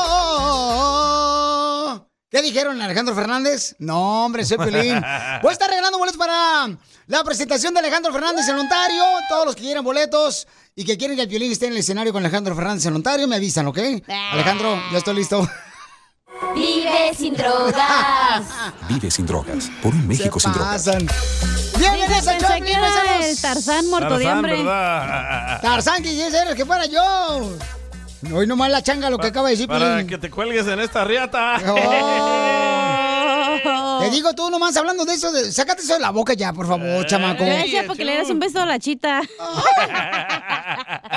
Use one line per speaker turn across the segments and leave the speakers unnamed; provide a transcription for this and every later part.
Oh. ¿Qué dijeron, Alejandro Fernández? No, hombre, soy Pelín. Voy a estar regalando boletos para la presentación de Alejandro Fernández en Ontario. Todos los que quieran boletos y que quieren que el Piolín esté en el escenario con Alejandro Fernández en Ontario, me avisan, ¿ok? Alejandro, ya estoy listo.
Vive sin drogas.
Vive sin drogas. Por un México sin drogas.
Pasan. Bienvenidos a
Pensé
Choplin,
que era el
paisanos.
Tarzán muerto de hambre.
Tarzán, que es eres? que fuera yo. Hoy nomás la changa lo que acaba de decir,
Para
Piolín.
que te cuelgues en esta riata.
Oh. Te digo tú nomás hablando de eso, de- sácate eso de la boca ya, por
Eh,
favor, chamaco.
Yo decía porque le das un beso a la chita.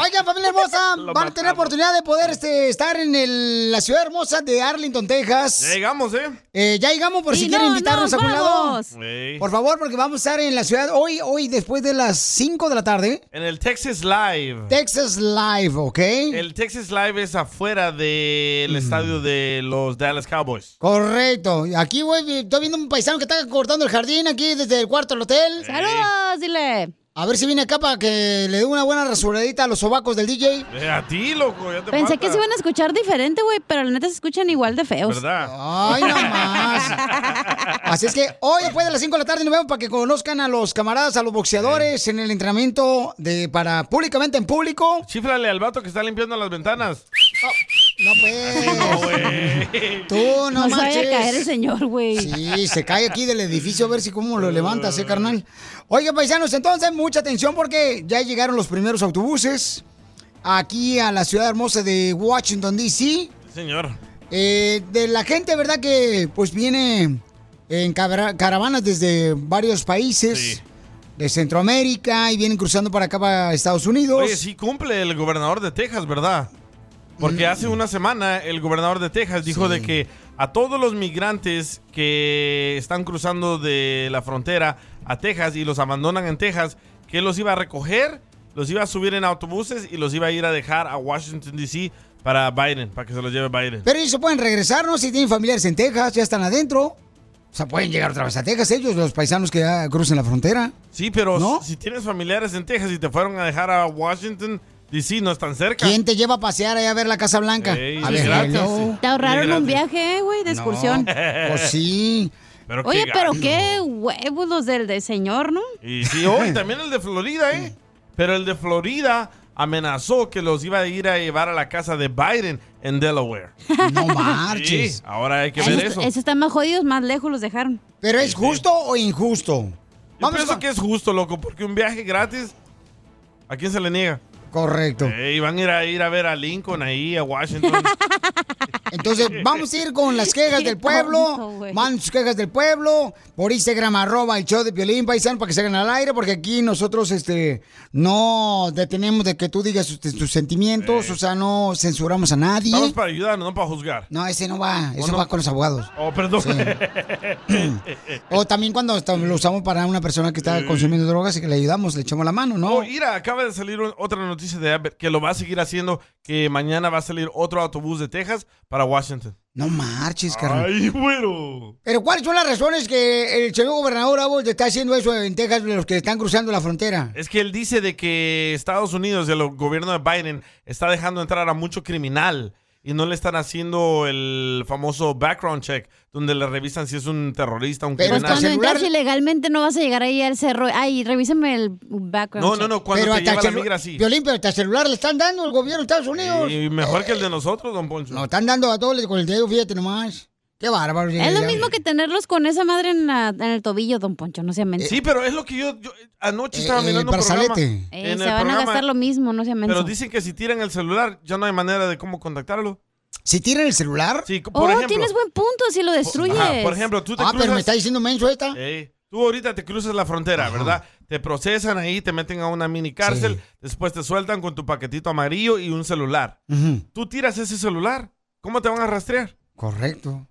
Oigan, familia hermosa,
Lo
van a tener
matamos.
oportunidad de poder este, estar en el- la ciudad hermosa de Arlington,
Ya
Texas.
llegamos, ¿eh?
Eh, ya llegamos por si
Y
quieren
no,
invitarnos
no,
a algún lado.
vamos.
Ey.
Por favor, porque vamos a estar en la ciudad hoy, hoy después de las 5 de la tarde.
En el Texas Live.
Texas Live, ¿ok?
el Texas Live es afuera del
Mm.
estadio de los Dallas Cowboys.
Correcto. Aquí, güey, estoy viendo un paisano que está cortando el jardín aquí desde el cuarto del hotel.
¡Saludos, dile!
A ver si viene acá para que le dé una buena rasuradita a los sobacos del DJ.
Eh, a ti, loco, ya te
Pensé
falta.
que se iban a escuchar diferente, güey, pero la neta se escuchan igual de feos.
¿Verdad?
Ay, no más. Así es que hoy, después de las 5 de la tarde, nos vemos para que conozcan a los camaradas, a los boxeadores en el entrenamiento de para públicamente en público.
Chíflale al vato que está limpiando las ventanas.
No, pues.
Güey.
Oh. Tú no,
No, se vaya
manches.
a caer el señor, güey.
Sí, se cae aquí del edificio a ver si cómo lo levantas, eh, carnal. Oiga, paisanos, entonces mucha atención porque ya llegaron los primeros autobuses aquí a la ciudad hermosa de Washington, D.C.
Sí, Señor.
Eh, de la gente, ¿verdad? Que pues viene en cabra- caravanas desde varios países
Sí.
de Centroamérica y vienen cruzando para acá, para Estados Unidos.
Oye, sí cumple el gobernador de Texas, ¿verdad?
Mm.
Porque hace una semana el gobernador de Texas dijo de que a todos los migrantes que están cruzando de la frontera a Texas y los abandonan en Texas, que los iba a recoger, los iba a subir en autobuses y los iba a ir a dejar a Washington, D.C. para Biden, para que se los lleve Biden.
Pero ellos se pueden regresar, ¿no? Si tienen familiares en Texas, ya están adentro. O sea, pueden llegar otra vez a Texas ellos, los paisanos que ya cruzan la frontera.
Sí, pero
¿No?
si tienes familiares en Texas y te fueron a dejar a Washington, D.C., no están cerca.
¿Quién te lleva a pasear allá a ver la Casa Blanca?
Ey,
a
de
ver,
gratis.
hello.
Te ahorraron
Gratis.
un viaje, güey, de excursión.
No, pues sí.
Pero qué
Oye, pero
gacho.
qué huevos los del, del señor, ¿no?
Y sí, hoy también el de Florida, ¿eh? Pero el de Florida amenazó que los iba a ir a llevar a la casa de Biden en Delaware.
No
Sí,
marches.
ahora hay que
Esos-
ver eso.
esos están más jodidos, más lejos los dejaron.
¿Pero es justo o injusto?
Yo
Vamos
pienso
con-
que es justo, loco, porque un viaje gratis, ¿a quién se le niega?
Correcto.
Y van a ir a ir a ver a Lincoln ahí, a Washington.
Entonces, vamos a ir con las quejas
Qué
del pueblo.
tonto, güey.
Manden sus quejas del pueblo por Instagram, arroba el show de Piolín, paisano, para que se hagan al aire, porque aquí nosotros este, no detenemos de que tú digas tus, tus sentimientos, o sea, no censuramos a nadie.
Estamos para ayudar, no para juzgar.
No, ese no va, eso
no?
va con los abogados.
Oh, perdón.
O también cuando hasta lo usamos para una persona que está consumiendo drogas y que le ayudamos, le echamos la mano, ¿no?
Oh, mira, acaba de salir un- otra noticia de Abbott que lo va a seguir haciendo, que mañana va a salir otro autobús de Texas para Washington.
No marches, carnal.
Ay, bueno.
Pero ¿cuáles son las razones que el señor gobernador Abbott está haciendo eso en Texas, los que están cruzando la frontera?
Es que él dice de que Estados Unidos, el gobierno de Biden, está dejando entrar a mucho criminal. y no le están haciendo el famoso background check, donde le revisan si es un terrorista, un
Pues
criminal.
cuando entras ilegalmente no vas a llegar ahí al cerro. Ay, revísame el background.
No, no, no, cuando te lleva la
celu-
migra, Ah, sí.
Violín, pero hasta celular le están dando el gobierno de Estados Unidos.
Y mejor que el de
Eh,
nosotros, don Poncho.
Nos están dando a todos con el dedo, fíjate nomás. Qué bárbaro.
Es lo mismo que tenerlos con esa madre en, la- en el tobillo, don Poncho, no
Eh,
sea menso.
Sí, pero es lo que yo, yo, eh, anoche estaba
el
mirando un programa.
brazalete.
Eh,
en
se
el
van a
programa,
gastar lo mismo, no sea menso.
Pero dicen que si tiran el celular, ya no hay manera de cómo contactarlo.
Si tiran el celular.
Sí, co-
Oh,
por ejemplo.
tienes buen punto si lo destruyes.
Ajá, por ejemplo, tú te
Ah, pero
cruzas- Eh.
me está diciendo menso esta.
Ey, tú ahorita te cruzas la frontera, ¿verdad? Te procesan ahí, te meten a una mini cárcel, después te sueltan con tu paquetito amarillo y un celular.
Ujú,
Tú tiras ese celular, ¿cómo te van a rastrear?
Correcto.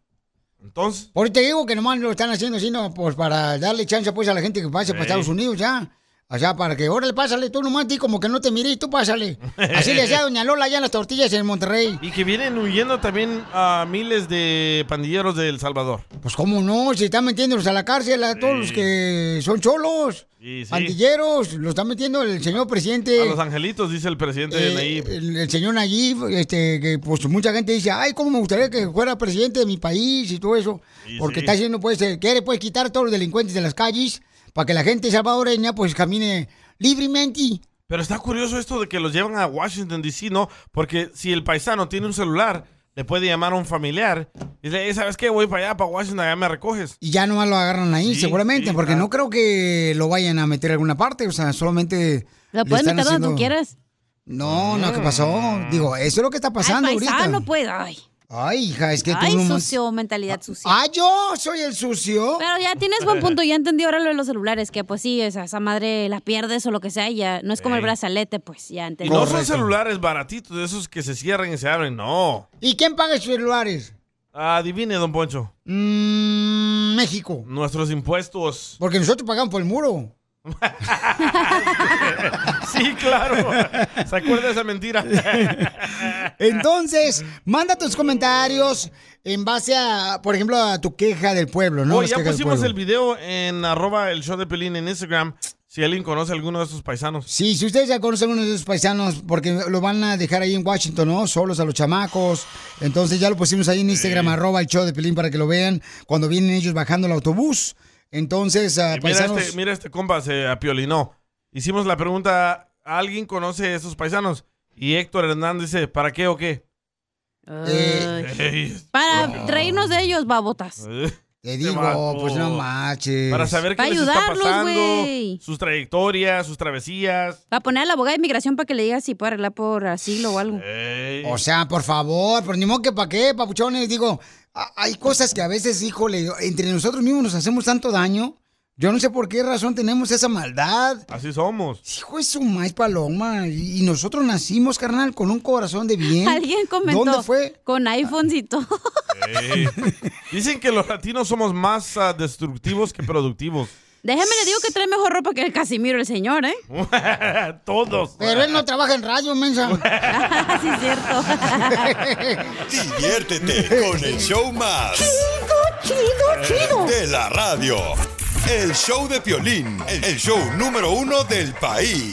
Entonces,
Ahorita digo que nomás lo están haciendo así, ¿no? Pues para darle chance pues a la gente que pase para
Ey.
Estados Unidos ya. O sea, para que, órale, pásale, tú nomás, ti como que no te miré y tú pásale. Así le decía Doña Lola allá en las tortillas en Monterrey.
y que vienen huyendo también a miles de pandilleros de El Salvador.
Pues cómo no, si están metiéndolos a la cárcel a todos
Sí.
los que son cholos,
Y sí,
pandilleros, lo está metiendo el señor presidente.
a los angelitos, dice el presidente de
eh,
Nayib.
el, el señor Nayib, este, que pues mucha gente dice, ay, cómo me gustaría que fuera presidente de mi país y todo eso,
Sí,
porque
sí.
está haciendo, pues, eh, quiere, pues, quitar a todos los delincuentes de las calles para que la gente salvadoreña, pues, camine libremente.
Pero está curioso esto de que los llevan a Washington, D.C., ¿no? Porque si el paisano tiene un celular, le puede llamar a un familiar y dice, "Eh, ¿sabes qué? Voy para allá, para Washington, allá me recoges.
Y ya nomás lo agarran ahí,
Sí,
seguramente,
sí,
porque
claro.
no creo que lo vayan a meter a alguna parte, o sea, solamente...
lo
le
puedes
están
meter donde tú
haciendo-
quieras.
No, no, ¿qué pasó?
Ah.
Digo, eso es lo que está pasando
Ay,
ahorita.
paisano, pues. Ay,
Ay, hija, es que
ay
tú nomás...
sucio, mentalidad sucia.
Ah, yo soy el sucio.
Pero ya tienes buen punto, ya entendí ahora lo de los celulares, que pues sí, esa, esa madre la pierdes o lo que sea, y ya no es como el
Ey.
brazalete, pues ya
Y
entendí.
no son
Correcto.
celulares baratitos, de esos que se cierran y se abren, no.
¿Y quién paga sus celulares?
Adivine, don Poncho,
Mm, México.
nuestros impuestos.
Porque nosotros pagamos por el muro.
Sí, claro. ¿Se acuerda de esa mentira?
Entonces, manda tus comentarios en base a, por ejemplo, a tu queja del pueblo, ¿no?
Hoy
Las
ya
quejas del
pusimos
pueblo.
el video en arroba el show de Pelín en Instagram. Si alguien conoce a alguno de esos paisanos.
Sí, si ustedes ya conocen a uno de esos paisanos, porque lo van a dejar ahí en Washington, ¿no? Solos a los chamacos. Entonces ya lo pusimos ahí en Instagram, arroba el show de Pelín, para que lo vean cuando vienen ellos bajando el autobús. Entonces, ah,
Y mira,
paisanos...
este, mira este compa, se apiolinó. Hicimos la pregunta, ¿alguien conoce a esos paisanos? Y Héctor Hernández dice, ¿para qué o qué?
Ay.
Eh,
Ey,
Para reírnos de ellos, babotas.
eh,
Te digo,
vato.
pues no marches.
Para saber qué
Para
les está
ayudarlos,
pasando,
güey.
sus trayectorias, sus travesías.
Va a poner a la abogada de inmigración para que le diga si puede arreglar por asilo o algo.
Ey.
O sea, por favor, por ni modo que pa' qué, papuchones. Digo, a- hay cosas que a veces, híjole, entre nosotros mismos nos hacemos tanto daño. Yo no sé por qué razón tenemos esa maldad.
Así somos.
Hijo es un maíz paloma. Y y nosotros nacimos, carnal, con un corazón de bien.
Alguien comentó.
¿Dónde fue?
Con iPhones y todo.
Ey. Dicen que los latinos somos más ah, destructivos que productivos.
Déjame le digo que trae mejor ropa que el Casimiro, el señor, ¿eh?
Todos.
Pero él no trabaja en radio, mensa.
Ah, sí, es cierto.
Diviértete con el show más.
Chido, chido, chido.
De la radio. El show de Piolín. El el show número uno del país.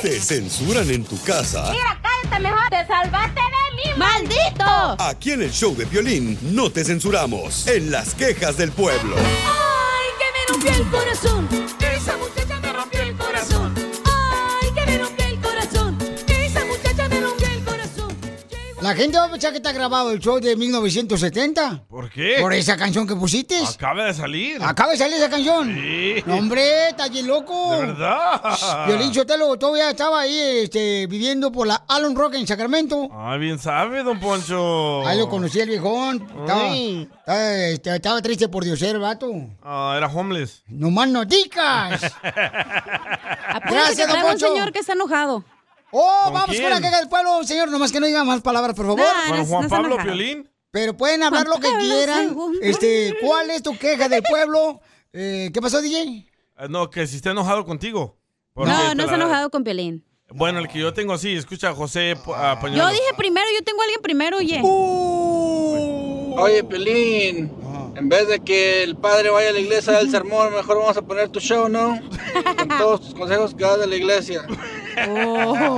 Te censuran en tu casa.
Mira, cállate mejor. Te salvaste de mí, maldito.
Aquí en el show de Piolín no te censuramos. En las quejas del pueblo.
Ay, que me rompió el corazón. Esa muchacha me rompió el corazón. Ay, que me rompió el corazón. Esa muchacha me rompió el corazón.
La gente va a pensar que está grabado el show de 1970.
¿Por qué? Ah,
Por esa canción que pusiste.
Acaba de salir.
Acaba de salir esa canción.
Sí.
No, hombre, está bien loco.
De verdad.
Violín Sotelo todavía estaba ahí este, viviendo por la Allen Rock en Sacramento.
Ah, bien sabe, don Poncho.
Ahí lo conocí el viejón. Estaba,
Ay.
estaba, este, estaba triste por Dios el vato.
Ah, era homeless.
Nomás no digas.
Apúrate que
don
trae un
Poncho.
señor que está enojado.
Oh,
¿Con
vamos
quién?
con la queja del pueblo, señor. Nomás que no diga más palabras, por favor.
Ah,
Bueno,
no,
Juan
no se
Pablo
enojaron.
Piolín.
Pero pueden hablar lo que
Juan Pablo
quieran.
II.
Este, ¿cuál es tu queja del pueblo? Eh, ¿Qué pasó, DJ?
Ah, No, que si está enojado contigo. Porque
No,
Ah, te
no
la-
está enojado con Piolín.
Bueno, el que yo tengo sí, escucha, José P- ah, Pañuelo.
Yo dije primero, yo tengo a alguien primero, oye.
Uh.
Oye, Pelín, en vez de que el padre vaya a la iglesia del sermón, mejor vamos a poner tu show, ¿no? Con todos tus consejos que das de la iglesia.
No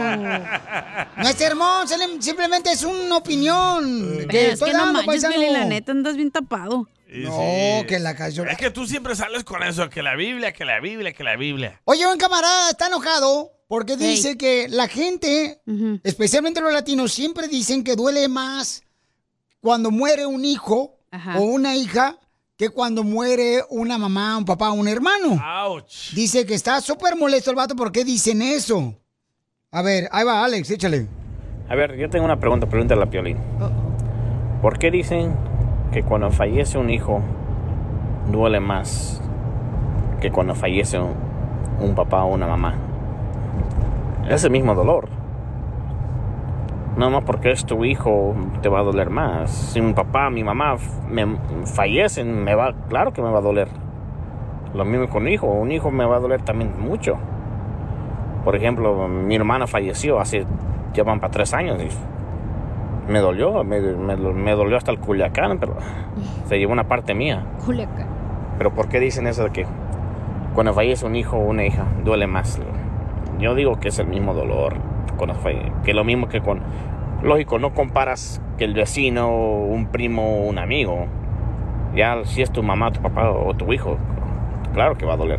es sermón, sele- simplemente es una opinión. que
Pero es
estoy
que no
dando,
manches,
paisano.
Piolín, la neta, andas bien tapado.
No, que la cayó.
Es que tú siempre sales con eso, que la Biblia, que la Biblia, que la Biblia.
Oye, un camarada está enojado porque dice que la gente, especialmente los latinos, siempre dicen que duele más cuando muere un hijo o una hija que cuando muere una mamá, un papá, un hermano. Dice que está súper molesto el vato porque dicen eso. A ver, ahí va Alex, échale.
A ver, yo tengo una pregunta, pregúntale a Piolín. ¿Por qué dicen que cuando fallece un hijo duele más que cuando fallece un, un papá o una mamá? Es el mismo dolor. No más porque es tu hijo te va a doler más. Si un papá, mi mamá f- me fallecen, me va, claro que me va a doler. Lo mismo con un hijo, un hijo me va a doler también mucho. Por ejemplo, mi hermana falleció hace, ya van para tres años. y me dolió, me, me- me dolió hasta el Culiacán, pero se llevó una parte mía.
Culiacán.
Pero ¿por qué dicen eso de que cuando fallece un hijo o una hija duele más? Yo digo que es el mismo dolor, cuando falle- que lo mismo que con... Lógico, no comparas que el vecino, un primo, un amigo. Ya si es tu mamá, tu papá o tu hijo, claro que va a doler.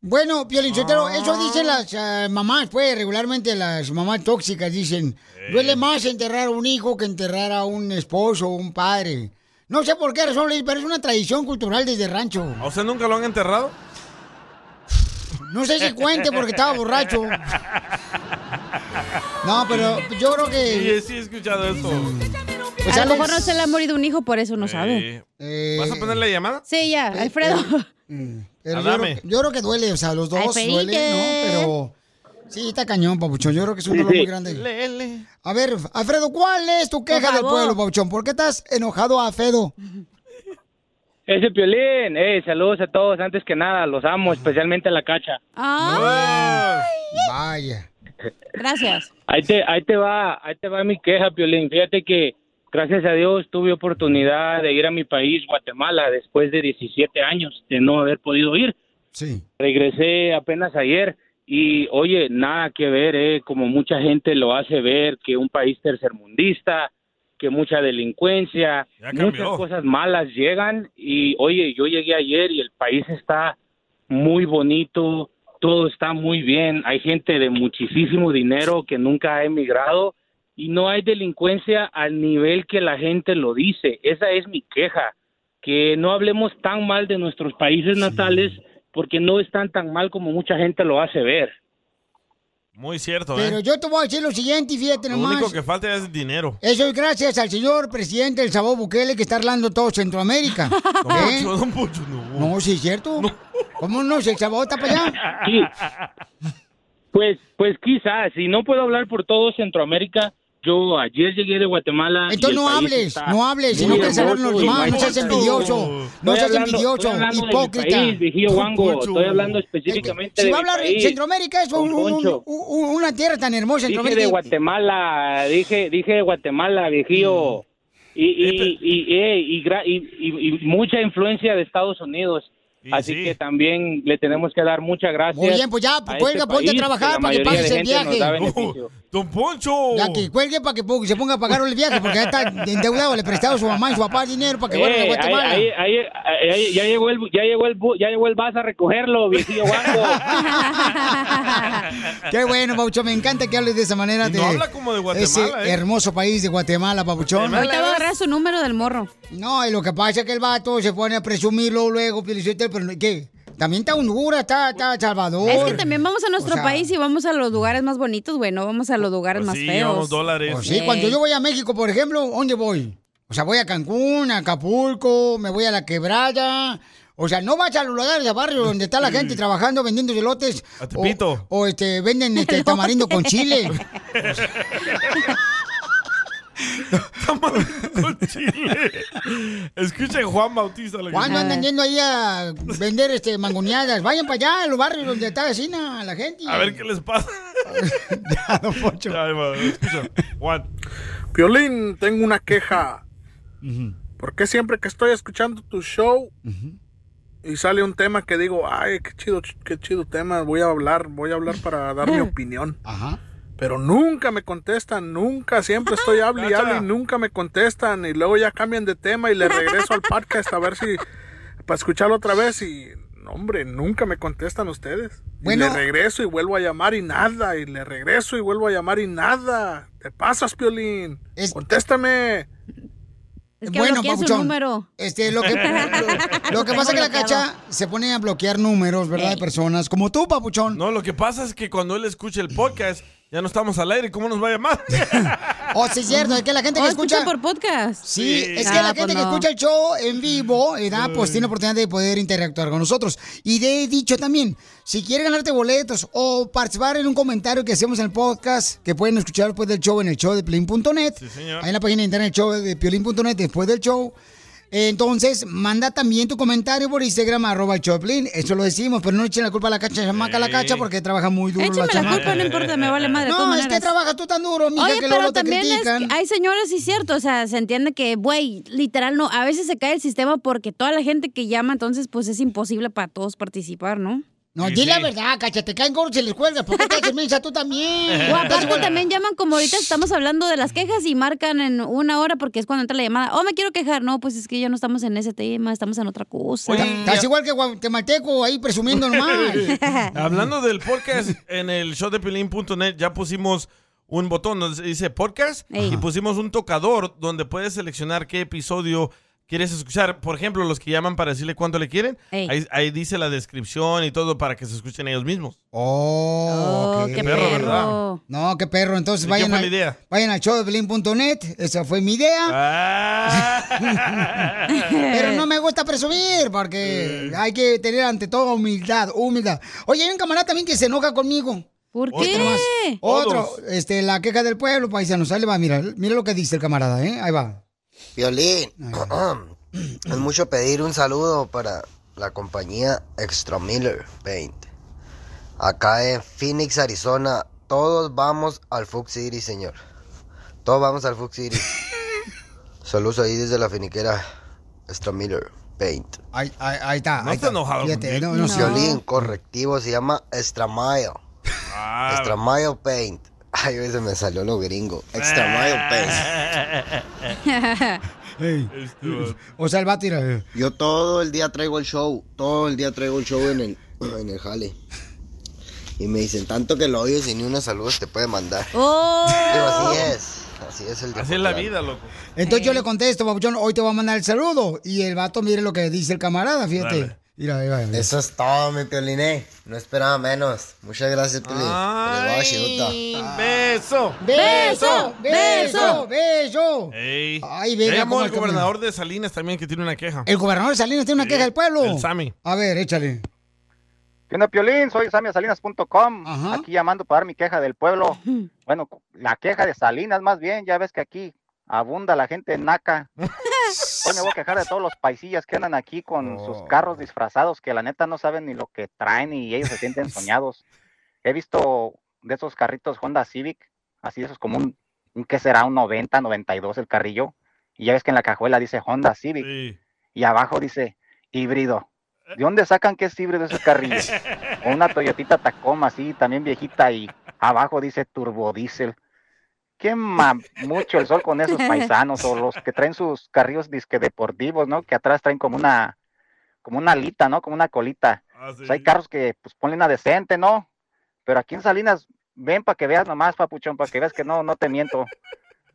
Bueno, Piolinchotero, eso dicen las eh, mamás, pues regularmente las mamás tóxicas dicen, duele más enterrar a un hijo que enterrar a un esposo o un padre. No sé por qué razón, le- pero es una tradición cultural desde rancho.
¿A usted nunca lo han enterrado?
No sé si cuente porque estaba borracho. No, pero yo creo
Sí,
que...
sí he escuchado eso.
Pues,
a lo
Alex-
mejor no se le ha morido un hijo, por eso no sabe.
Eh, ¿Vas a poner la llamada?
Sí, ya, Alfredo.
Pero yo,
Adame.
creo, yo creo que duele, o sea, los dos
Ay,
duelen, ¿no?
Felipe.
Pero sí, está cañón, papuchón. Yo creo que es un
Sí,
dolor
sí.
muy grande. A ver, Alfredo, ¿cuál es tu queja del
favor.
pueblo, papuchón? ¿Por qué estás enojado, Alfredo?
Ese Piolín, eh, saludos a todos, antes que nada, los amo, especialmente a la cacha.
Vaya.
Gracias.
Ahí te, ahí te va, ahí te va mi queja, Piolín. Fíjate que, gracias a Dios, tuve oportunidad de ir a mi país, Guatemala, después de 17 años de no haber podido ir.
Sí.
Regresé apenas ayer y, oye, nada que ver, eh, como mucha gente lo hace ver, que un país tercermundista, que mucha delincuencia, muchas
cambió.
cosas malas llegan y, oye, yo llegué ayer y el país está muy bonito, todo está muy bien, hay gente de muchísimo dinero que nunca ha emigrado y no hay delincuencia al nivel que la gente lo dice, esa es mi queja, que no hablemos tan mal de nuestros países natales porque no están tan mal como mucha gente lo hace ver.
Muy cierto,
Pero
¿eh?
yo te voy a decir lo siguiente, y fíjate
Lo
nomás.
único que falta es dinero.
Eso es gracias al señor presidente del Sabor Bukele que está hablando todo Centroamérica.
Don
¿Eh?
Poncho, don Poncho, no.
No, sí, es cierto. ¿Cómo no? Si el Sabor está para allá.
Sí. Pues, pues quizás, si no puedo hablar por todo Centroamérica, yo ayer llegué de Guatemala. y
Entonces
el
no
país
hables,
está
no hables, si no
muy
quieres hablar
hermoso,
normal, no
hermoso.
seas envidioso, no
Estoy
seas
hablando-
envidioso,
estoy hablando de mi
hipócrita.
país, Vigío Wango,
Poncho.
estoy hablando específicamente
Si
de
va a
mi
hablar
país.
Centroamérica, es un- un-
Poncho.
un- una tierra tan hermosa,
Dije de
Centroamérica.
Guatemala, dije, dije de Guatemala, Vigío. Y, y, y, eh, y gra- y- y- y mucha influencia de Estados Unidos. Así que también le tenemos que dar muchas gracias.
Muy bien, pues ya,
a
cuelga,
este
ponte a
país,
trabajar
la
para que
mayoría
pagues
de
el
gente nos da
viaje.
beneficio.
¡Don Poncho!
Ya que cuelgue para que po- se ponga a pagar el viaje, porque ya está endeudado, le prestado a su mamá y su papá dinero para que vuelvan a
Eh,
Guatemala.
ahí- ahí- ahí- ahí- ya llegó el bu- ya llegó el bu- ya llegó el bus a recogerlo, viejillo guango.
Qué bueno, Pabuchón, me encanta que hables de esa manera.
Y no habla como de Guatemala,
Ese
¿eh?
hermoso país de Guatemala, Pabuchón.
Ahorita va a agarrar su número del morro.
No, y lo que pasa es que el vato se pone a presumirlo luego, Felicitelo, pero ¿qué? También está Honduras, está, está El Salvador.
Es que también vamos a nuestro
O sea,
país y vamos a los lugares más bonitos, güey. No vamos a los lugares más feos.
dólares.
Pues sí, cuando yo voy a México, por ejemplo, ¿dónde voy? O sea, voy a Cancún, a Acapulco, me voy a la quebrada. O sea, no vas a los lugares a barrio donde está la gente trabajando, vendiendo elotes.
A Tepito.
O, o, este, venden este tamarindo con chile.
Con Chile. Escuchen Juan Bautista. lo que
¿Cuándo
dice.
andan yendo ahí a vender este mangoneadas? Vayan para allá, a los barrios donde está vecina la gente.
A ver qué les pasa.
ya, don Poncho.
escucha, Juan.
Piolín, tengo una queja. ¿Por qué siempre que estoy escuchando tu show, y sale un tema que digo, ay, qué chido, ch- qué chido tema, voy a hablar, voy a hablar para dar mi opinión. Pero nunca me contestan, nunca, siempre estoy hable y hable y nunca me contestan. Y luego ya cambian de tema y le regreso al podcast a ver si, para escucharlo otra vez y, no, hombre, nunca me contestan ustedes.
Bueno.
Y le regreso y vuelvo a llamar y nada, y le regreso y vuelvo a llamar y nada. Te pasas, Piolín. Contéstame.
que bloquea su número.
Este, lo que, lo, lo que pasa es que la cacha se pone a bloquear números, ¿verdad? De personas, como tú, papuchón.
No, lo que pasa es que cuando él escucha el podcast, ya no estamos al aire. ¿Cómo nos va a llamar?
O sí, es cierto, es que la gente
Oh,
que
escucha
escucha.
por podcast.
Sí,
Sí.
es que
Ah,
la
pues
gente que
no.
escucha el show en vivo, eh, da, pues tiene oportunidad de poder interactuar con nosotros. Y de dicho también, si quiere ganarte boletos o participar en un comentario que hacemos en el podcast, que pueden escuchar después del show en el show de Piolín.net,
señor.
ahí en la página de internet show de Piolín.net, después del show. Entonces, manda también tu comentario por Instagram, arroba el show de Piolín. Eso lo decimos, pero no echen la culpa a la cacha, chamaca a la
Sí.
cacha, porque trabaja muy duro
Échame la
chamaca.
culpa, no importa, me vale madre. de
No,
todas
es que
maneras.
trabajas tú tan duro, mija,
Oye,
que
pero
luego te
también es-
critican.
hay señores, sí es cierto, o sea, se entiende que, güey, literal no, a veces se cae el sistema porque toda la gente que llama, entonces pues es imposible para todos participar, ¿no?
No, di la verdad, cacha, te caen gordos y les cuelgas, ¿por qué te haces mensa tú también?
O aparte también llaman como ahorita estamos hablando de las quejas y marcan en una hora porque es cuando entra la llamada. Oh, me quiero quejar. No, pues es que ya no estamos en ese tema, estamos en otra cosa.
Estás igual que guatemalteco ahí presumiendo nomás.
Hablando del podcast, en el show de Pilín.net ya pusimos un botón donde dice podcast y pusimos un tocador donde puedes seleccionar qué episodio quieres escuchar. Por ejemplo, los que llaman para decirle cuánto le quieren,
Ey.
ahí, ahí dice la descripción y todo para que se escuchen ellos mismos.
Oh,
Oh, qué Qué perro, perro. ¿verdad?
No, qué perro. Entonces
¿De
vayan
quién fue
al,
la idea?
vayan al show de Pelín.net. Esa fue mi
Ah.
idea. Pero no me gusta presumir
Eh.
porque hay que tener ante todo humildad, humildad. Oye, hay un camarada también que se enoja conmigo.
¿Por
qué?
Otro,
Todos.
este, la queja del pueblo, paisano. Sale, va, mira, mira lo que dice el camarada, ¿eh? Ahí va.
Violín, es mucho pedir un saludo para la compañía Extra Miller Paint. Acá en Phoenix, Arizona, todos vamos al Fox City, señor. Todos vamos al Fox City. Saludos ahí desde la finiquera Extra Miller Paint.
Ahí, ahí- ahí está.
No
ahí
está enojado
Fíjate,
contigo.
no, no,
Violín, correctivo, se llama Extra Mile. Extra Mile Paint. Ay, se me salió lo gringo. Extra Mile Paint.
Ey.
Este
O sea, el vato irá.
Yo todo el día traigo el show, todo el día traigo el show en el, en el jale. Y me dicen, tanto que lo oyes y ni una salud te puede mandar.
Oh.
Digo, así es, así es el
Así es la vida, loco.
Entonces yo le contesto, papuchón, hoy te voy a mandar el saludo. Y el vato, mire lo que dice el camarada, fíjate.
Dale.
Mira, ahí va, ahí va.
Eso es todo, mi Pioliné. No esperaba menos. Muchas gracias, Piolín.
Beso.
Beso, beso, beso.
Ey.
Ay, venga,
Ya llamó
¿cómo
el
está,
gobernador de Salinas también que tiene una queja.
El gobernador Salinas tiene una queja del pueblo.
El Sammy.
A ver, échale.
¿Qué onda, Piolín? Soy samiasalinas.com. Aquí llamando para dar mi queja del pueblo. Bueno, la queja de Salinas, más bien. Ya ves que aquí abunda la gente naca. Hoy me voy a quejar de todos los paisillas que andan aquí con sus carros disfrazados que la neta no saben ni lo que traen y ellos se sienten soñados. He visto de esos carritos Honda Civic, así esos como un, un que será un 90, 92 el carrillo. Y ya ves que en la cajuela dice Honda Civic y abajo dice híbrido. ¿De dónde sacan que es híbrido ese carrillo? O una Toyotita Tacoma, así, también viejita, y abajo dice turbodiesel. Quema mucho el sol con esos paisanos o los que traen sus carrillos disque deportivos, ¿no? Que atrás traen como una, como una alita, ¿no? Como una colita.
Ah,
O sea, hay carros que pues ponen una decente, ¿no? Pero aquí en Salinas, ven para que veas nomás, papuchón, para que veas que no, no te miento.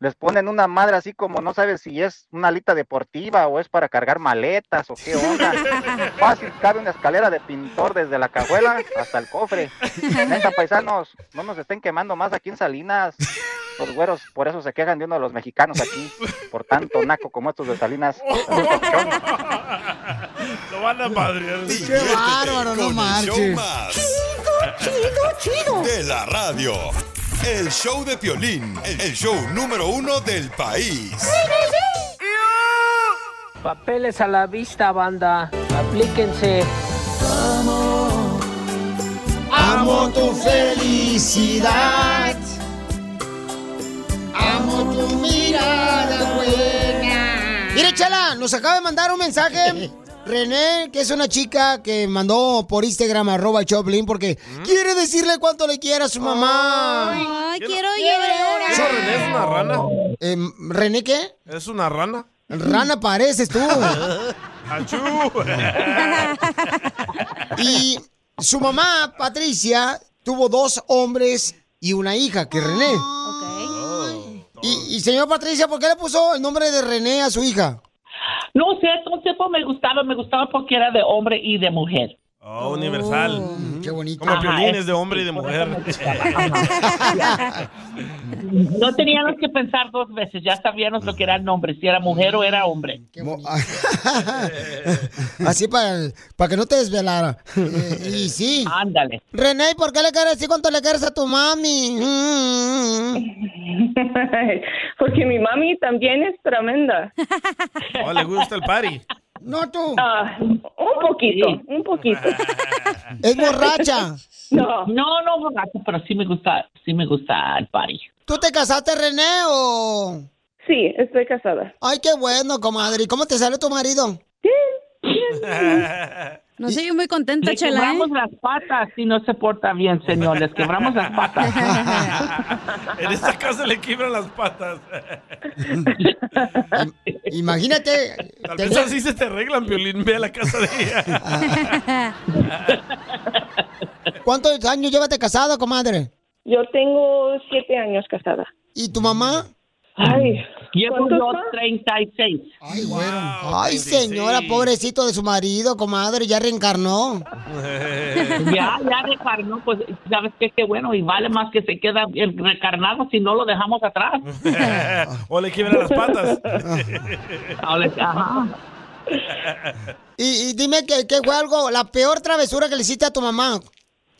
Les ponen una madre así como no sabes si es una alita deportiva o es para cargar maletas o qué onda. Fácil, cabe una escalera de pintor desde la cajuela hasta el cofre. Neta, paisanos, no nos estén quemando más aquí en Salinas. Los güeros por eso se quejan de uno de los mexicanos aquí, por tanto naco como estos de Salinas.
Lo van a padrear.
Diviértete
bárbaro, no
con el
marches.
show más
Chido, chido.
De la radio. El show de Piolín, el show número uno del país.
Papeles a la vista, banda. Aplíquense.
Amo tu felicidad. Amo tu mirada buena. Mire, Chala, nos acaba de mandar un mensaje René, que es una chica que mandó por Instagram arroba el Choplin porque quiere decirle cuánto le quiere a su mamá.
Ay, quiero llorar.
¿Eso René es una rana?
Em, ¿René qué?
¿Es una rana?
Rana pareces tú.
¡Achú!
Y su mamá, Patricia, tuvo dos hombres y una hija, que es René. Y, y señor Patricia, ¿por qué le puso el nombre de René a su hija?
No sé, todo el
pues
tiempo me gustaba, me gustaba porque era de hombre y de mujer.
Oh, universal.
qué bonito.
Como
Ajá,
piolines
es-
de hombre y de mujer.
No teníamos que pensar dos veces, ya sabíamos lo que era el nombre, si era mujer o era hombre.
Mo- Así para para que no te desvelara. Eh, y sí.
Ándale.
René, ¿y ¿por qué le quieres decir cuánto le quieres a tu mami?
Porque mi mami también es tremenda.
Oh, le gusta el party.
No tú.
Ah, un poquito, un poquito.
Es borracha.
No, no, no borracha, pero sí me gusta, sí me gusta el party.
¿Tú te casaste, René, o...?
Sí, estoy casada.
Ay, qué bueno, comadre. ¿Y cómo te sale tu marido?
No soy muy contenta,
Le
Chela. ¿eh?
quebramos las patas si no se porta bien, señor. Les quebramos las patas.
En esta casa le quiebran las patas.
Imagínate.
Tal vez así se te arreglan, Piolín. Ve a la casa de ella.
Ah. ¿Cuántos años llevas de casada, comadre?
Yo tengo siete años casada.
¿Y tu mamá?
Ay,
Llevo
¿cuántos
yo
son?
36.
Ay, Pues bueno. Ay, señora, pobrecito de su marido, comadre, ya reencarnó.
Ya, ya recarnó, pues, ¿sabes qué? Qué bueno, y vale más que se queda el recarnado si no lo dejamos atrás.
o le quiebran las patas.
Ajá.
Y, y dime que, que fue algo, la peor travesura que le hiciste a tu mamá.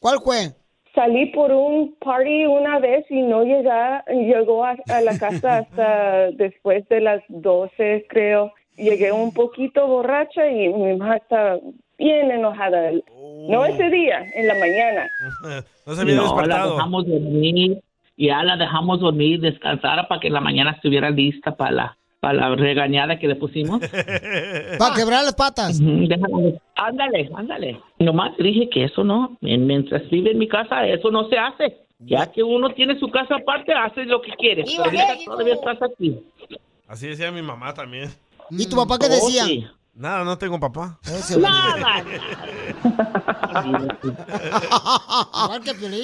¿Cuál fue?
Salí por un party una vez y no llega, llegó a, a la casa hasta después de las 12, creo. Llegué un poquito borracha y mi mamá estaba bien enojada.
Oh.
No ese día, en la mañana.
No se había
La
despertado.
dejamos dormir, ya la dejamos dormir, descansara para que en la mañana estuviera lista para la, para la regañada que le pusimos.
Para quebrar las patas.
Ujú, déjala- Ándale, ándale. Nomás dije que eso no, en- mientras vive en mi casa, eso no se hace. Ya que uno tiene su casa aparte, hace lo que quiere.
¡Viva
Pero ahorita
México!
todavía estás aquí.
Así decía mi mamá también.
¿Y tu papá qué
Oh,
decía?
sí. Nada, no tengo papá.
Nada.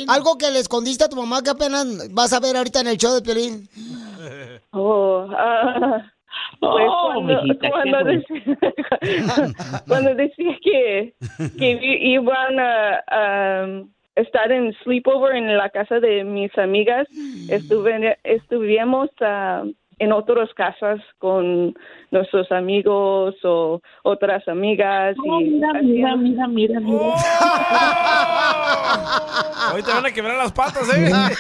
Algo que le escondiste a tu mamá que apenas vas a ver ahorita en el show de Piolín.
Oh, ah, pues
Oh,
cuando,
mijita, qué
cuando
bonito.
decía, cuando decía que, que i- iban a, a um, estar en sleepover en la casa de mis amigas, estuve, estuvimos ah, en otras casas con nuestros amigos o otras amigas.
Oh,
y
mira, mira,
hacíamos-
mira, mira, mira.
Hoy te van a quebrar las patas, ¿eh?
Mira.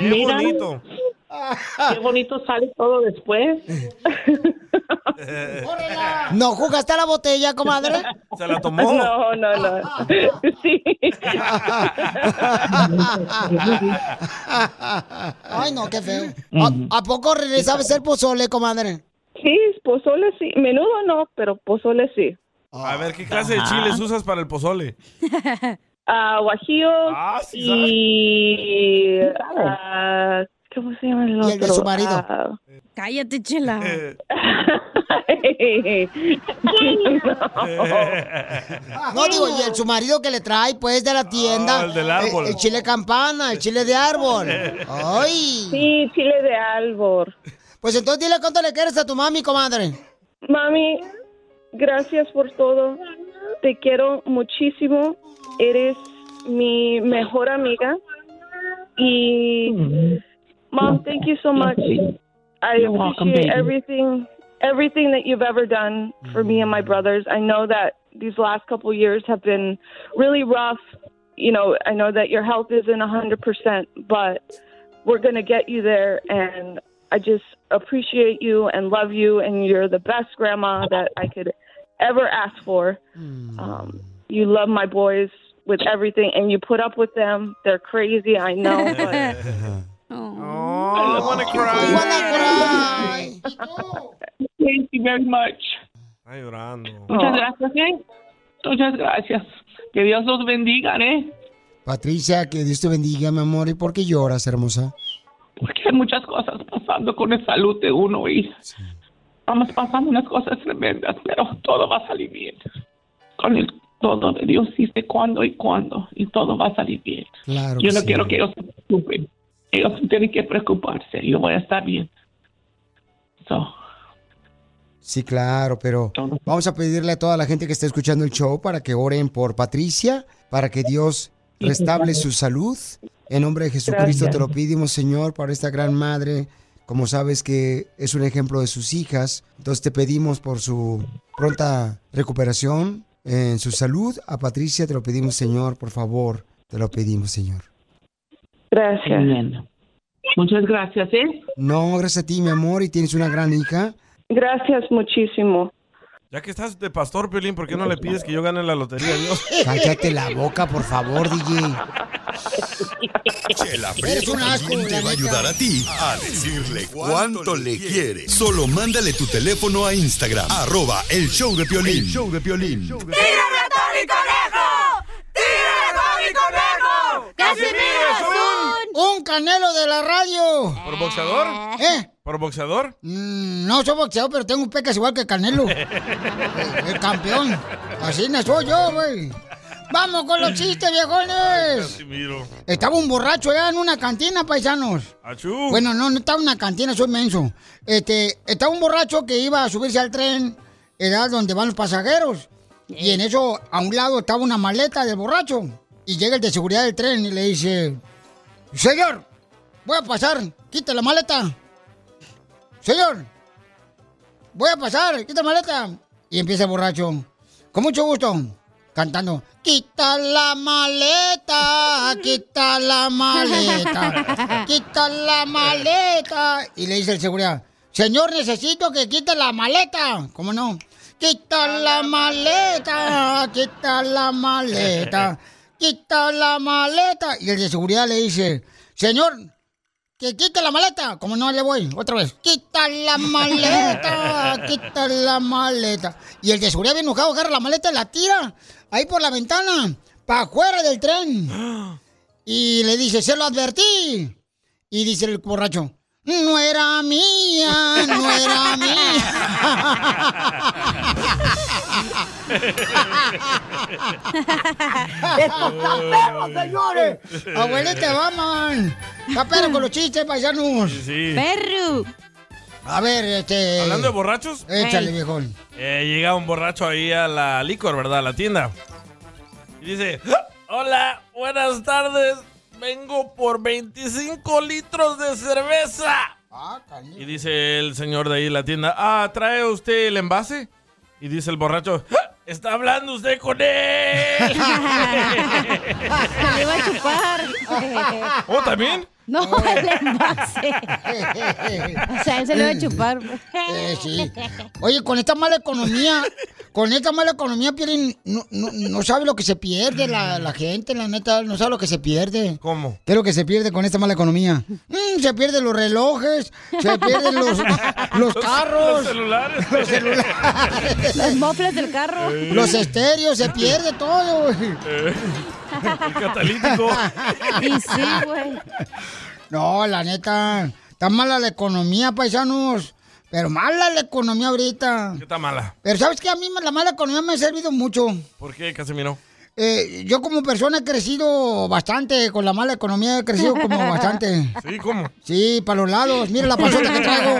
Qué
Mira.
bonito.
Qué bonito sale todo después.
¿No jugaste a la botella, comadre?
Se la tomó.
No, no, no. Sí.
Ay, no, qué feo. ¿A, a poco René sabe hacer pozole, comadre?
Sí, pozole sí. Menudo no, pero pozole sí.
Ah.
A ver, ¿qué clase de chiles usas para el pozole?
Ah, guajillo y... ah, ¿Cómo se llama el otro?
Y el de su marido.
Ah,
Cállate, Chela.
No, digo, y el su marido que le trae, pues, de la tienda.
Ah, el del árbol.
eh, El, chile campana, el chile de árbol. Ay.
Sí, chile de árbol.
Pues entonces dile cuánto le quieres a tu mami, comadre.
Mami, gracias por todo. Te quiero muchísimo. Eres mi mejor amiga. Y, Mom, thank you so much. I
You're welcome,
appreciate
baby.
everything, everything that you've ever done for me
Mm.
and my brothers. I know that these last couple years have been really rough. You know, I know that your health isn't a hundred percent, but we're gonna get you there. And I just appreciate you and love you. And you're the best grandma that I could ever ask for.
Mm.
Um, you love my boys with everything, and you put up with them. They're crazy, I know, but.
I wanna cry.
Thank you very much.
Está llorando.
Muchas gracias, ¿eh? Muchas gracias. Que Dios los bendiga, ¿eh?
Patricia, que Dios te bendiga, mi amor. ¿Y por qué lloras, hermosa?
Porque hay muchas cosas pasando con el salud de uno y vamos pasando unas cosas tremendas, pero todo va a salir bien. Con el todo de Dios dice cuándo y cuándo y todo va a salir bien.
Claro.
Yo
que
no
sí.
quiero que ellos se preocupen. Ellos no tienen que preocuparse. Yo voy a estar bien. So,
Sí, claro, pero vamos a pedirle a toda la gente que está escuchando el show para que oren por Patricia, para que Dios restable su salud. En nombre de Jesucristo
Gracias.
te lo pedimos, Señor, para esta gran madre. Como sabes que es un ejemplo de sus hijas, entonces te pedimos por su pronta recuperación en su salud. A Patricia te lo pedimos, Señor, por favor, te lo pedimos, Señor.
Gracias.
Muchas gracias, ¿eh?
No, gracias a ti, mi amor, y tienes una gran hija.
Gracias muchísimo.
Ya que estás de pastor, Piolín, ¿por qué no le pides que yo gane la lotería, Dios?
Cállate la boca, por favor, DJ.
Chela Prieto
un asco,
también te
la
va a
neta.
ayudar a ti a decirle cuánto le quiere. Solo mándale tu teléfono a Instagram, arroba el show de Piolín.
El
show de Piolín.
¡Tírame a Tony Conejo! ¡Tírame a Tony Conejo! ¡Casimiro es un...
¡Un canelo de la radio!
¿Por boxeador?
¿Eh?
¿Por boxeador?
Mm, No soy boxeador, pero tengo un pecas igual que Canelo. El campeón. Así no soy yo, güey. Vamos con los chistes, viejones.
Casimiro.
Estaba un borracho allá en una cantina, paisanos.
Achú.
Bueno, no, no estaba en una cantina, soy menso. Este, estaba un borracho que iba a subirse al tren, edad donde van los pasajeros. Y en eso, a un lado estaba una maleta del borracho. Y llega el de seguridad del tren y le dice, Señor, voy a pasar, quita la maleta. Señor, voy a pasar, quita la maleta. Y empieza el borracho, con mucho gusto, cantando, quita la maleta, quita la maleta, quita la maleta. Y le dice el seguridad, señor, necesito que quite la maleta. ¿Cómo no? Quita la maleta, quita la maleta, quita la maleta. Y el de seguridad le dice, señor, que quite la maleta. Como no le voy, otra vez. Quita la maleta, quita la maleta. Y el de seguridad bien enojado agarra la maleta y la tira ahí por la ventana, para afuera del tren. Y le dice, se lo advertí. Y dice el borracho, no era mía, no era mía.
¡Estos taperos,
señores! Abuelita, vamos. Está perro con los chistes, paisanos.
sí.
Perro. A ver, este.
¿Hablando de borrachos?
Échale,
Ey.
viejón.
Eh, llega un borracho ahí a la licor, ¿verdad? A la tienda. Y dice, "Ah, hola, buenas tardes. Vengo por 25 litros de cerveza. Y dice el señor de ahí de la tienda, ah, ¿trae usted el envase? Y dice el borracho, "Ah, está hablando usted con él.
¡Me va a chupar!
¿Oh, también?
No, el envase. O sea, él se lo va a chupar.
Eh, sí. Oye, con esta mala economía, con esta mala economía, Piolín, no, no, no sabe lo que se pierde la, la gente, la neta, no sabe lo que se pierde.
¿Cómo?
¿Qué es lo que se pierde con esta mala economía? Mm, se pierden los relojes, se pierden los, los carros.
Los celulares.
Los celulares.
Los mofles del carro.
Eh.
Los este- estéreos, se pierde todo, güey.
El catalítico.
Y sí, güey.
No, la neta, está mala la economía, paisanos. Pero mala la economía ahorita.
¿Qué está mala?
Pero sabes que a mí la mala economía me ha servido mucho.
¿Por qué, Casimiro?
Eh, yo como persona he crecido bastante con la mala economía, he crecido como bastante.
Sí, ¿cómo?
Sí, para los lados, mira la panzota que traigo.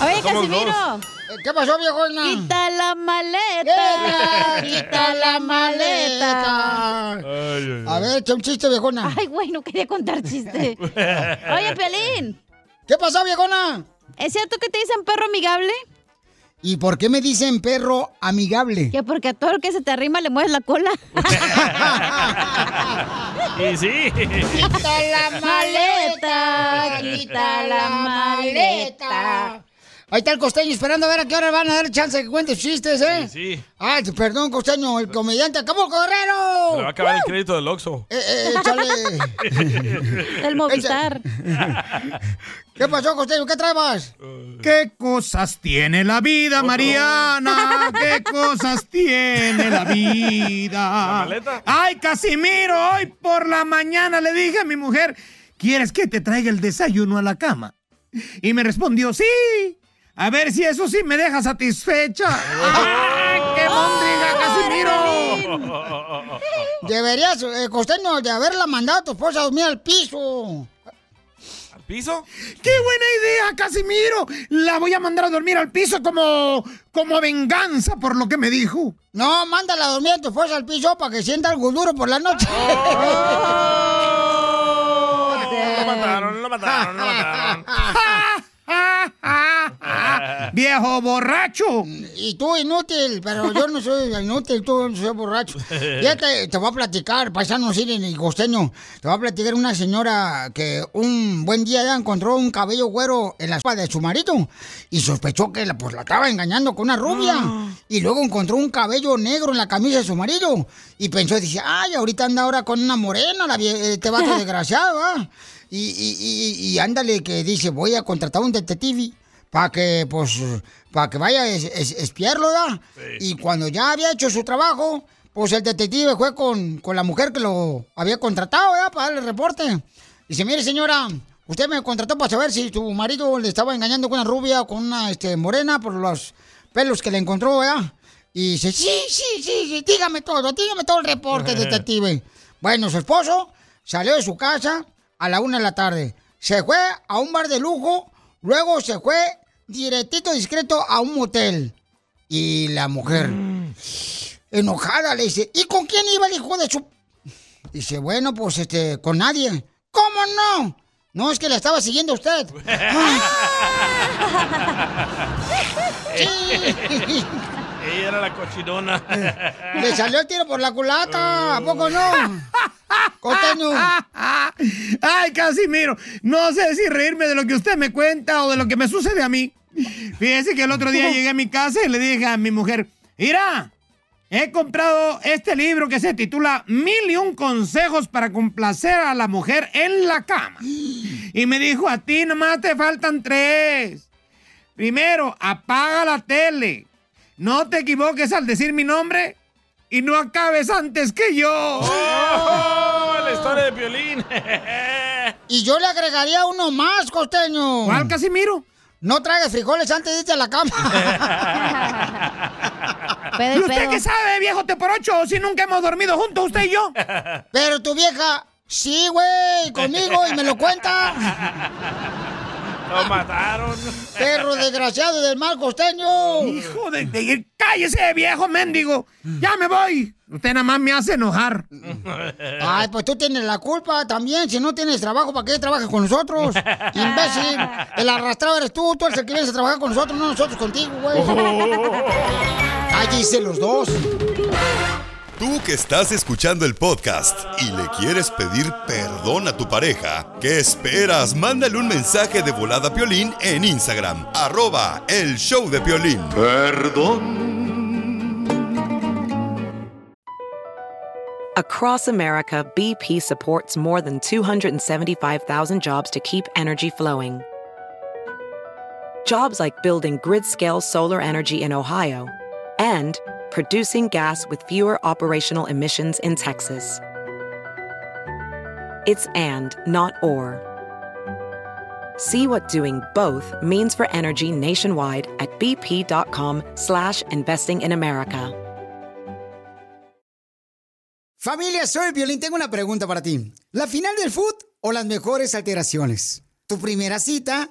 Oye,
Somos
Casimiro.
¿Qué pasó, viejona?
Quita la maleta.
quita la maleta. A ver, echa un chiste, viejona.
Ay, güey, no quería contar chiste. Oye, Pelín.
¿Qué pasó, viejona?
¿Es cierto que te dicen perro amigable?
¿Y por qué me dicen perro amigable?
Que porque a todo lo que se te arrima le mueves la cola.
Y sí.
Quita la maleta,
quita la maleta.
Ahí está el costeño esperando a ver a qué hora van a dar chance que cuente chistes, ¿eh?
Sí, sí.
Ah, perdón, costeño, el comediante acabó Correro.
Se le va a acabar el crédito del Oxxo.
Eh, eh, échale.
Del Movistar.
¿Qué pasó, costeño? ¿Qué traebas?
¿Qué cosas tiene la vida, Mariana? ¿Qué cosas tiene la vida? Ay, Casimiro, hoy por la mañana le dije a mi mujer, ¿quieres que te traiga el desayuno a la cama? Y me respondió, sí. A ver si eso sí me deja satisfecha. ¡Ah, qué mondriga, Casimiro!
Deberías, eh, costeño, de haberla mandado a tu esposa a dormir al piso.
¿Al piso?
¡Qué buena idea, Casimiro! La voy a mandar a dormir al piso como, como venganza por lo que me dijo.
No, mándala a dormir a tu esposa al piso para que sienta algo duro por la noche.
Oh.
Oh,
Lo mataron, lo mataron, lo mataron.
Ah, ¡Viejo borracho!
Y tú inútil, pero yo no soy inútil, tú no soy borracho. Ya te, te voy a platicar, paisano en el costeño, te voy a platicar una señora que un buen día ya encontró un cabello güero en la sopa de su marido y sospechó que la, pues, la estaba engañando con una rubia. Y luego encontró un cabello negro en la camisa de su marido y pensó, dice, ay, ahorita anda ahora con una morena, la, vie- este vato desgraciado, ¿ah?". Y, y, y, y ándale que dice, voy a contratar un detective para que, pues, para que vaya a es- es- espiarlo, ¿da? Y cuando ya había hecho su trabajo, pues el detective fue con, con la mujer que lo había contratado, ¿verdad? Para darle el reporte. Dice, mire, señora, usted me contrató para saber si tu marido le estaba engañando con una rubia o con una este, morena por los pelos que le encontró, ¿verdad? Y dice, sí, sí, sí, sí, dígame todo, dígame todo el reporte, detective. Bueno, su esposo salió de su casa a la una de la tarde. Se fue a un bar de lujo, luego se fue directito, discreto a un motel. Y la mujer,
Mm.
enojada, le dice, ¿y con quién iba el hijo de su...? Dice, bueno, pues este, con nadie. ¿Cómo no? No, es que la estaba siguiendo a usted. Ay,
Ella era la cochinona.
le salió el tiro por la culata, ¿a poco no? Costeño.
Ay, Casimiro, no sé si reírme de lo que usted me cuenta o de lo que me sucede a mí. Fíjese que el otro día llegué a mi casa y le dije a mi mujer, mira, he comprado este libro que se titula Mil y un consejos para complacer a la mujer en la cama. Y me dijo, a ti nomás te faltan tres. Primero, apaga la tele. No te equivoques al decir mi nombre y no acabes antes que yo.
¡Oh! La historia de violín.
Y yo le agregaría uno más, costeño.
¿Cuál, Casimiro?
No tragues frijoles antes de irte a la cama.
¿Y usted qué sabe, viejo te por ocho, si nunca hemos dormido juntos usted y yo?
Pero tu vieja, sí, güey, conmigo y me lo cuenta.
Lo mataron.
Perro desgraciado del mal costeño.
Hijo de, de- Cállese, viejo mendigo. Ya me voy. Usted nada más me hace enojar.
Ay, pues tú tienes la culpa también. Si no tienes trabajo, ¿para qué trabajas con nosotros? Imbécil. El arrastrado eres tú. Tú eres el que vienes a trabajar con nosotros, no nosotros contigo, güey. Cállese los dos.
Tú que estás escuchando el podcast y le quieres pedir perdón a tu pareja, ¿qué esperas? Mándale un mensaje de volada a Piolín en Instagram, arroba el show de Piolín. Perdón.
Across America, BP supports more than 275,000 jobs to keep energy flowing. Jobs like building grid scale solar energy in Ohio and producing gas with fewer operational emissions in Texas. It's and, not or. See what doing both means for energy nationwide at bp.com slash investing in America.
Familia, soy Violín. Tengo una pregunta para ti. ¿La final del foot o las mejores alteraciones? ¿Tu primera cita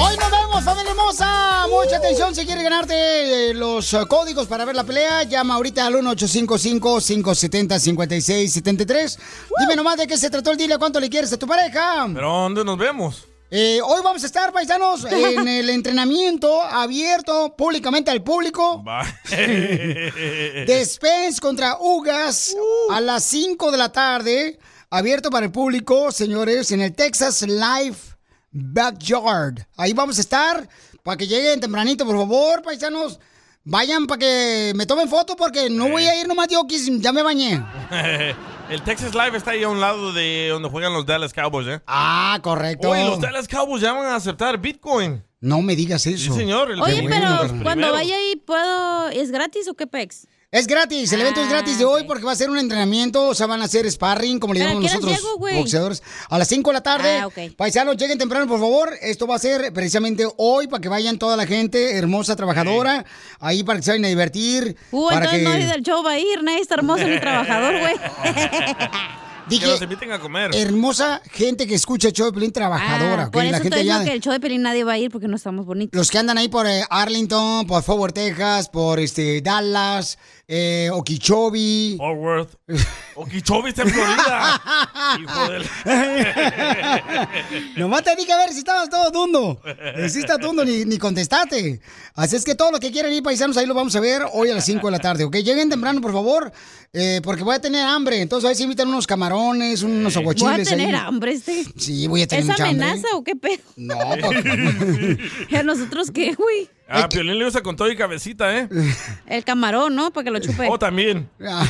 Hoy nos vemos, familia hermosa. Mucha atención si quieres ganarte eh, los eh, códigos para ver la pelea. Llama ahorita al 1-855-570-5673. Dime nomás de qué se trató el dile cuánto le quieres a tu pareja.
Pero ¿dónde nos vemos?
Eh, hoy vamos a estar, paisanos, en el entrenamiento abierto públicamente al público. de Spence contra Ugas a las 5 de la tarde. Abierto para el público, señores, en el Texas Live Backyard. Ahí vamos a estar para que lleguen tempranito, por favor, paisanos. Vayan para que me tomen foto porque no voy a ir nomás yo, que ya me bañé.
El Texas Live está ahí a un lado de donde juegan los Dallas Cowboys, ¿eh?
Ah, correcto.
Oye, los Dallas Cowboys ya van a aceptar Bitcoin.
No me digas eso.
Sí, señor. el
Oye,
Bitcoin es de los
pero cuando
primeros.
vaya ahí, ¿puedo? ¿Es gratis o qué pex?
Es gratis, el evento es
Ah,
gratis de hoy porque va a ser un entrenamiento, o sea, van a hacer sparring, como le
¿Pero
llamamos
a qué horas
nosotros,
llego, güey?
boxeadores, a las 5 de la tarde.
Ah, ok.
Paisanos, lleguen temprano, por favor. Esto va a ser precisamente hoy para que vayan toda la gente hermosa, trabajadora, ahí para que se vayan a divertir.
Uh,
para
entonces
que...
no hay del show va a ir, nadie está hermoso ni trabajador, güey. Ah,
que los inviten a comer.
er, Hermosa gente que escucha el show de Pelín trabajadora.
Ah, Por
¿ok?
eso
la
estoy
gente
diciendo
allá,
que el show de Pelín nadie va a ir porque no estamos bonitos.
los que andan ahí por eh, Arlington, por Fort Worth, Texas, por este Dallas, eh, Okeechobee.
Fort Worth. Okeechobee está en Florida. Hijo de la-
Nomás te dije a ver si estabas todo dundo. Eh, Si está dundo, ni, ni contestaste. Así es que todos los que quieran ir paisanos, ahí lo vamos a ver hoy a las 5 de la tarde, ¿ok? Lleguen temprano, por favor, eh, porque voy a tener hambre. Entonces, a ver si invitan unos camarones, unos
Voy a
aguachiles. ahí.
tener hambre este.
Sí, voy a tener
¿Es
mucha hambre.
amenaza o qué pedo? No,
pues-
¿Y a nosotros qué, güey?
Ah, Piolín le usa con todo y cabecita, ¿eh?
El camarón, ¿no? Para que lo chupe.
Oh, también.
Oye, si lo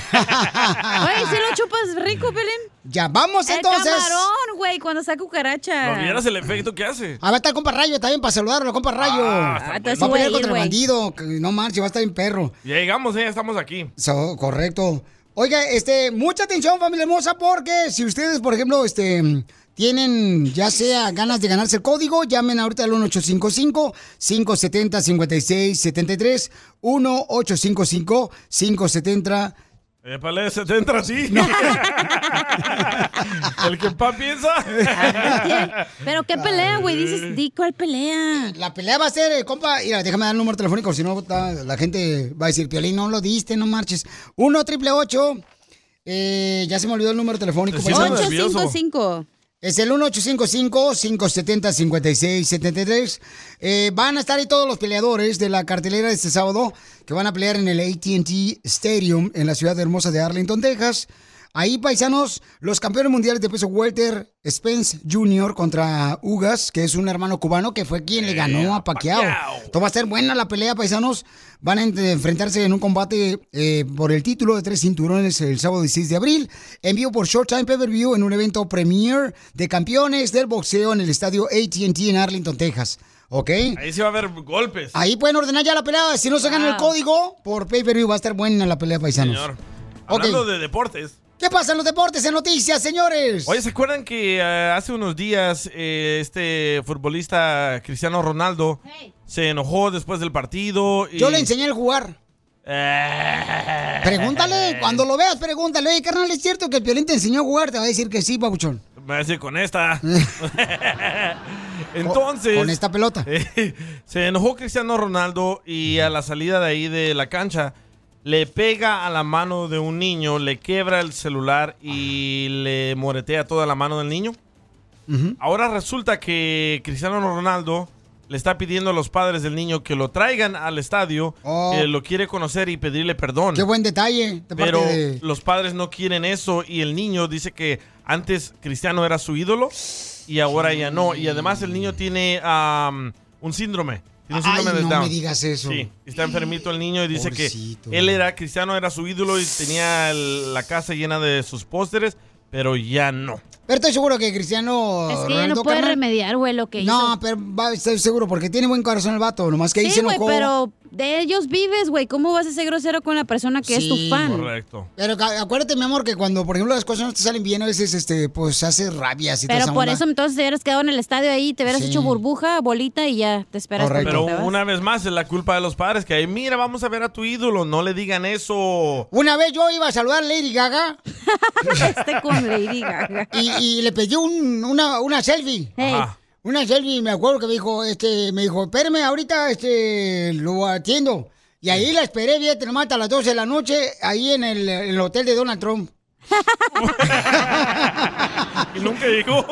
chupas rico, Pelín.
Ya, vamos entonces.
El camarón, güey, cuando saca cucaracha.
No vieras el efecto que hace.
A ver, está el compa Rayo también para saludarlo, compa Rayo.
Ah, está bueno. sí voy
va a
a
pelear
ir,
contra el
güey.
bandido. que No marche, va a estar en perro.
Ya llegamos, ¿eh? Ya estamos aquí.
So, correcto. Oiga, este, mucha atención, familia hermosa, porque si ustedes, por ejemplo, este, tienen ya sea ganas de ganarse el código, llamen ahorita al 1855-570-5673. 1855-570.
Épale, se te entra así. el que pa piensa.
Pero qué pelea, güey. Dices, di cuál pelea.
La pelea va a ser, eh, compa, mira, déjame dar el número telefónico, si no, ta- la gente va a decir, Piolín, no lo diste, no marches. 1 triple 8 Eh, ya se me olvidó el número telefónico.
siento
paisanos.
855.
Es el 1855-570-5673. Eh, van a estar ahí todos los peleadores de la cartelera de este sábado que van a pelear en el ATT Stadium en la ciudad hermosa de Arlington, Texas. Ahí, paisanos, los campeones mundiales de peso welter, Spence Jr. contra Ugas, que es un hermano cubano que fue quien le
Eh,
ganó a Pacquiao. Esto va a ser buena la pelea, paisanos. Van a en- enfrentarse en un combate eh, por el título de tres cinturones el sábado 16 de abril. En vivo por Showtime Pay-Per-View en un evento premier de campeones del boxeo en el estadio AT&T en Arlington, Texas. ¿Ok?
Ahí sí va a haber golpes.
Ahí pueden ordenar ya la pelea. Si no se gana el código por Pay-Per-View, va a estar buena la pelea, paisanos.
Ah. Señor.
Ok.
Hablando de deportes.
¿Qué pasa en los deportes, en noticias, señores?
Oye, ¿se acuerdan que eh, hace unos días eh, este futbolista Cristiano Ronaldo se enojó después del partido? y-
Yo le enseñé el jugar.
Eh.
Pregúntale, cuando lo veas, pregúntale. Oye, carnal, ¿es cierto que el Piolín te enseñó a jugar? Te va a decir que sí, papuchón.
Me va a decir con esta. Entonces.
Con esta pelota.
se enojó Cristiano Ronaldo y a la salida de ahí de la cancha le pega a la mano de un niño, le quiebra el celular y le moretea toda la mano del niño. Ahora resulta que Cristiano Ronaldo le está pidiendo a los padres del niño que lo traigan al estadio,
Oh.
que lo quiere conocer y pedirle perdón.
Qué buen detalle de
Pero
parte de...
los padres no quieren eso y el niño dice que antes Cristiano era su ídolo y ahora ya no. Y además el niño tiene am, un síndrome. Tiene un
Ay,
síndrome de
no
Down.
me digas eso.
Sí, está enfermito el niño y dice
Pobrecito.
que él era, Cristiano era su ídolo y tenía el- la casa llena de sus pósteres, pero ya no.
Pero estoy seguro que Cristiano.
Es que ya no puede remediar, güey, lo que
No,
hizo.
pero va- estoy seguro, porque tiene buen corazón el vato, nomás que ahí
Sí,
se
güey,
enojó.
pero de ellos vives, güey. ¿Cómo vas a ser grosero con la persona que es tu
Sí.
fan?
Correcto.
Pero ca- acuérdate, mi amor, que cuando, por ejemplo, las cosas no te salen bien, a veces, este, pues, haces rabias y toda
Pero
esa
por
onda.
eso entonces te hubieras quedado en el estadio ahí, te hubieras
Sí.
hecho burbuja, bolita y ya te esperas.
Pero
porque te vas.
una vez más es la culpa de los padres que ahí, mira, vamos a ver a tu ídolo, no le digan eso.
Una vez yo iba a saludar a Lady Gaga.
este con Lady Gaga.
Y, y le pedí un- una, una selfie.
Hey. Ajá.
Una selfie, y me acuerdo que me dijo, este, me dijo, espérame, ahorita este, lo atiendo. Y ahí la esperé, fíjate, nomás hasta las 12 de la noche, ahí en el, en el hotel de Donald Trump.
Y nunca llegó.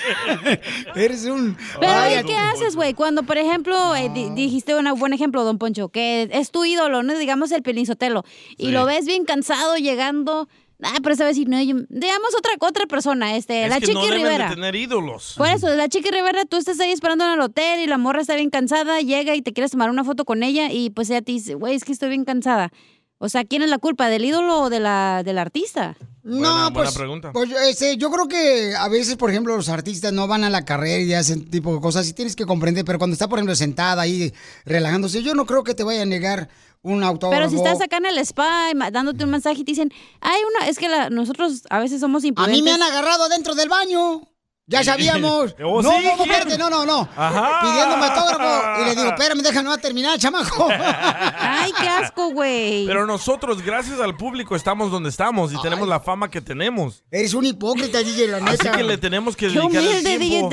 Eres un...
Pero
Ay,
oye, ¿qué haces, güey? Cuando, por ejemplo, eh, di- dijiste un buen ejemplo, Don Poncho, que es tu ídolo, ¿no? Digamos el Pelizotelo. Y lo ves bien cansado llegando. Ah, pero esa vez sí, no, yo- digamos otra, otra persona, este,
Es
la
que
Chiqui
no deben
Rivera.
de tener ídolos.
Por eso, la Chiqui Rivera, tú estás ahí esperando en el hotel y la morra está bien cansada, llega y te quieres tomar una foto con ella y pues ella te dice, güey, es que estoy bien cansada. O sea, ¿quién es la culpa? ¿Del ídolo o de la, del artista?
No,
Buena- buena
pues,
pregunta.
pues, este, yo creo que a veces, por ejemplo, los artistas no van a la carrera y hacen este tipo de cosas y tienes que comprender, pero cuando está, por ejemplo, sentada ahí relajándose, yo no creo que te vaya a negar un autógrafo.
Pero si estás acá en el spa y ma- dándote un mensaje y te dicen, hay una, es que la- nosotros a veces somos
A
imprudentes.
mí me han agarrado dentro del baño. Ya sabíamos.
¿Oh,
no,
sí?
no, no,
¿Quién?
espérate, no, no, no.
Ajá.
Pidiéndome autógrafo. Y le digo, espérame, déjame no va a terminar, chamaco.
Ay, qué asco, güey.
Pero nosotros, gracias al público, estamos donde estamos y tenemos la fama que tenemos.
Eres un hipócrita, DJ, la
Así
neta.
que le tenemos que dedicar el tiempo.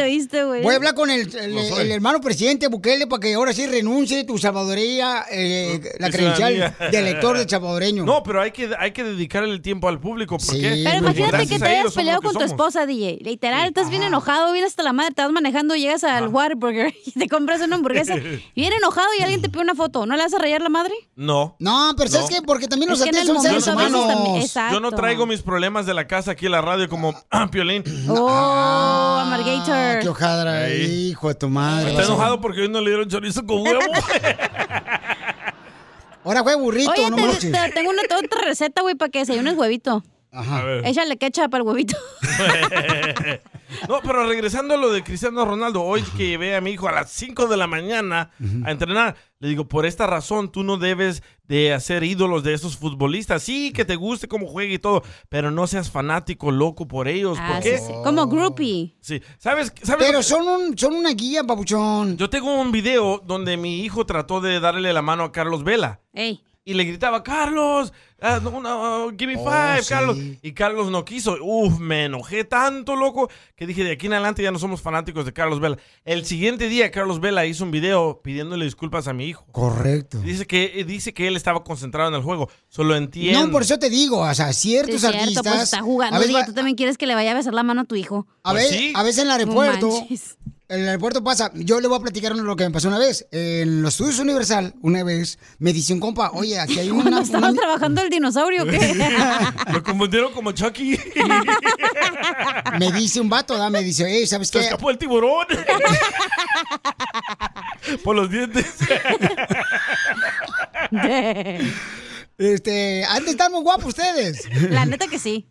güey.
Voy a hablar con el, el-
No soy.
el hermano presidente Bukele para que ahora sí renuncie tu salvadoreña, eh, la
Y
credencial
ciudadanía.
de elector de salvadoreño.
No, pero hay que, hay que dedicar el tiempo al público. ¿por
Sí, pues,
qué?
Pero imagínate que
pues, Gracias
te
a
hayas
ellos somos
peleado
lo que
con tu
somos.
esposa, DJ. Literal, estás bien enojado, bien hasta la madre, te vas manejando, llegas al Whataburger y te compras una hamburguesa. Bien enojado y alguien te pide una foto. ¿No le vas a rayar la madre?
No.
No, pero ¿sabes
No.
qué? Porque también los
Es que en
artistas
el
son seres
momento a veces
humanos.
también-
Yo no
Exacto.
traigo mis problemas de la casa aquí en la radio como Piolín.
Oh, Amargator.
Ah, Qué hojadra, hijo de tu madre.
Está
vas a-
enojado porque hoy no le dieron chorizo con huevo.
Ahora fue burrito,
Oye,
no
te-
marches.
te- tengo una otra receta, güey, para que desayunes huevito.
Ajá.
Échale ketchup al huevito.
no, pero regresando a lo de Cristiano Ronaldo, hoy que llevé a mi hijo a las 5 de la mañana a entrenar, le digo, por esta razón tú no debes de hacer ídolos de esos futbolistas. Sí, que te guste cómo juega y todo, pero no seas fanático loco por ellos. ¿Por
Ah, sí,
qué?
sí. Como groupie.
Sí, ¿sabes? sabes
Pero son, un, son una guía, papuchón.
Yo tengo un video donde mi hijo trató de darle la mano a Carlos Vela.
Ey.
Y le gritaba, Carlos, ah, no, no, give me
Oh,
five,
sí.
Carlos. Y Carlos no quiso. Uf, me enojé tanto, loco, que dije, de aquí en adelante ya no somos fanáticos de Carlos Vela. El siguiente día, Carlos Vela hizo un video pidiéndole disculpas a mi hijo.
Correcto.
Dice que, eh, dice que él estaba concentrado en el juego. Solo entiendo.
No, por eso te digo, o sea,
Sí,
ciertos
es cierto,
artistas.
pues está jugando.
a veces,
digo,
va-
tú también quieres que le vaya a besar la mano a tu hijo.
a
Pues
ve- a veces en el
No
aeropuerto.
manches.
en el aeropuerto pasa, yo le voy a platicar lo que me pasó una vez. En los estudios Universal, una vez, me dice un compa, oye, aquí hay una.
¿No estamos
una-
trabajando el dinosaurio o qué?
Lo confundieron como Chucky.
me dice un vato, ¿da? me dice, hey, ¿sabes
Se
qué?
escapó el tiburón. por los dientes.
Este, antes están muy guapos ustedes.
La neta que sí.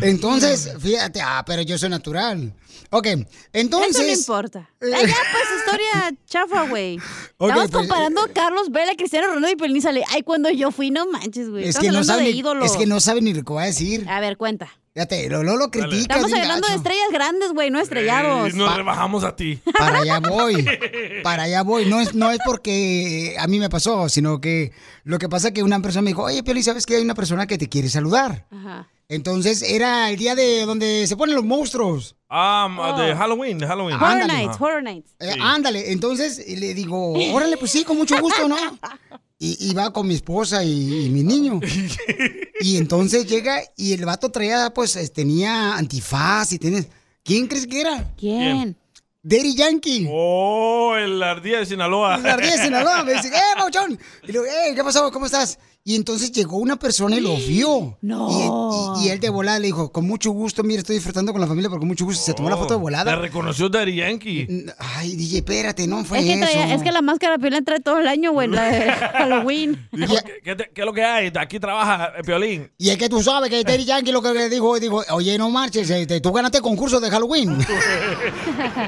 Entonces, fíjate, ah, pero yo soy natural. Ok, entonces.
Eso no importa. Ah, ya, pues historia chafa, güey.
Ok, pues,
Estamos comparando a Carlos Vela, Cristiano Ronaldo y Pelín sale. Ay, cuando yo fui, no manches, güey.
Es
Estamos
que, no
hablando
sabe
de
ni,
ídolo.
es que no sabe ni lo que va a decir.
A ver, cuenta.
Fíjate, lo, lo, lo critica.
Estamos
bien
hablando de
gacho.
estrellas grandes, güey, no estrellados.
Y nos rebajamos a ti.
Para allá voy, para allá voy. No es, no es porque a mí me pasó, sino que lo que pasa es que una persona me dijo, oye, Pioli, ¿sabes que hay una persona que te quiere saludar?
Ajá.
Entonces era el día de donde se ponen los monstruos.
Ah, de
Oh.
Halloween, de Halloween.
Horror
Ándale.
Nights,
Ah.
Horror Nights.
Eh, Ándale, entonces y le digo, órale, pues sí, con mucho gusto, ¿no? Y, y va con mi esposa y, y mi niño. Y entonces llega y el vato traía, pues, eh, tenía antifaz y tenía... ¿Quién crees que era?
¿Quién?
Daddy Yankee.
Oh, el ardía de Sinaloa.
Y la ardilla de Sinaloa, me dice, ¡eh, Mauchón! Y le digo, ¡eh, qué pasó? ¿Cómo estás? Y entonces llegó una persona y lo vio. No. Y, y- y él de volada le dijo, con mucho gusto, mire, estoy disfrutando con la familia, pero con mucho gusto. Y Se tomó la foto
Oh,
de
Oh, La
volada.
reconoció Daddy Yankee.
Ay, DJ, espérate, no fue
Es que,
eso.
traía- es que la máscara piolín trae todo el año, güey, la de Halloween.
Dijo, ¿qué, qué te- qué es lo que hay? Aquí trabaja eh, Piolín.
Y es que tú sabes que Terry Yankee lo que le dijo, dijo, oye, no marches, este, tú ganaste el concurso de Halloween.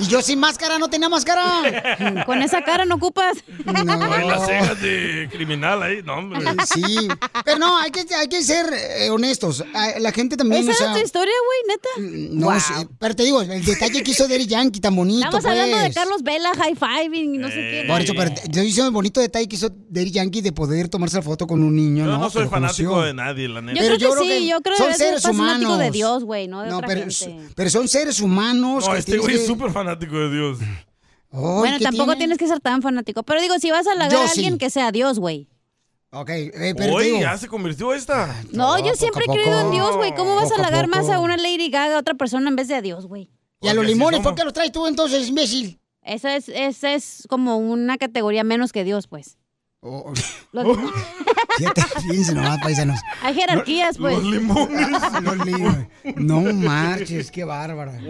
y yo sin máscara no tenía máscara.
Con esa cara no ocupas.
Trae las cejas de criminal ahí, no, hombre.
Sí, pero no, hay que, hay que ser eh, honestos. Ah, La gente también,
¿Esa
o sea,
es tu historia, güey, neta?
no
Wow.
sé, pero te digo, el detalle que hizo Daddy Yankee tan bonito,
Estamos hablando de
pues.
Carlos Vela, high five y no sé qué.
Por eso, pero te- te hizo el bonito detalle que hizo Daddy Yankee de poder tomarse la foto con un niño,
Yo
¿no?
no,
Que
soy
lo
fanático
conoció.
de nadie, la
Yo
neta.
creo que sí, yo creo que
son
debe ser
seres
fanático de
humanos.
Dios, güey, no de otra
pero,
gente.
pero son seres humanos.
No,
que
este
tienes
güey es
que-
súper fanático de Dios.
Ay,
Bueno,
¿qué
tampoco
tiene?
tienes que ser tan fanático. Pero digo, si vas a halagar
Yo
a
sí.
alguien, que sea Dios, güey.
Ok, eh, pero te
Hoy
digo, Ah,
ya se convirtió esta.
No, yo siempre he
pues, poco.
creído en Dios, güey. ¿Cómo vas a
Poco a
halagar más
poco.
a una Lady Gaga, a otra persona, en vez de a Dios, güey?
Y a los limones, ¿por qué los traes tú entonces, imbécil?
Esa es, esa es como una categoría menos que Dios, pues.
Oh,
Los limones-
fíjate, fíjense nomás, paisanos.
Hay jerarquías, pues.
Los limones. Los limones. No marches, qué bárbara.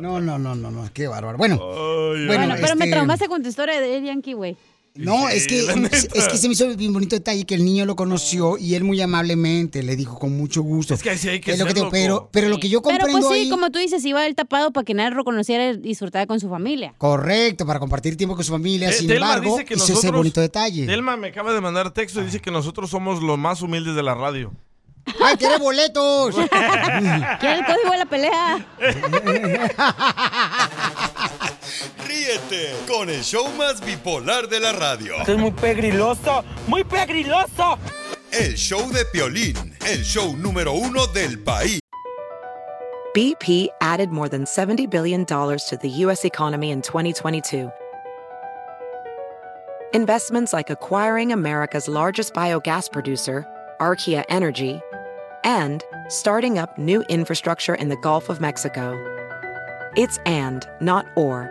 No, no, no, no, no, qué bárbaro. Bueno,
Bueno,
bueno,
pero me
este,
traumaste con tu historia de Daddy Yankee, güey.
No, es que,
la neta.
es que se me hizo bien bonito detalle que el niño lo conoció y él muy amablemente le dijo con mucho gusto.
Es que ahí sí hay que
Es lo
ser
te-
loco.
pero, pero lo que yo
Pero
comprendo
pues sí,
ahí-
como tú dices, iba el tapado para que nadie reconociera y disfrutara con su familia.
Correcto, para compartir tiempo con su familia.
Eh,
Sin
Telma
embargo,
dice que
hizo ese
nosotros-
bonito detalle.
Delma me acaba de mandar texto y dice que nosotros somos los más humildes de la radio.
¡Ay, quiere boletos!
quiere el código de la pelea.
Ríete con el show más bipolar de la radio.
Esto es muy pegriloso, muy pegriloso.
El show de Piolín, el show número uno del país.
BP added more than $70 billion to the U.S. economy in 2022. Investments like acquiring America's largest biogas producer, Archaea Energy, and starting up new infrastructure in the Gulf of Mexico. It's and, not or.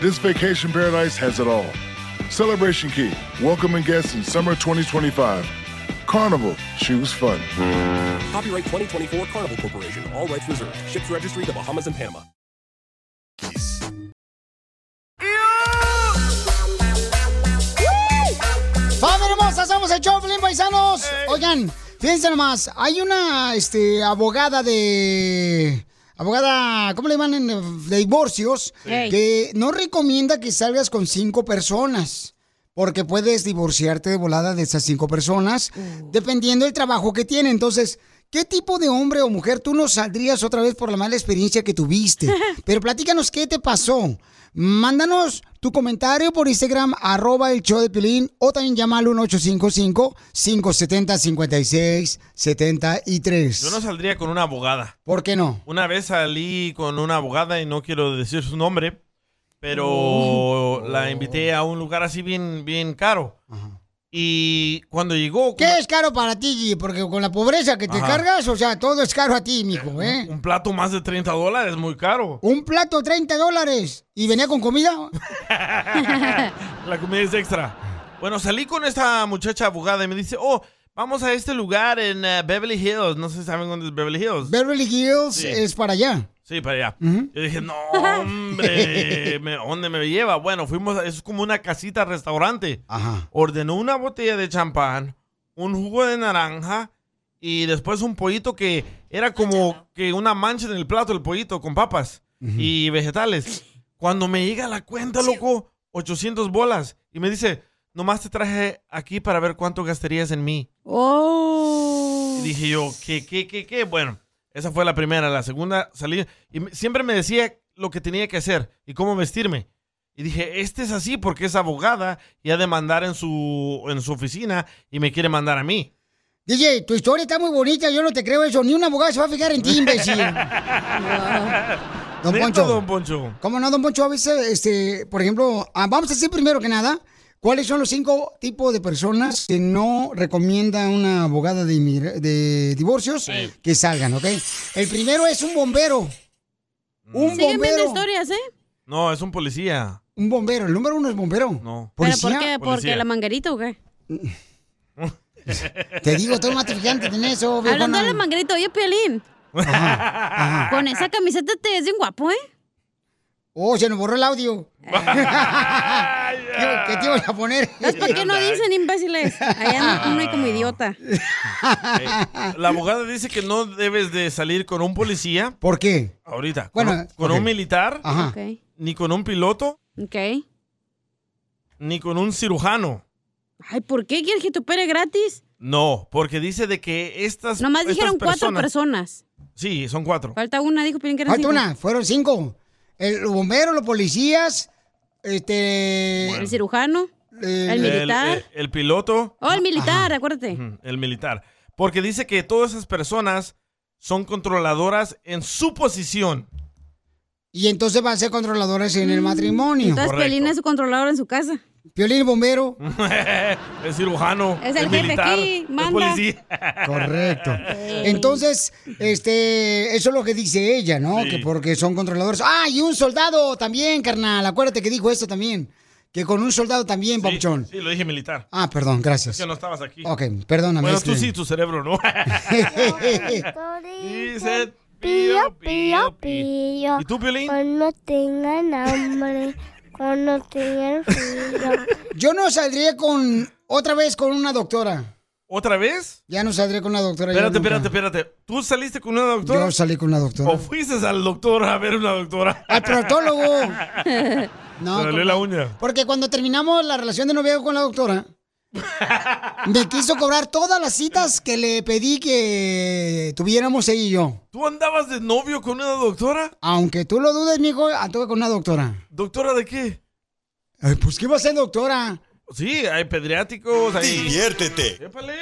This vacation paradise has it all. Celebration Key, welcoming guests in summer 2025. Carnival, choose fun.
Copyright 2024 Carnival Corporation. All rights reserved. Ships registry the Bahamas and Panama.
¡Familia hermosa! ¡Somos el Choplin, paisanos! Oigan, fíjense nomás, hay una este, abogada de... Abogada, ¿cómo le llaman? en, eh, De divorcios,
Sí.
que no recomienda que salgas con cinco personas, porque puedes divorciarte de volada de esas cinco personas, dependiendo del trabajo que tiene. Entonces, ¿qué tipo de hombre o mujer tú no saldrías otra vez por la mala experiencia que tuviste? Pero platícanos qué te pasó. Mándanos tu comentario por Instagram, arroba el show de Pilín, o también llama al
Yo
1-855-570-5673.
no saldría con una abogada.
¿Por qué no?
Una vez salí con una abogada y no quiero decir su nombre, pero la invité a un lugar así bien, bien caro. Y cuando llegó,
¿Qué es caro para ti, Gigi? Porque con la pobreza que te
Ajá.
cargas, o sea, todo es caro a ti, mijo, ¿eh?
un plato más de 30 dólares, muy caro.
Un plato, 30 dólares. ¿Y venía con comida?
La comida es extra. Bueno, salí con esta muchacha abogada y me dice, oh, vamos a este lugar en eh, Beverly Hills. No sé si saben dónde es Beverly Hills.
Beverly Hills
Sí.
es para allá.
Sí, para allá. Yo dije, no, hombre, me- ¿dónde me lleva? Bueno, fuimos, a- es como una casita restaurante.
Ajá.
Ordenó una botella de champán, un jugo de naranja y después un pollito que era como que una mancha en el plato, el pollito, con papas y vegetales. Cuando me llega la cuenta, loco, 800 bolas. Y me dice, nomás te traje aquí para ver cuánto gastarías en mí.
Oh.
Y dije yo, ¿qué, qué, qué, qué? Bueno, esa fue la primera. La segunda salí y me- siempre me decía lo que tenía que hacer y cómo vestirme. Y dije, este es así porque es abogada y ha de mandar en su, en su oficina y me quiere mandar a mí.
DJ, tu historia está muy bonita, yo no te creo eso. Ni un abogado se va a fijar en ti, imbécil. Don
Neta,
Poncho.
Don Poncho.
¿Cómo no, don Poncho? A veces, este, por ejemplo, ah, vamos a decir primero que nada, ¿cuáles son los cinco tipos de personas que no recomienda una abogada de, inmigra- de divorcios que salgan, ok? El primero es un bombero. Un
Siguen viendo
bombero.
historias, ¿eh?
No, es un policía.
Un bombero, el número uno es bombero.
No.
¿Pero por qué?
Policía.
¿Porque la manguerita o qué?
Te digo, todo matrificante en eso,
Hablando de
viejona.
la manguerita, oye, Piolín. Con esa camiseta te ves bien guapo, ¿eh?
Oh, se nos borró el audio. Digo, ¿Qué te iba a poner?
¿Ves por qué no dicen imbéciles? Allá uno hay como idiota.
Eh, La abogada dice que no debes de salir con un policía.
¿Por qué?
Ahorita.
Bueno,
con con
ok.
un militar,
Ajá.
ni con un piloto,
Ok.
ni con un cirujano.
Ay, ¿por qué quieres que te opere gratis?
No, porque dice de que estas.
Nomás
estas
dijeron cuatro personas.
Sí, son cuatro.
Falta una, dijo Piolín que eran
Falta
cinco.
una, fueron cinco. El, los bomberos, los policías, este... eh,
El cirujano. El militar.
El, el piloto,
Oh, el militar, acuérdate.
el militar. Porque dice que todas esas personas son controladoras en su posición.
Y entonces van a ser controladores en el matrimonio.
Mm, Entonces,
Correcto.
Piolín es su controlador en su casa.
Piolín bombero.
el cirujano.
Es el jefe
militar,
aquí, manda.
El policía.
Correcto. Entonces, este, eso es lo que dice ella, ¿no?
Sí.
Que porque son controladores. Ah, y un soldado también, carnal. Acuérdate que dijo esto también. Que con un soldado también,
Sí,
Papuchón.
Sí, lo dije militar.
Ah, perdón, gracias.
Es que no estabas aquí.
Ok, perdóname.
Bueno,
es
tú
que-
sí, tu cerebro, ¿no? Dice, pío, pío, pío. ¿Y tú, Piolín?
Cuando tengan hambre, cuando tengan frío.
Yo no saldría con, otra vez con una doctora.
¿Otra vez?
Ya no saldría con una doctora. yo
Espérate,
nunca.
espérate, espérate. ¿Tú saliste con una doctora?
Yo salí con una
¿O
doctora.
fuiste al doctor a ver una doctora?
Al proctólogo.
No,
No,
Me dolió
compa-
la uña.
Porque cuando terminamos la relación de noviazgo con la doctora, me quiso cobrar todas las citas que le pedí que tuviéramos ella y yo.
¿Tú andabas de novio con una doctora?
Aunque tú lo dudes, mijo, anduve con una doctora.
¿Doctora de qué?
Ay, pues, ¿qué va a ser doctora?
Sí, hay pediátricos, hay...
Diviértete.
Épale.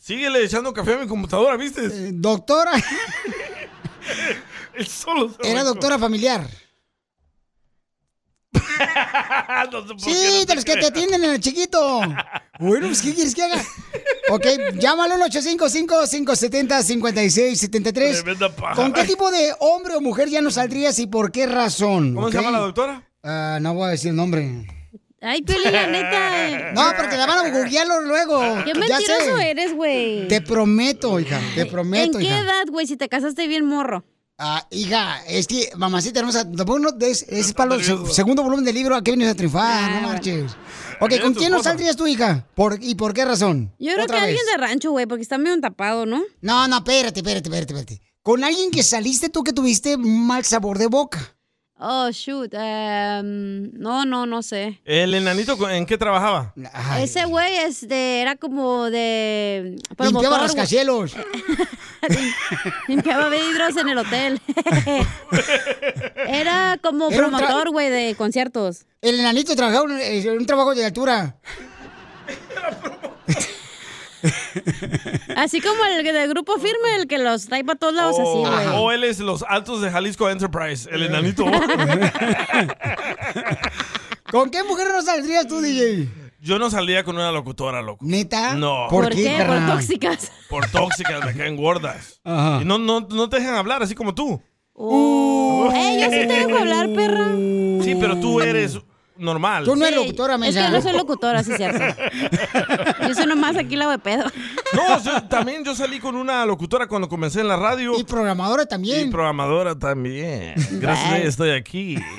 Síguele echando café a mi computadora, ¿viste?
Eh, Doctora,
Él solo se
era
arrancó.
doctora familiar.
No sé por qué no
Sí, de los que te
creo.
atienden en el chiquito. Bueno, pues, ¿qué quieres que haga? Ok, llámalo al 855-570-5673.
Tremenda paja.
¿Con qué tipo de hombre o mujer ya no saldrías y por qué razón?
¿Cómo se
ok?
llama la doctora?
Ah, no voy a decir el nombre.
Ay, Piolín, la neta.
No, porque la van a googlearlo luego.
Qué
Ya
mentiroso
sé.
eres, güey.
Te prometo, hija, te
¿En
prometo,
qué
hija.
edad, güey, si te casaste bien morro?
Ah, hija, es que, mamacita hermosa, tampoco no des- ese es para el seg- segundo volumen del libro, ¿a qué vienes a triunfar? no marches. Ok,
Mira
¿con
tu
quién no
esposa.
saldrías tú, hija? ¿Por, ¿Y por qué razón?
Yo creo
Otra
que
vez.
alguien de rancho, güey, porque está medio tapado, ¿no?
No, no, espérate, espérate, espérate, espérate. ¿Con alguien que saliste tú que tuviste mal sabor de boca?
Oh, shoot. em, no, no, no sé.
¿El enanito cu- en qué trabajaba?
Ese güey este, era como de. promotor,
Limpiaba
güey.
rascacielos.
Limpiaba vidrios en el hotel. era como
Era un tra-
promotor, güey, de conciertos.
El enanito trabajaba un- eh, un trabajo de altura.
Así como el que del grupo firme, el que los trae para todos lados,
o,
así, güey.
o Oh, él es los altos de Jalisco Enterprise, el enanito.
¿Con qué mujer no saldrías tú, DJ?
Yo no salía con una locutora, loco.
¿Neta?
No.
Oh.
¿Por ¿Por qué, qué? ¿Por carnal?
tóxicas?
Por tóxicas, me caen gordas. Y no, no, no te dejan hablar, así como tú.
Eh, yo sí te dejo hablar, perra.
Sí, pero tú eres normal.
Tú no eres
Sí,
locutora,
Es
Mesa.
que no soy locutora, sí, cierto. Yo soy nomás aquí la de pedo.
No, yo- también yo salí con una locutora cuando comencé en la radio. Y
programadora también.
Y programadora también. Gracias a ella estoy aquí.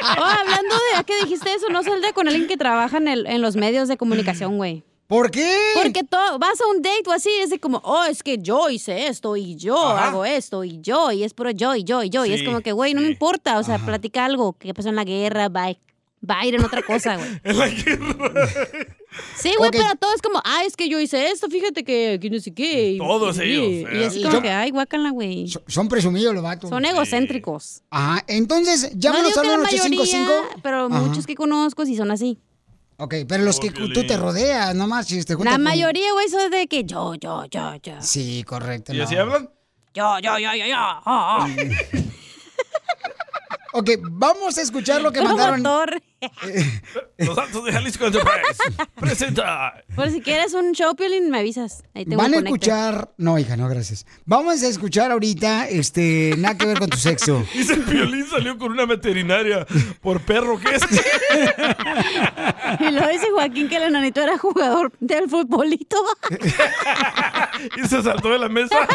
Oh, hablando de ya que dijiste eso, no saldré con alguien que trabaja en, el- en los medios de comunicación, güey.
¿Por qué?
Porque todo, vas a un date o así, es de como, oh, es que yo hice esto y yo hago esto y yo, y es puro yo y yo y yo. y es
Sí,
como que, güey, no me importa, o sea, platica algo, qué pasó en la guerra, va a ir en otra cosa, güey. Sí, güey, pero todo es como, ah, es que yo hice esto, fíjate que, que no sé qué. y-
Todos
y-
ellos,
Y
eh.
así
Y
como
yo-
que, ay, guácala, güey.
Son presumidos los vatos.
Son egocéntricos.
Ajá, entonces llámanos
digo que
al
la mayoría,
855.
Pero
Ajá.
muchos que conozco sí son así.
Ok, pero los
Oh,
que tú te rodeas, no marches. Te juntas
La
con-
mayoría, güey, son de que yo, yo, yo, yo.
Sí, correcto.
¿Y
no.
así hablan?
Yo, yo, yo, yo, yo. ah, ah.
Ok, vamos a escuchar lo que
Como
mandaron.
Torre.
Los Altos de Jalisco Enterprise presenta.
Por si quieres un show, Piolín, me avisas. Ahí tengo
Van a
un conecte.
escuchar. No, hija, no, gracias. Vamos a escuchar ahorita, este, nada que ver con tu sexo.
Dice el violín salió con una veterinaria por perro que es.
Y lo dice Joaquín que el enanito era jugador del futbolito.
y se saltó de la mesa.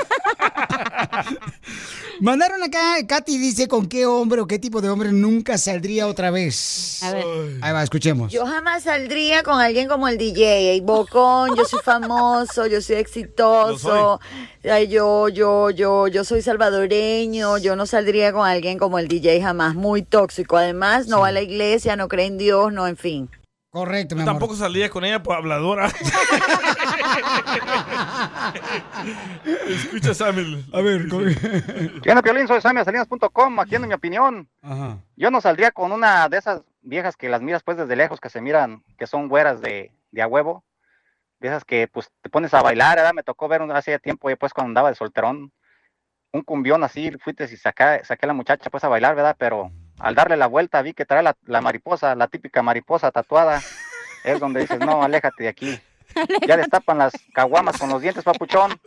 Mandaron acá, Katy dice con qué hombre o qué tipo de hombre nunca saldría otra vez.
A ver.
Ahí va, escuchemos.
Yo jamás saldría con alguien como el DJ, el bocón, yo soy famoso, yo soy exitoso, ay, yo, yo, yo, yo soy salvadoreño, yo no saldría con alguien como el DJ jamás, muy tóxico, además no va a la iglesia, no cree en Dios, no, en fin.
Correcto,
Yo tampoco salía con ella por habladora. Ah, Escucha, Samuel.
A ver,
¿Qué onda, Piolín? Soy samiasalinas.com, aquí en mi opinión.
Ajá.
Yo no saldría con una de esas viejas que las miras pues desde lejos, que se miran, que son güeras de, de a huevo. De esas que pues te pones a bailar, ¿verdad? Me tocó ver un- hace tiempo, yo, pues cuando andaba de solterón, un cumbión así, fuiste y saca- saqué a la muchacha pues a bailar, ¿verdad? Pero al darle la vuelta vi que trae la, la mariposa, la típica mariposa tatuada. Es donde dices, no, aléjate de aquí. Ya destapan las caguamas con los dientes, papuchón.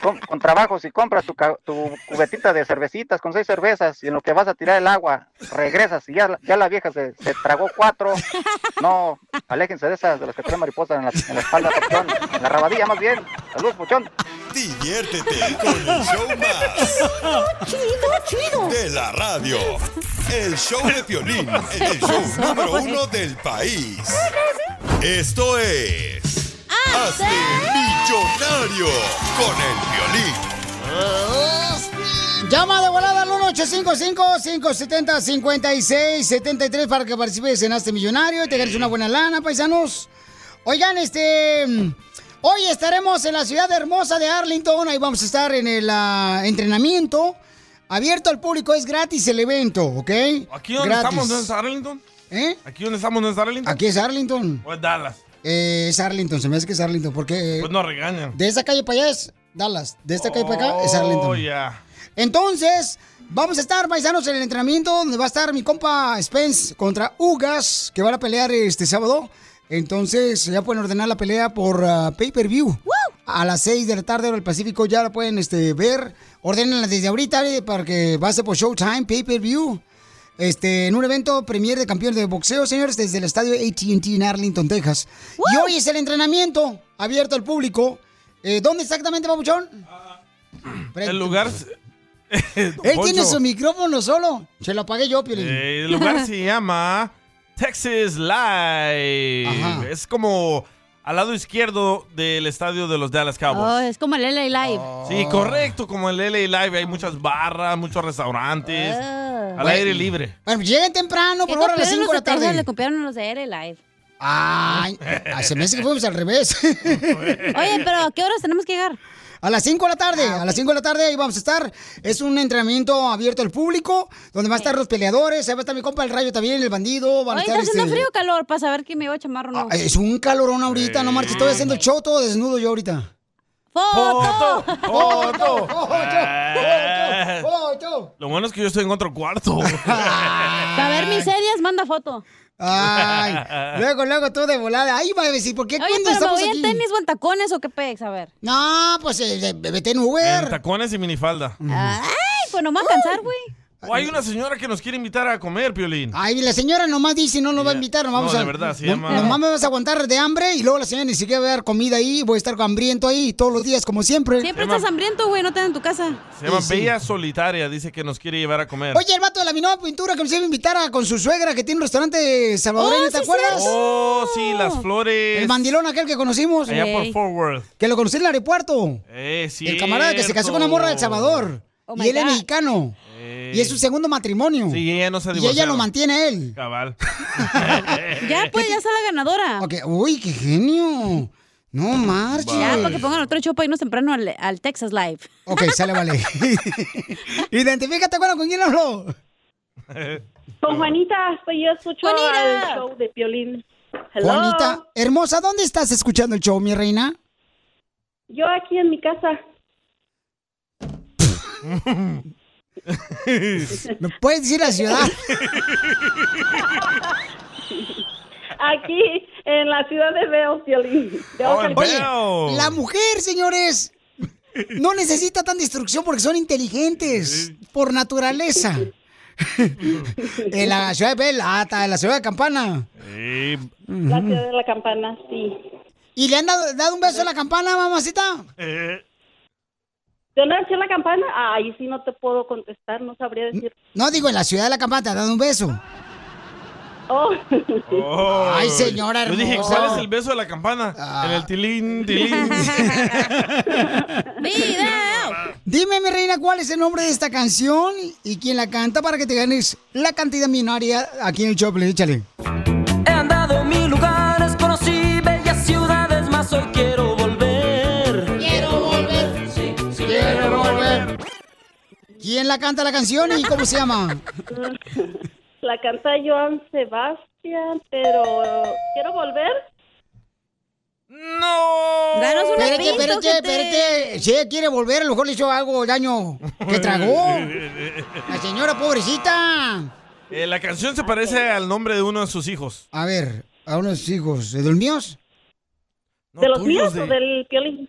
Con, con trabajo, si compras tu, ca- tu cubetita de cervecitas con seis cervezas y en lo que vas a tirar el agua, regresas y ya, la- ya la vieja se, se tragó cuatro. No, aléjense de esas, de las que traen mariposas en la, en la espalda, papuchón. En la rabadilla, más bien. Saludos, puchón.
Diviértete con el show más. Chido, chido. De la radio. El show de violín. El show número uno del país. Esto es. Hazte millonario con el violín.
Llama de volada al 1-855-570-5673 para que participes en Hazte Millonario y te ganes una buena lana, paisanos. Oigan, este. Hoy estaremos en la ciudad hermosa de Arlington. Ahí vamos a estar en el ah, entrenamiento. Abierto al público, es gratis el evento, ¿ok?
¿Aquí donde
Gratis.
estamos? ¿No es Arlington?
¿Eh?
¿Aquí donde estamos? ¿No es Arlington?
Aquí es Arlington.
¿O es Dallas?
Eh, es Arlington, se me hace que es Arlington, porque.
Pues no regañan.
De esa calle para allá es Dallas. De esta calle para acá es Arlington.
Oh, ya.
Entonces, vamos a estar paisanos en el entrenamiento donde va a estar mi compa Spence contra Ugas, que van a pelear este sábado. Entonces, ya pueden ordenar la pelea por ah, pay-per-view. A las 6 de la tarde hora del Pacífico ya la pueden este, ver. Ordenenla desde ahorita eh, para que va a ser por Showtime, pay-per-view. Este, en un evento premier de campeones de boxeo, señores, desde el estadio AT&T en Arlington, Texas. Y hoy es el entrenamiento abierto al público. Eh, ¿Dónde exactamente, Papuchón?
El lugar. Él
Él tiene su micrófono solo. Se lo apagué yo, Piolín.
Eh, El lugar se llama Texas Live. Es como al lado izquierdo del estadio de los Dallas
Oh,
Cowboys.
es como el LA Live.
Oh.
Sí, correcto, como el LA Live. Hay muchas barras, muchos restaurantes.
Ah.
Al aire libre.
Bueno, pues lleguen temprano,
¿Qué
por favor, a las
copiaron
5 de
los
la tarde.
Texas? Le copiaron los de LA Live.
Ay, eh, ay, se me hace que fuimos al revés.
Oye, pero ¿a qué horas tenemos que llegar? Ah,
A las 5 de la tarde, a las 5 de la tarde ahí vamos a estar. Es un entrenamiento abierto al público, donde van a estar los peleadores, ahí va a estar mi compa el rayo también, el bandido, van a
Oye,
estar
¿está haciendo
este-
frío o calor? Para saber que me voy a chamar o no.
Ah, Es un calorón ahorita, no marches, estoy haciendo el show todo desnudo yo ahorita.
¡Foto!
¡Foto!
¡Foto! ¡Foto!
Ah. Lo bueno es que yo estoy en otro cuarto.
Para ver mis series, manda foto.
Ay, luego, luego todo de volada. Ahí va a decir, ¿por qué
Oye,
cuando
pero me
estamos
voy
aquí?
en tenis o en tacones o qué pex, a ver.
No, pues eh, vete en
en
Uber.
tacones y minifalda.
Ay, pues nomás cansar, güey.
O hay una señora que nos quiere invitar a comer, Piolín.
Ay, la señora nomás dice, no nos va a invitar, nos vamos
No,
a...
de verdad, se
no-
llama-
Nomás me vas a aguantar de hambre y luego la señora ni siquiera va a dar comida ahí, voy a estar hambriento ahí todos los días, como siempre.
Siempre estás hambriento, güey, no te dan en tu casa.
Se llama
Sí, sí.
Bella Solitaria, dice que nos quiere llevar a comer.
Oye, el vato de la minó pintura que nos iba a invitar a- con su suegra que tiene un restaurante
Oh,
salvadoreño, ¿te acuerdas?
Oh, sí, las flores.
El mandilón aquel que conocimos.
Allá por Fort Worth.
Que lo conocí en el aeropuerto.
Eh,
El camarada que se casó con una morra de El Salvador.
Oh
y él es mexicano. Y es su segundo matrimonio.
Eh. Sí, ella no se ha
y ella
divorciado.
lo mantiene él.
Cabal.
Ya, pues, ya está la ganadora.
Eh, Ok, Uy, qué genio. No marches.
Ya, para que pongan otro show para irnos temprano al, al Texas Live.
Ok, sale, vale. Identifícate, bueno, ¿con quién habló?
Con Juanita, soy yo, escucho al show de Piolín. Hello.
Juanita, hermosa, ¿dónde estás escuchando el show, mi reina?
Yo aquí en mi casa.
¿Me puedes decir la ciudad?
Aquí en la ciudad de Veo, Piolín.
Oh,
De Oaxaca.
Oye, la mujer, señores, no necesita tanta instrucción porque son inteligentes por naturaleza. en la ciudad de Pelata, en la ciudad de Campana.
La ciudad de la campana, sí.
¿Y le han dado, dado un beso a la campana, mamacita?
¿Yo no eché la campana? Ahí sí no te puedo contestar, no sabría decir.
No, digo, en la ciudad de la campana te han dado un beso.
Oh.
Ay, señora
Oh. Yo dije,
hermosa. Ah.
¿cuál es el beso de la campana? En el tilín, tilín.
Dime, mi reina, ¿cuál es el nombre de esta canción y quién la canta para que te ganes la cantidad millonaria aquí en el Choplin? Échale.
He andado mil lugares, conocí bellas ciudades, más hoy quiero volver. Quiero volver. Sí, sí, quiero volver.
¿Quién la canta la canción y cómo se llama?
La canta Joan Sebastián, pero quiero volver.
No.
Danos una
espérate,
pista,
espérate,
ojete.
espérate. Si ella quiere volver, a lo mejor le hizo algo daño que tragó. La señora Ah, pobrecita.
Eh, la canción se parece al nombre de uno de sus hijos.
A ver, a unos hijos. ¿De los míos?
¿De los
tuyos
míos
de-
o del Piolín?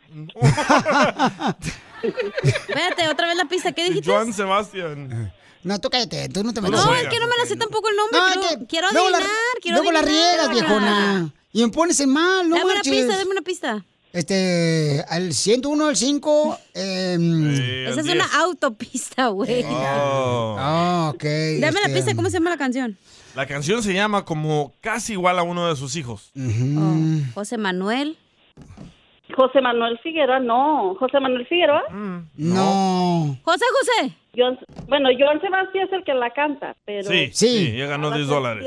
Espérate, otra vez la pista. ¿Qué dijiste?
Juan
Ah.
Sebastián.
No, tú cállate, tú no te metas.
No, es que no me la sé tampoco el nombre.
No,
quiero,
es que
quiero
luego la-
adivinar, quiero
Luego la
adivinar.
riegas, viejona. Y me pones en mal, no
Dame una
marches.
pista, dame una pista.
Este, al 101, al em, 5.
Esa es una autopista,
Eh,
güey.
Oh. Ah, ok.
Dame la
este,
pista, ¿cómo se llama la canción?
Oh. La canción se llama como casi igual a uno de sus hijos.
José Manuel.
José Manuel Figueroa, no. José Manuel Figueroa.
Mm. No.
José José.
bueno, Joan Sebastián es el que la canta, pero.
Sí, sí. ella ganó 10 dólares.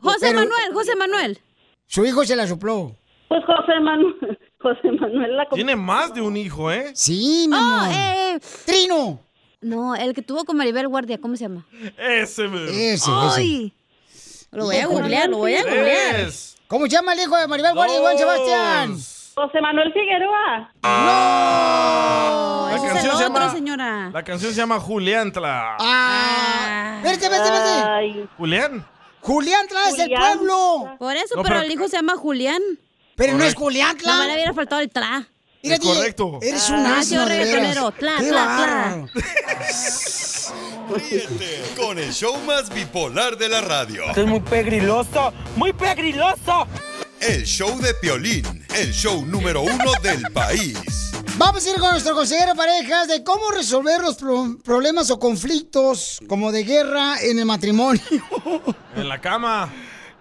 José
Pero-
Manuel, José Manuel.
Su hijo se la sopló.
Pues José Manuel, José Manuel la
Tiene más de un hijo, ¿eh?
Sí, mi
Oh, eh, eh.
Trino.
No, el que tuvo con Maribel Guardia, ¿cómo se llama?
Ese, mero.
Ese,
Ay. eh. Lo voy a googlear, lo voy a googlear.
¿Cómo se llama el hijo de Maribel Guardia y Juan Sebastián?
José Manuel Figueroa.
¡No! La
ese es el
canción se
otro,
llama.
señora.
La canción se llama Juliantla.
Ah. Vete, vete, vete.
¿Julián?
Julián traes el pueblo.
Por eso,
No,
pero,
pero-
el hijo se llama Julián.
Pero no es Julián, tla.
No, me le hubiera faltado el tra.
Mira, DJ, Correcto. eres un
Ah,
asno,
yo
de veras.
reggaetonero, Tla,
Qué
tla, tla.
bárbaro.
Ríete con el show más bipolar de la radio.
Esto es muy pegriloso, muy pegriloso.
El show de Piolín, el show número uno del país.
Vamos a ir con nuestro consejero de parejas de cómo resolver los pro- problemas o conflictos como de guerra en el matrimonio.
En la cama.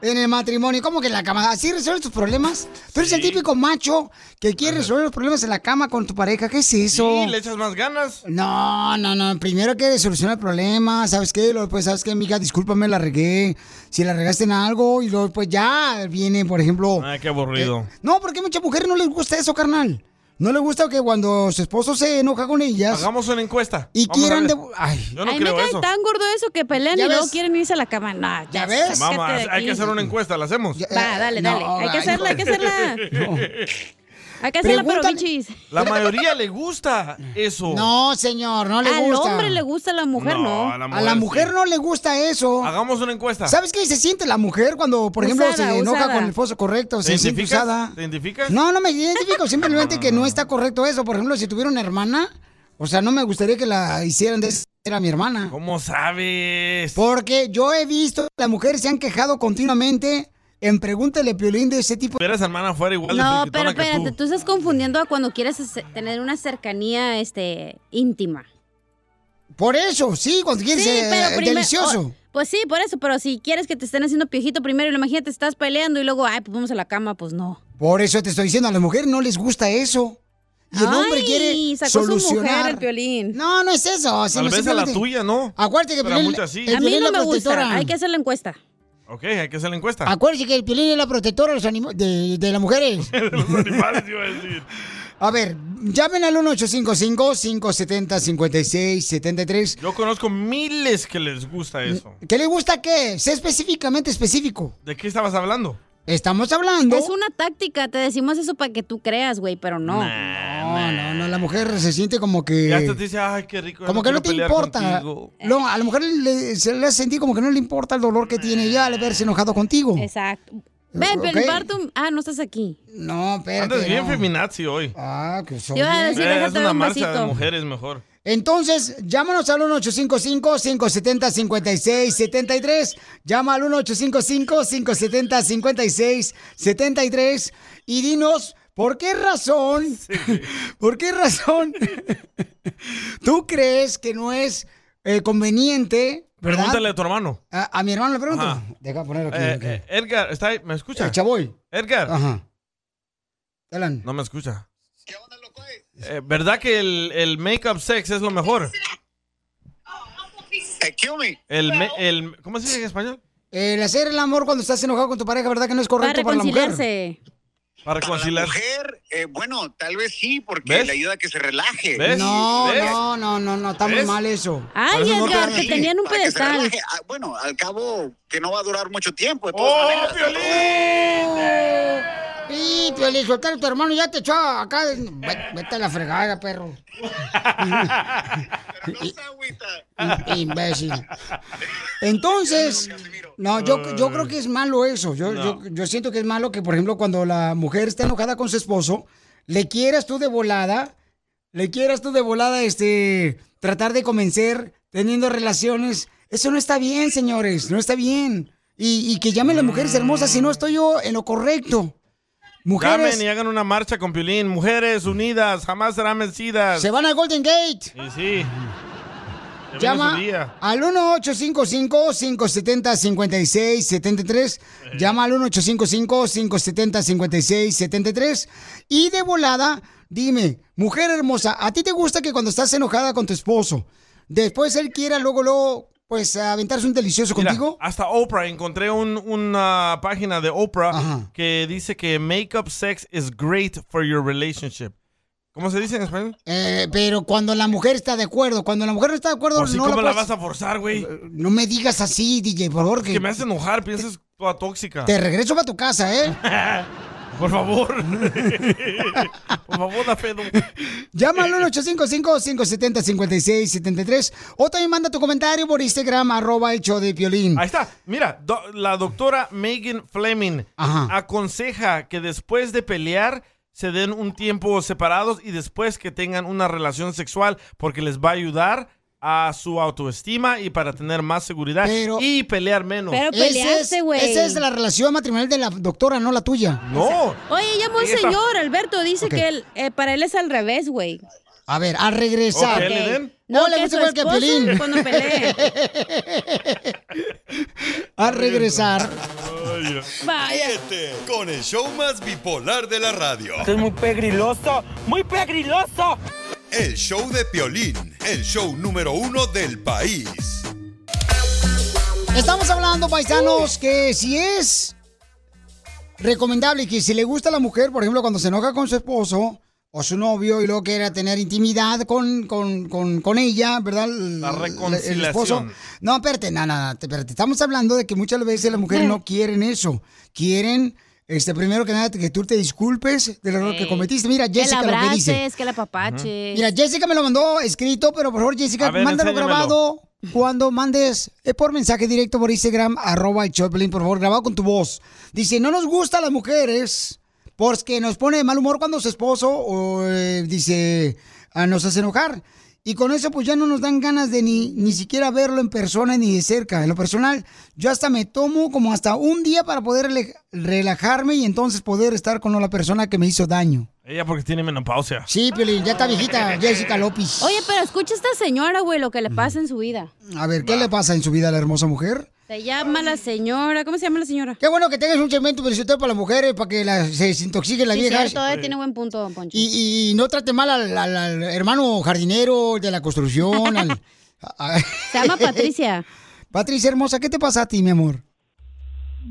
en el matrimonio, ¿cómo que en la cama? ¿Así resuelves tus problemas? Tú eres el típico macho que quiere resolver los problemas en la cama con tu pareja. ¿Qué es eso?
Sí, le echas más ganas.
No, no, no. Primero que solucionar el problema, ¿sabes qué? Luego, pues, ¿sabes qué, mija? Discúlpame, la regué. Si la regaste en algo y luego, pues, ya viene, por ejemplo...
Ay, qué aburrido.
No, porque a muchas mujeres no les gusta eso, carnal. No les gusta que cuando su esposo se enoja con ellas...
Hagamos una encuesta.
Y
Vamos a
quieran...
ver.
de- Ay.
Yo no
Ay,
creo
me cae
eso.
tan gordo eso que pelean
¿Ya
y luego
ves?
quieren irse a la cama. No, ya, sácate
Vamos,
de
hay
aquí.
que hacer una encuesta, ¿la hacemos?
Va, dale, dale. hay que hacerla, hay que hacerla. Hay que hacerla, pero
Pregúntale.
bichis.
La mayoría le gusta eso.
No, señor, no le
Al
gusta.
hombre le gusta, a la mujer no.
a la
A la
mujer
mujer no le gusta eso.
Hagamos una encuesta.
¿Sabes qué se siente la mujer cuando, por ejemplo,
Usada,
se enoja
usada.
con el esposo correcto?
¿Te
Se siente
identificas?
usada.
¿Te identificas?
No, no me identifico, simplemente que no está correcto eso. Por ejemplo, si tuviera una hermana, o sea, no me gustaría que la hicieran de esa manera a mi hermana.
¿Cómo sabes?
Porque yo he visto que las mujeres se han quejado continuamente en Pregúntele Piolín de ese tipo.
Si eres hermana fuera igual de
No, pero
friquitona que
espérate,
tú.
tú estás confundiendo a cuando quieres hacer- tener una cercanía este, íntima.
Por eso, sí, cuando quieres eh,
primer-
delicioso.
oh, pues sí, por eso, pero si quieres que te estén haciendo piojito primero, y luego imagínate, estás peleando y luego, ay, pues vamos a la cama, pues no.
Por eso te estoy diciendo, a las mujeres no les gusta eso. Y el hombre
Ay,
quiere
sacó su mujer
solucionar.
el violín.
No, no es eso.
Tal vez a la tuya, ¿no?
Acuérdate que
Pero a
Piolín-
muchas sí.
el
A mí
Piolín
no
la
me
protectora.
gusta, hay que hacer la encuesta.
Ok, hay que hacer la encuesta.
Acuérdate que el piolín es la protectora de, los animo- de, de las mujeres.
de los animales, iba a decir.
A ver, llamen al 1-855-570-5673.
Yo conozco miles que les gusta eso.
¿Qué le gusta qué? Sé específicamente específico.
¿De qué estabas hablando?
Estamos hablando.
Es una táctica, te decimos eso para que tú creas, güey, pero no.
No, no, no, la mujer se siente como que.
Ya hasta te dice, ay, qué rico.
Como que no
quiero
te
pelear
importa.
contigo".
No, a la mujer le, se le hace sentir como que no le importa el dolor que tiene ella al verse enojado contigo.
Exacto. Ven,
Ok.
pero Ah, no estás aquí.
No, espérate.
Andas bien
no.
feminazi hoy.
Ah, que
Te iba a decir, déjate
es
dar
una
un
marcha de
besito.
mujeres mejor.
Entonces, llámanos al 1-855-570-5673. Llama al 1-855-570-5673 y dinos por qué razón, por qué razón tú crees que no es eh, conveniente, ¿verdad?
Pregúntale a tu hermano.
A, a mi hermano le pregunto.
Ajá.
Deja ponerlo aquí.
Eh,
ok.
eh, Edgar, ¿está ahí? ¿me escucha?
Eh, Chavoy.
Edgar.
Ajá.
No me escucha. Eh, ¿Verdad que el, el make-up sex es lo mejor? El, me- el- ¿Cómo se dice en español?
El hacer el amor cuando estás enojado con tu pareja, ¿verdad que no es correcto para la mujer?
Para reconciliar.
Eh, bueno, tal vez sí, porque
¿Ves?
le ayuda a que se relaje.
No,
¿Ves?
no, no, no, no, está muy
¿Ves?
mal eso.
Por eso no te-
te tenían un
para que se
pedestal.
relaje. Ah, Bueno, al cabo, que no va a durar mucho tiempo. De todas
¡Oh,
maneras.
Y ¡Oh! Piolín, soltero, tu hermano ya te echó acá. Ve- Vete a la fregada, perro. I- Imbécil. Entonces, no, yo, yo
Mm.
creo que es malo eso. Yo,
No.
yo, yo siento que es malo que, por ejemplo, cuando la mujer está enojada con su esposo, le quieras tú de volada, le quieras tú de volada, este, tratar de convencer teniendo relaciones. Eso no está bien, señores, no está bien. Y, y que llamen las mujeres hermosas si no estoy yo en lo correcto. Mujeres,
Llamen y hagan una marcha con Piolín. Mujeres unidas, jamás serán vencidas.
se van al Golden Gate.
Y sí. Ya viene su día.
Llama al 1-855-570-5673.
Eh.
Llama al 1-855-570-5673. Y de volada, dime, mujer hermosa, ¿a ti te gusta que cuando estás enojada con tu esposo, después él quiera luego, luego, pues aventarse un delicioso
Mira,
contigo?
hasta Oprah, encontré un- una página de Oprah que dice que makeup sex is great for your relationship. ¿Cómo se dice en español?
Eh, pero cuando la mujer está de acuerdo, cuando la mujer no está de acuerdo,
Pues sí,
no
¿cómo
la,
la
puedes- Eh,
vas a forzar, güey?
No me digas así, DJ, por favor.
Que me hace enojar, piensas toda tóxica.
Te regreso para tu casa, ¿eh?
Por favor. Por favor, da pedo.
Llama al 1-855-570-5673 o también manda tu comentario por Instagram, arroba el show de Piolín.
Ahí está. Mira, do- la doctora Megan Fleming
Ajá.
aconseja que después de pelear se den un tiempo separados y después que tengan una relación sexual porque les va a ayudar a su autoestima y para tener más seguridad y pelear menos.
Ese es- Esa es la relación matrimonial de la doctora, no la tuya.
No.
Oye, llamó el
Ella está-
señor, Alberto, dice
Ok.
que él, eh, para él es al revés, güey.
A ver, al regresar.
Ok.
No, le
que
gusta
su
igual que a
esposo
Piolín.
Cuando pelee.
A regresar.
Ríete este, con el show más bipolar de la radio.
Esto es muy pegriloso, muy pegriloso.
El show de Piolín, el show número uno del país.
Estamos hablando,
Uh.
paisanos, que si es recomendable y que si le gusta a la mujer, por ejemplo, cuando se enoja con su esposo o su novio y luego quiera tener intimidad con, con, con, con ella, ¿verdad? La
reconciliación.
No, espérate, nada, nada, espérate. Estamos hablando de que muchas veces las mujeres
Eh.
no quieren eso. Quieren, este, primero que nada, que tú te disculpes del error que
Ey.
cometiste. Mira,
Eh. que la
Jessica lo que dice.
abraces, que la papache.
Mira, Jessica me lo mandó escrito, pero por favor, Jessica,
A ver,
mándalo
enséñamelo.
grabado cuando mandes eh, por mensaje directo por Instagram, arroba el Choplin, por favor, grabado con tu voz. Dice, no nos gustan las mujeres porque nos pone de mal humor cuando su esposo o, eh, dice, ah, nos hace enojar. Y con eso pues ya no nos dan ganas de ni, ni siquiera verlo en persona ni de cerca. En lo personal, yo hasta me tomo como hasta un día para poder rela- relajarme y entonces poder estar con la persona que me hizo daño.
Ella porque tiene menopausia.
Sí, Piolín, ya está viejita Jessica López.
Oye, pero escucha a esta señora, güey, lo que le pasa en su vida.
A ver, ¿qué le pasa en su vida a la hermosa mujer?
Se llama la señora. ¿Cómo se llama la señora?
Qué bueno que tengas un segmento publicitario para las mujeres, para que las- se desintoxiquen las
Sí,
viejas.
cierto, eh, tiene buen punto, don Poncho.
y, y no trate mal al, al- al hermano jardinero de la construcción. al- a-
Se llama Patricia.
Patricia hermosa, ¿qué te pasa a ti, mi amor?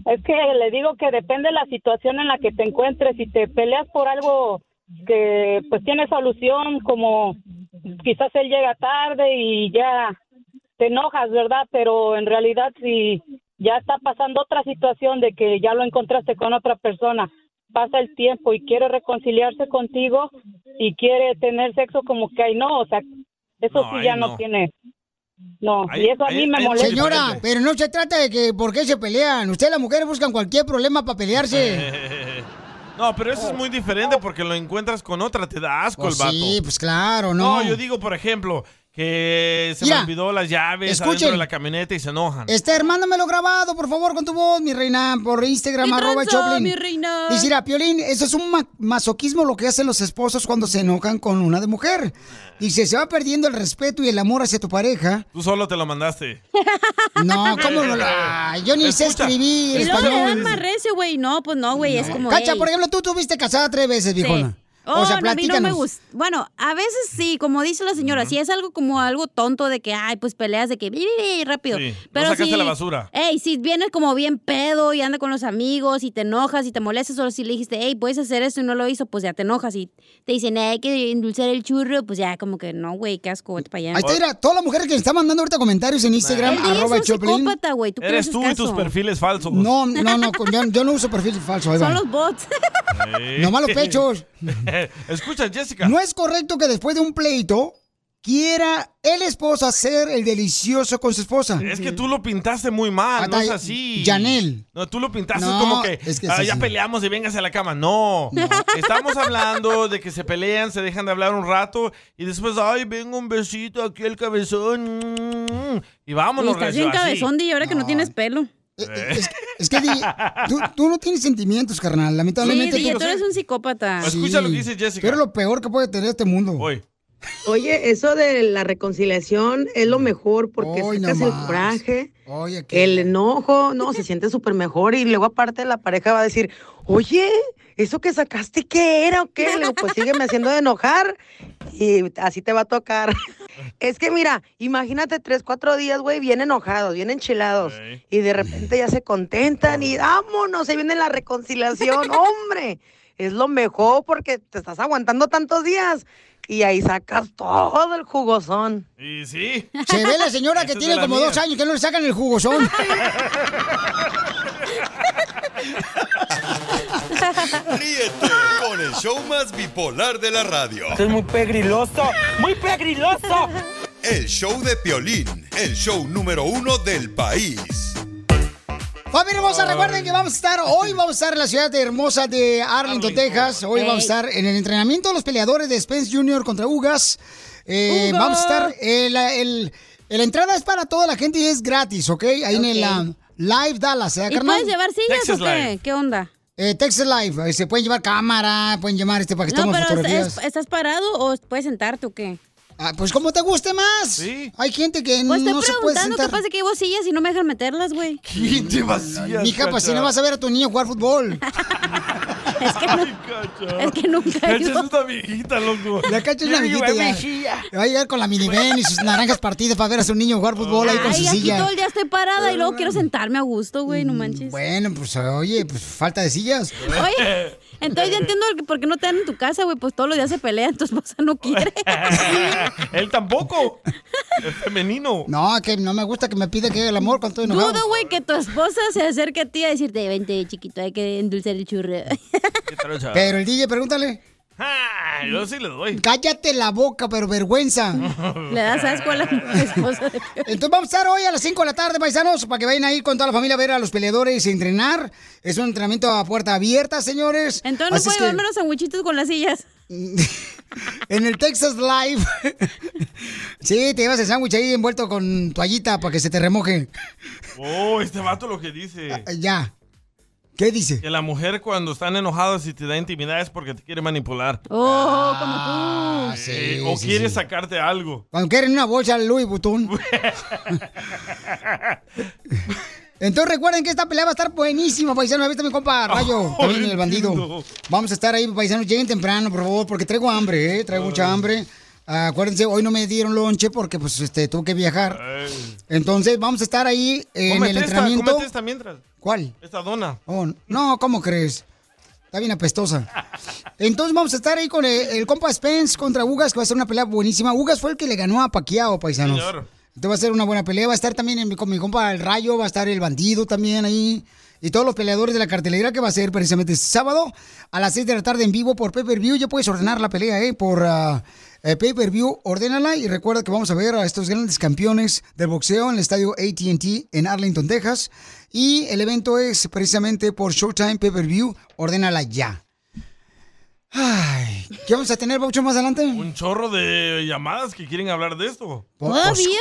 Es que le digo que depende de la situación en la que te encuentres. Si te peleas por algo
que pues tiene solución, como quizás él llega tarde y ya te enojas, ¿verdad? Pero en realidad si ya está pasando otra situación de que ya lo encontraste con otra persona, pasa el tiempo y quiere reconciliarse contigo y quiere tener sexo como que ay no, o sea, eso
No,
sí
ahí
ya no,
no.
tiene. No, y eso a mí me molesta.
Señora, pero no se trata de que por qué se pelean. Ustedes las mujeres buscan cualquier problema para
Eh,
pelearse.
No, pero eso es muy diferente porque lo encuentras con otra, te da asco
Pues
el vato.
sí, pues claro, no.
yo digo, por ejemplo, que se
Mira,
me olvidó las llaves adentro
escuchen. Este-
de la camioneta y se enojan.
Esther, mándamelo grabado, por favor, con tu voz, mi reina, por Instagram,
¿Qué
arroba
tranza,
Choplin.
mi reina?
Dice, mira, Piolín, eso es un ma- masoquismo lo que hacen los esposos cuando se enojan con una de mujer. Dice, se va perdiendo el respeto y el amor hacia tu pareja.
Tú solo te lo mandaste.
No, ¿cómo no? la- Yo ni sé
Escucha.
escribir
Y luego le dan
español.
más recio, güey. No, pues no, güey, es como.
Cacha,
ey.
por ejemplo, tú tuviste casada tres veces,
Sí.
viejona.
Oh,
o sea,
no, a mí no me
platícanos.
gusta. Bueno, a veces sí, como dice la señora, si es algo como algo tonto de que, ay, pues peleas de que, "Bi, bi, bi", rápido.
Sí, no
Pero
sacaste
si-
la basura.
Ey, si vienes como bien pedo y anda con los amigos y te enojas y te molestas, o si le dijiste, hey, puedes hacer esto y no lo hizo, pues ya te enojas y te dicen, "Ay, hay que endulzar el churro, pues ya como que no, güey, qué asco, vete para allá.
Ahí está, mira, todas las mujeres que están mandando ahorita comentarios en Instagram,
El DJ es
arroba
un
Choplin.
psicópata, güey, ¿tú qué le
Eres
haces
tú y tus
caso?
perfiles falsos.
No, no, no, yo, yo no uso perfil falso. ahí va.
Son los bots.
Sí.
Nomás los pechos.
Escucha, Jessica.
No es correcto que después de un pleito quiera el esposo hacer el delicioso con su esposa.
Es que tú lo pintaste muy mal, Ah, no
Hasta
es así.
Ah, Yanel.
No, tú lo pintaste
No,
como que,
es que es
"Ah, ya
así".
peleamos y véngase a la cama. No. Estamos hablando de que se pelean, se dejan de hablar un rato y después, ay, vengo un besito aquí el cabezón. Y vámonos,
Y estás
recio,
bien
así.
cabezón, DJ, ahora que no tienes pelo.
Eh.
eh, Es, es que di- tú, tú no tienes sentimientos, carnal. Lamentablemente.
Sí, DJ, tú eres un psicópata.
Pues, Jessica. Pero lo peor que puede tener este mundo.
Oye, eso de la reconciliación es lo mejor porque
Hoy
sacas el
nomás.
coraje,
Oye, que
el enojo, no, se siente súper mejor y luego aparte la pareja va a decir, oye, ¿eso que sacaste qué era o qué? Le digo, pues sígueme haciendo de enojar y así te va a tocar. es que mira, imagínate tres, cuatro días, güey, bien enojados, bien enchilados y de repente ya se contentan y vámonos, se viene la reconciliación, hombre. Es lo mejor porque te estás aguantando tantos días y ahí sacas todo el jugosón.
Y sí.
Se ve la señora
Esa
que
es
tiene
de la
como
mía.
dos años que no le sacan el jugosón.
Ríete con el show más bipolar de la radio.
Esto es muy pegriloso, muy pegriloso.
El show de Piolín, el show número uno del país.
Familia hermosa, recuerden que vamos a estar, hoy vamos a estar en la ciudad de hermosa de Arlington, Texas. Hoy
Ey.
vamos a estar en el entrenamiento de los peleadores de Spence Jr. contra Ugas. Eh,
Uga.
Vamos a estar, eh, la, el- la entrada es para toda la gente y es gratis, ¿ok? Ahí en el um, Live Dallas, ¿eh,
¿Y
carnal?
puedes llevar sillas o qué? ¿Qué onda?
Eh, Texas Live, eh, se pueden llevar cámara, pueden llevar este para que
No,
tomen
pero
fotografías.
¿est- ¿estás parado o puedes sentarte o qué?
Ah, pues como te guste más. Hay gente que
Pues estoy
no se puede
preguntando,
sentar.
¿qué pasa que llevo sillas y no me dejan meterlas, güey?
Gente vacía.
Mija, pues si no vas a ver a tu niño jugar fútbol.
Es que, no- es que nunca he
Cacha es
ido.
una viejita, loco.
La cacha es una amiguita ya. Va a llegar con la minivan y sus naranjas partidas para ver a su niño jugar fútbol ahí con su
Ay, aquí
silla. Ah. Mm,
todo el día estoy parada y luego quiero sentarme a gusto, güey, no manches.
Bueno, pues oye, pues falta de sillas.
Oye, entonces ya entiendo el que- por qué no te dan en tu casa, güey, pues todos los días se pelean, tu esposa no quiere.
Él tampoco. Es femenino.
No, que no me gusta que me pida que haga el amor cuando estoy enojado.
Dudo, güey, que tu esposa se acerque a ti a decirte, vente, chiquito, hay que endulzar el churro.
Pero el DJ, pregúntale.
Ah, yo sí le doy.
Cállate la boca, pero vergüenza.
Le das asco a la
esposa.
Entonces vamos a estar hoy a las 5 de la tarde, paisanos, para que vayan a ir con toda la familia a ver a los peleadores y entrenar. Es un entrenamiento a puerta abierta, señores.
Entonces no
Así es
puedo
que
llevarme los sandwichitos con las sillas.
En el Texas Live. sí, te llevas el sándwich ahí envuelto con toallita para que se te remoje.
Oh, este vato lo que dice.
Ya. ¿Qué dice?
Que la mujer cuando están enojadas y te da intimidad es porque te quiere manipular.
Oh,
como tú.
Eh, o quiere sacarte algo.
Cuando quieren una bolsa de Louis Vuitton. Entonces recuerden que esta pelea va a estar buenísima, paisanos. Ahí está mi compa Rayo, también el bandido. Vamos a estar ahí, paisanos. Lleguen temprano, por favor, porque traigo hambre, ¿eh? Traigo mucha hambre. Acuérdense, hoy no me dieron lonche porque pues este, tuve que viajar.
Ay.
Entonces vamos a estar ahí en
Cómete
el
esta,
entrenamiento.
cómete esta mientras.
¿Cuál?
Esta dona.
Oh, no, ¿cómo crees? Está bien apestosa. Entonces vamos a estar ahí con el, el compa Spence contra Ugas, que va a ser una pelea buenísima. Ugas fue el que le ganó a Paquiao, paisanos.
Señor.
Entonces va a ser una buena pelea. Va a estar también en- con mi compa El Rayo, va a estar El Bandido también ahí. Y todos los peleadores de la cartelera que va a ser precisamente este sábado a las 6 de la tarde en vivo por Pay Per View. Ya puedes ordenar la pelea eh, por ah, eh, Pay Per View. Ordénala y recuerda que vamos a ver a estos grandes campeones del boxeo en el estadio ATT en Arlington, Texas. Y el evento es precisamente por Showtime Pay Per View. Ordénala ya. Ay, ¿Qué vamos a tener, Baucho, más adelante?
Un chorro de llamadas que quieren hablar de esto.
¿Todavía?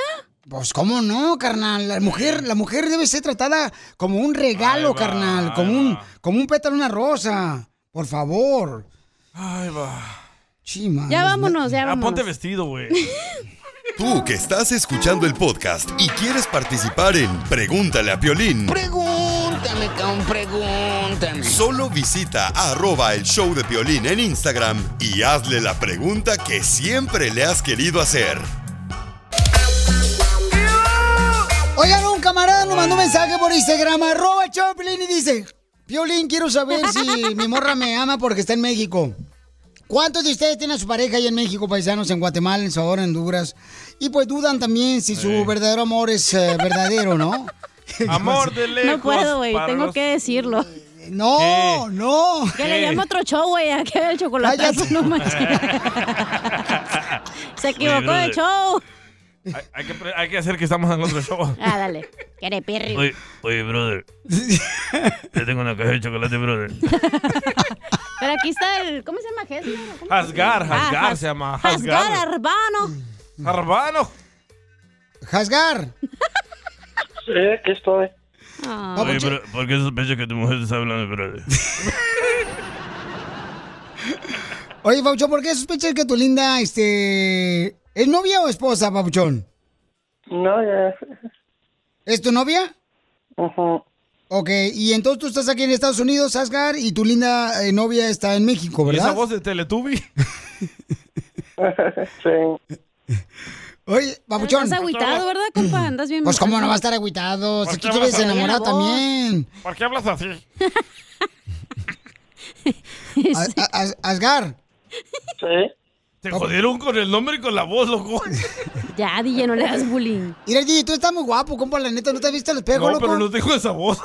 Pues cómo no, carnal. La mujer, la mujer debe ser tratada como un regalo, carnal, como un, como un pétalo, una rosa. Por favor.
Ay, va.
Chima.
Ya vámonos, ya
Ah,
vámonos.
ponte vestido, güey.
Tú que estás escuchando el podcast y quieres participar en Pregúntale a Piolín,
Pregúntame, con pregúntame.
solo visita arroba el show de Piolín en Instagram y hazle la pregunta que siempre le has querido hacer.
Oigan, un camarada nos mandó un mensaje por Instagram, arroba el show de Piolín, y dice, Piolín, quiero saber si mi morra me ama porque está en México. ¿Cuántos de ustedes tienen a su pareja ahí en México, paisanos, en Guatemala, en Salvador, en Honduras? Y pues dudan también si su verdadero amor es eh, verdadero, ¿no?
Amor de lejos.
No puedo, güey.
para
Tengo
los-
que decirlo.
Eh, No,
¿Qué?
no.
Que le
¿Qué?
llame otro show, güey. A que el chocolatazo, no manches. Se equivocó
Oye,
de show.
Hay, hay que, pre- hay que hacer que estamos en otro show.
Ah, dale. Quiere perri.
Oye, oye, brother. Te tengo una caja de chocolate, brother.
Pero aquí está el. ¿Cómo se llama Hessler? ¿Cómo?
Hasgar,
Ah,
Hasgar
Has-
se llama.
Hasgar
Hasgar.
Arbano.
Arbano.
Hasgar.
Sí, Eh, aquí estoy.
Oye, bro, ¿por qué sospechas que tu mujer te está hablando, brother?
Oye, Pabuchón, ¿por qué sospechas que tu linda, este, es novia o esposa, Pabuchón?
No, ya.
¿Es tu novia?
Ajá.
Ok, y entonces tú estás aquí en Estados Unidos, Asgar, y tu linda eh, novia está en México,
¿Y esa
¿verdad?
voz de Teletubby?
sí.
Oye, Pabuchón.
Estás agüitado, ¿verdad, compa? Andas bien.
Pues cómo no va a estar agüitado,
¿Por
Pues,
aquí
qué
te
vas
ves
a-
enamorado
Oye, la voz.
también.
¿Por qué hablas así?
As- as- Asgar.
Sí.
Te jodieron con el nombre y con la voz, loco.
Ya, DJ, no le das bullying. Mira, DJ, tú estás muy guapo, compa, la neta, ¿no te has visto el espejo,
No,
loco?
pero no tengo esa voz.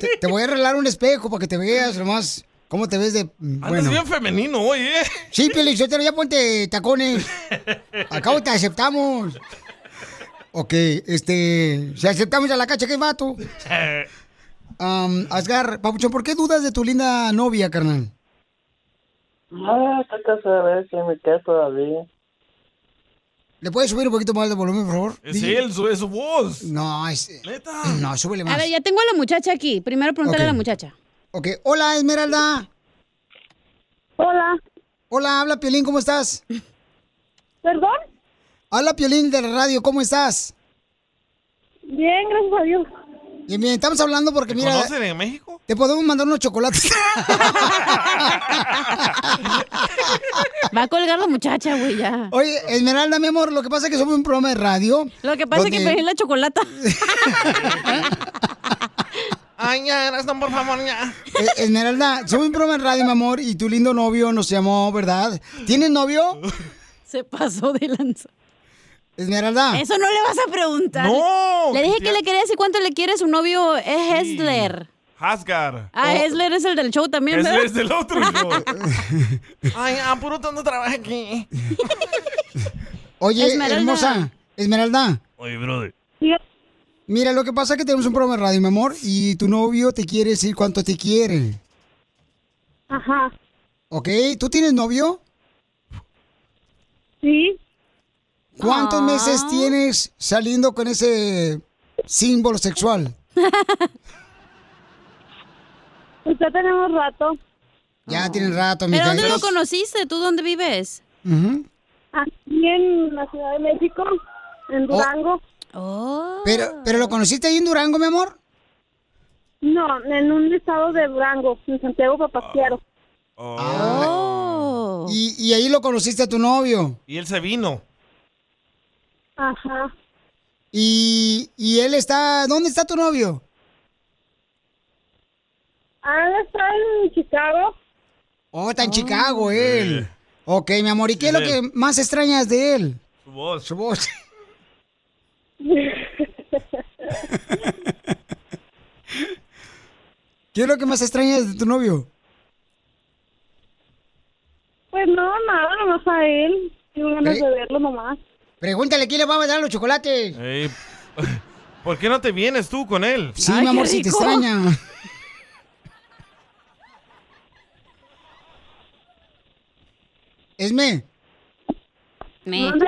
Te, te voy a arreglar un espejo para que te veas nomás cómo te ves de... mm,
Andas
Bueno.
bien femenino hoy, ¿eh?
Sí, Piolín, Sotelo, ya ponte tacones. Acabo te aceptamos. Ok, este... Si aceptamos a la cacha, que vato. Am, Asgar, Papuchón, ¿por qué dudas de tu linda novia, carnal?
No, Ah, está casa a ver si me queda todavía.
¿Le puedes subir un poquito más de volumen, por favor?
Es él, su- es su voz.
No, es... No, súbele más.
A ver, ya tengo a la muchacha aquí. Primero pregúntale
Ok.
a la muchacha.
Ok, hola Esmeralda. Hola. Hola, habla Piolín, ¿cómo estás? ¿Perdón? Habla Piolín de la radio, ¿cómo estás? Bien, gracias a Dios. Bien, bien, estamos hablando porque mira...
¿Conocen en México?
Te podemos mandar unos chocolates.
Va a colgar la muchacha, güey, ya.
Oye, Esmeralda, mi amor, lo que pasa es que somos un programa de radio.
Lo que pasa es que pedí la chocolata.
Ay, ya, no, por favor, ya.
Eh, Esmeralda, somos un programa de radio, mi amor, y tu lindo novio nos llamó, ¿verdad? ¿Tienes novio?
Se pasó de lanza.
Esmeralda.
Eso no le vas a preguntar.
No.
Le dije que le quería decir cuánto le quiere su novio. Es Hessler.
Hasgar.
Ah, Hessler es el del show también,
Ese
¿verdad?
Oh. es del otro show.
Ay, apuro tanto trabaja aquí.
Oye,
Esmeralda.
hermosa, Esmeralda.
Oye, brother.
Mira, lo que pasa es que tenemos un programa de radio, mi amor, y tu novio te quiere decir cuánto te quiere. Ajá. ¿Ok? ¿Tú tienes novio? Sí. ¿Cuántos
Ah.
meses tienes saliendo con ese símbolo sexual?
Ya tenemos rato.
Ya tienes rato, mi
¿Pero dónde lo conociste? ¿Tú dónde vives?
Aquí en la Ciudad de México,
Oh.
en Durango.
Oh.
Pero, ¿Pero lo conociste ahí en Durango, mi amor?
No, en un estado de Durango, en Santiago Papaquiaro.
Oh. Y, y ahí lo conociste a tu novio.
Y él se vino.
Ajá. Y, y él está... ¿Dónde está tu novio?
Ah, está en Chicago.
Oh, está en Chicago él. Ok, mi amor, ¿y qué es lo que más extrañas de él?
Su voz.
Su voz. ¿Qué es lo que más extrañas de tu novio?
Pues no, nada, nomás a él. Tengo ganas
¿Eh?
de verlo nomás.
Pregúntale quién le va a dar los chocolates.
Ey, ¿Por qué no te vienes tú con él?
Sí, mi amor, si te extraña. Esme.
¿Dónde?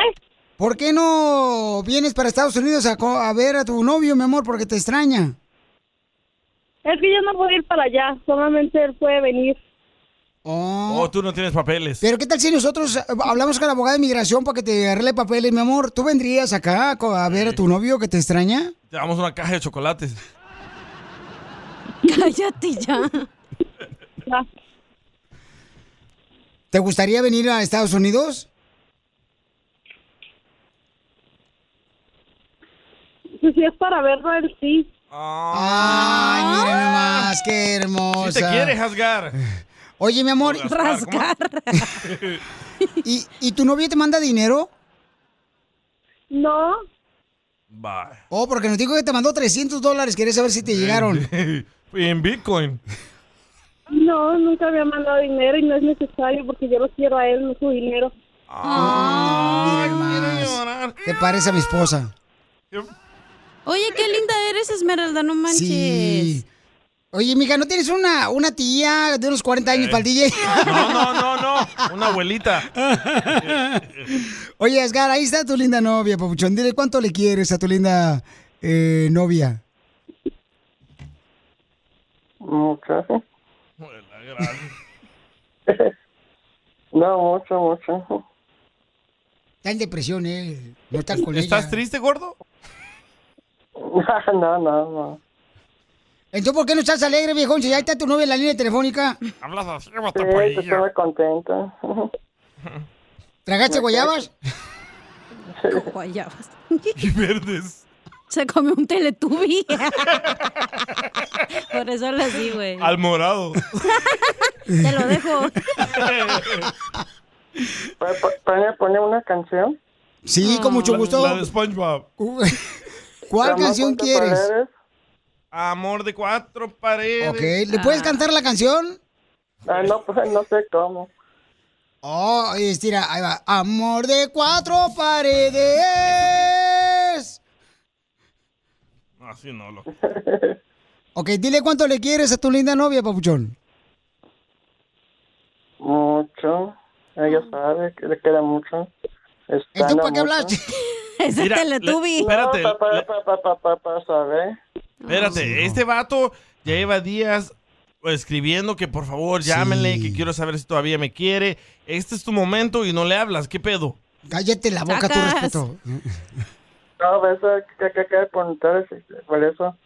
¿Por qué no vienes para Estados Unidos a, co- a ver a tu novio, mi amor? Porque te extraña.
Es que yo no puedo ir para allá, solamente él puede venir.
Oh, tú no tienes papeles.
Pero ¿qué tal si nosotros eh, hablamos con la abogada de migración para que te arregle papeles, mi amor? ¿Tú vendrías acá co- a ver a tu novio que te extraña?
Te damos una caja de chocolates.
Cállate ya.
¿Te gustaría venir a Estados Unidos?
Pues si es para verlo a él, sí.
Ay, mira nomás, qué hermosa.
Si te quieres rasgar.
Oye, mi amor.
Rasgar,
¿Y, ¿Y tu novio te manda dinero?
No.
Bye.
Oh, porque nos dijo que te mandó 300 dólares. Quería saber si te llegaron.
en Bitcoin.
No, nunca me ha mandado dinero y no es necesario porque yo lo quiero a él, no su dinero.
Ah.
Ay, ¿Te parece a mi esposa?
Oye, qué linda eres, Esmeralda, no manches.
Sí. Oye, mija, ¿no tienes una, una tía de unos 40 años
Eh.
para el DJ?
No, no, no, no. Una abuelita.
Oye, Asgar, ahí está tu linda novia, papuchón. Dile cuánto le quieres a tu linda eh, novia.
Mucho. No, mucho, mucho.
Está en depresión él. No está con
¿Estás
ella.
triste, gordo?
No, no, no.
Entonces, ¿por qué no estás alegre, viejón? Si ya está tu novia en la línea telefónica.
Hablas así,
Sí, pues, estoy muy contenta.
¿Tragaste guayabas?
Guayabas.
Y verdes.
Se comió un teletubi. Por eso lo así, güey.
Al morado.
Te lo dejo.
¿Pueden poner una canción?
Sí, con mucho gusto.
La de SpongeBob.
¿Cuál canción quieres?
Amor de cuatro paredes.
Ok, ¿le puedes cantar la canción?
Ah, no, pues, no sé cómo.
Oh, estira, ahí va. Amor de cuatro paredes.
Así Ah, no, loco.
Ok, dile cuánto le quieres a tu linda novia, papuchón.
Mucho. Ella sabe que le queda mucho.
¿Entonces Ah. para qué
hablaste?
hablaste?
Ese
Mira, Teletubby. le- espérate,
No, para, para, para, para, para, para saber.
Ah,
Espérate, este vato ya lleva días escribiendo que por favor llámenle, que quiero saber si todavía me quiere. Este es tu momento y no le hablas. ¿Qué pedo?
Cállate la boca, tu
Sacas.
respeto.
No, eso que que que preguntar por eso.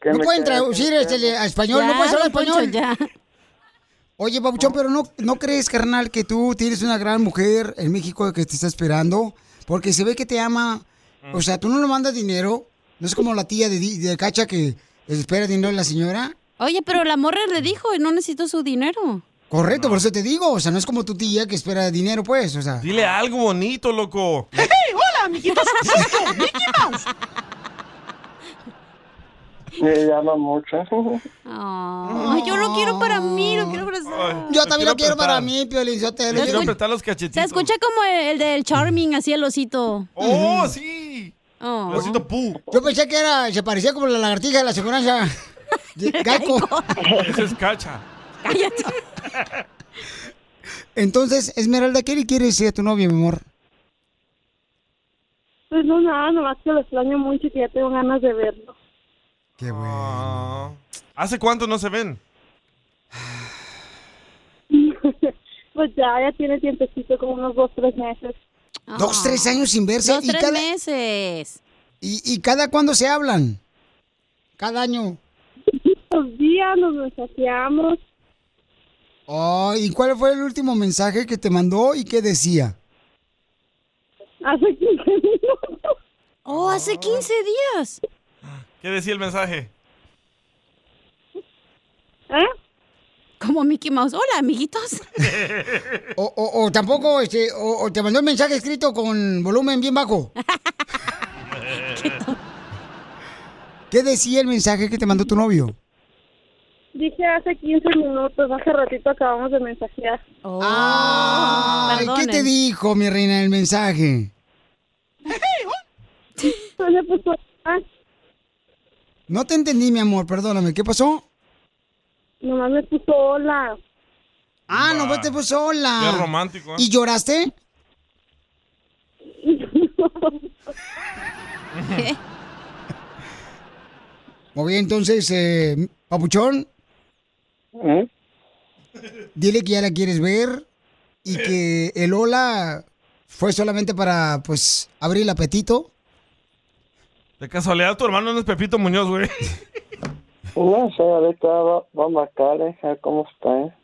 Que
No
me
pueden
quede,
traducir
que me
este
quede.
le- a español, no
Ya,
puedes hablar
don Poncho,
español.
ya.
Oye,
Oh.
Papuchón, pero no, ¿no crees, carnal, que tú tienes una gran mujer en México que te está esperando? Porque se ve que te ama. O sea, tú no le mandas dinero. No es como la tía de, Di- de Cacha que espera dinero de la señora.
Oye, pero la morra le dijo, no necesito su dinero.
Correcto, por eso te digo. O sea, no es como tu tía que espera dinero, pues. O sea.
Dile algo bonito, loco.
¡Hey, hola, amiguitos! Soy yo, Mickey Mouse.
Me llama mucho.
Ay, yo lo quiero para mí, lo quiero para
Yo también lo quiero para
apretar.
mí, Piolín. Yo te
Le quiero apretar los cachetitos.
Se escucha como el, el del Charming, así el osito.
¡Oh, sí!
Oh.
Osito Pú.
Yo pensé que era, se parecía como la lagartija de la seguridad. Gaico.
Eso es cacha.
Entonces, Esmeralda, ¿qué le quieres decir a tu novia, mi amor?
Pues no, nada, nomás que lo extraño mucho y que ya tengo ganas de verlo.
Qué
bueno. Ah. ¿Hace cuánto no se ven?
Pues ya, ya tiene tiempecito, como unos dos, tres meses.
Dos, tres años sin verse.
Ah. Dos,
y
tres
cada,
meses.
y, y cada cuándo se hablan? Cada año.
Los días nos mensajeamos.
Oh, ¿Y cuál fue el último mensaje que te mandó y qué decía?
Hace 15 minutos.
Oh, hace 15 días.
¿Qué decía el mensaje?
Como Mickey Mouse. Hola, amiguitos.
O, o- o tampoco, este, o, o te mandó un mensaje escrito con volumen bien bajo. ¿Qué decía el mensaje que te mandó tu novio?
Dije hace 15 minutos, hace ratito acabamos de mensajear.
Ah,
Ah,
Ay, ¿Qué te dijo, mi reina, el mensaje?
pues,
No te entendí, mi amor, perdóname. ¿Qué pasó?
Nomás me puso hola.
Ah, no, pues te puso hola.
Qué romántico, ¿eh?
¿Y lloraste? Muy bien, entonces, eh, Papuchón.
¿Eh?
Dile que ya la quieres ver y que el hola fue solamente para, pues, abrir el apetito.
De casualidad, tu hermano no es Pepito Muñoz, güey.
No sé, ahorita va- vamos acá a dejar cómo está, ¿eh?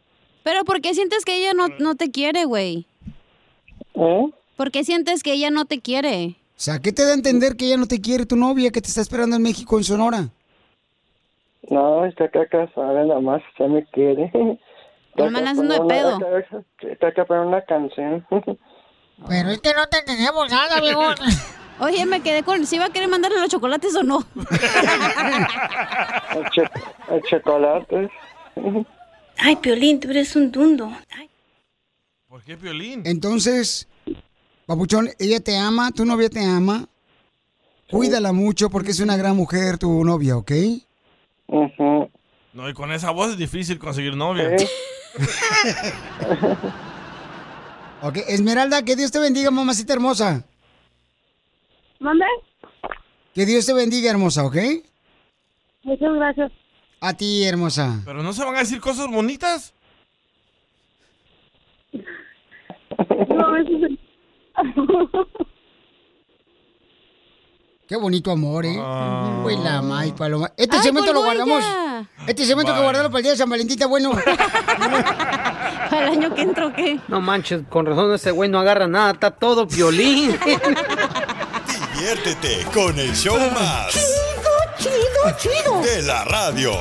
Pero ¿por qué sientes que ella
Mm.
no, no te quiere, güey?
¿Eh?
¿Por qué sientes que ella no te quiere?
O sea, ¿qué te da a entender que ya no te quiere tu novia que te está esperando en México, en Sonora?
No, está acá casada, nada más, ya me quiere. Está
Nomás la
acá
haciendo de
poniendo
pedo.
una- Está acá- está acá poniendo una canción.
Pero es que no te entendemos nada,
viejón. Oye, me quedé con si iba a querer mandarle los chocolates o no.
El cho- el chocolate.
Ay, Piolín, tú eres un dundo.
¿Por qué violín?
Entonces, Papuchón, ella te ama, tu novia te ama. Cuídala mucho porque es una gran mujer tu novia, ¿ok?
No, y con esa voz es difícil conseguir novia.
Ok, Esmeralda, que Dios te bendiga, mamacita hermosa.
¿Mande?
Que Dios te bendiga, hermosa, ¿ok?
Muchas gracias.
A ti, hermosa.
¿Pero no se van a decir cosas bonitas?
No, eso es-
Qué bonito amor, ¿eh? Uy, la may, paloma. Este
Ay,
cemento lo
colgó
guardamos.
ella.
Este cemento que
Vaya.
guardamos para el día de San Valentín está bueno.
Para el año que entra, ¿o ¿qué?
No manches, con razón ese güey no agarra nada, está todo violín.
Diviértete con el show más. Chido, chido, chido. De la radio.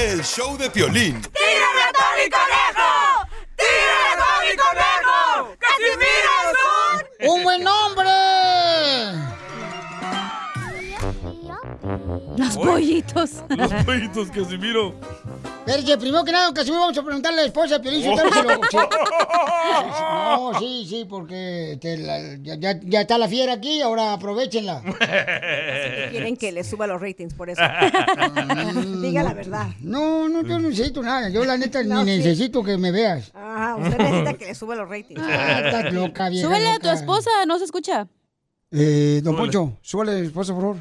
El show de Piolín.
¡Tírame a Tony Conejo! ¡Tírame a Tony Conejo! ¡Casimiro son!
¡Un buen hombre!
Los pollitos.
Los pollitos, Casimiro.
Espérate, primero que nada, Casimiro, vamos a preguntarle a la esposa de Piolín Sotelo si lo- si- No, sí, sí, porque este, la- ya, ya- ya está la fiera aquí, ahora aprovechenla.
Quieren que le suba los ratings por eso. Diga la verdad.
No, no, yo no necesito nada. Yo, la neta,
No,
ni
sí.
necesito que me veas.
Ajá, usted necesita que le suba los ratings.
Ah, estás loca, vieja
Súbele a tu
loca.
esposa, no se escucha.
Eh, don Poncho, súbale, esposa, por favor.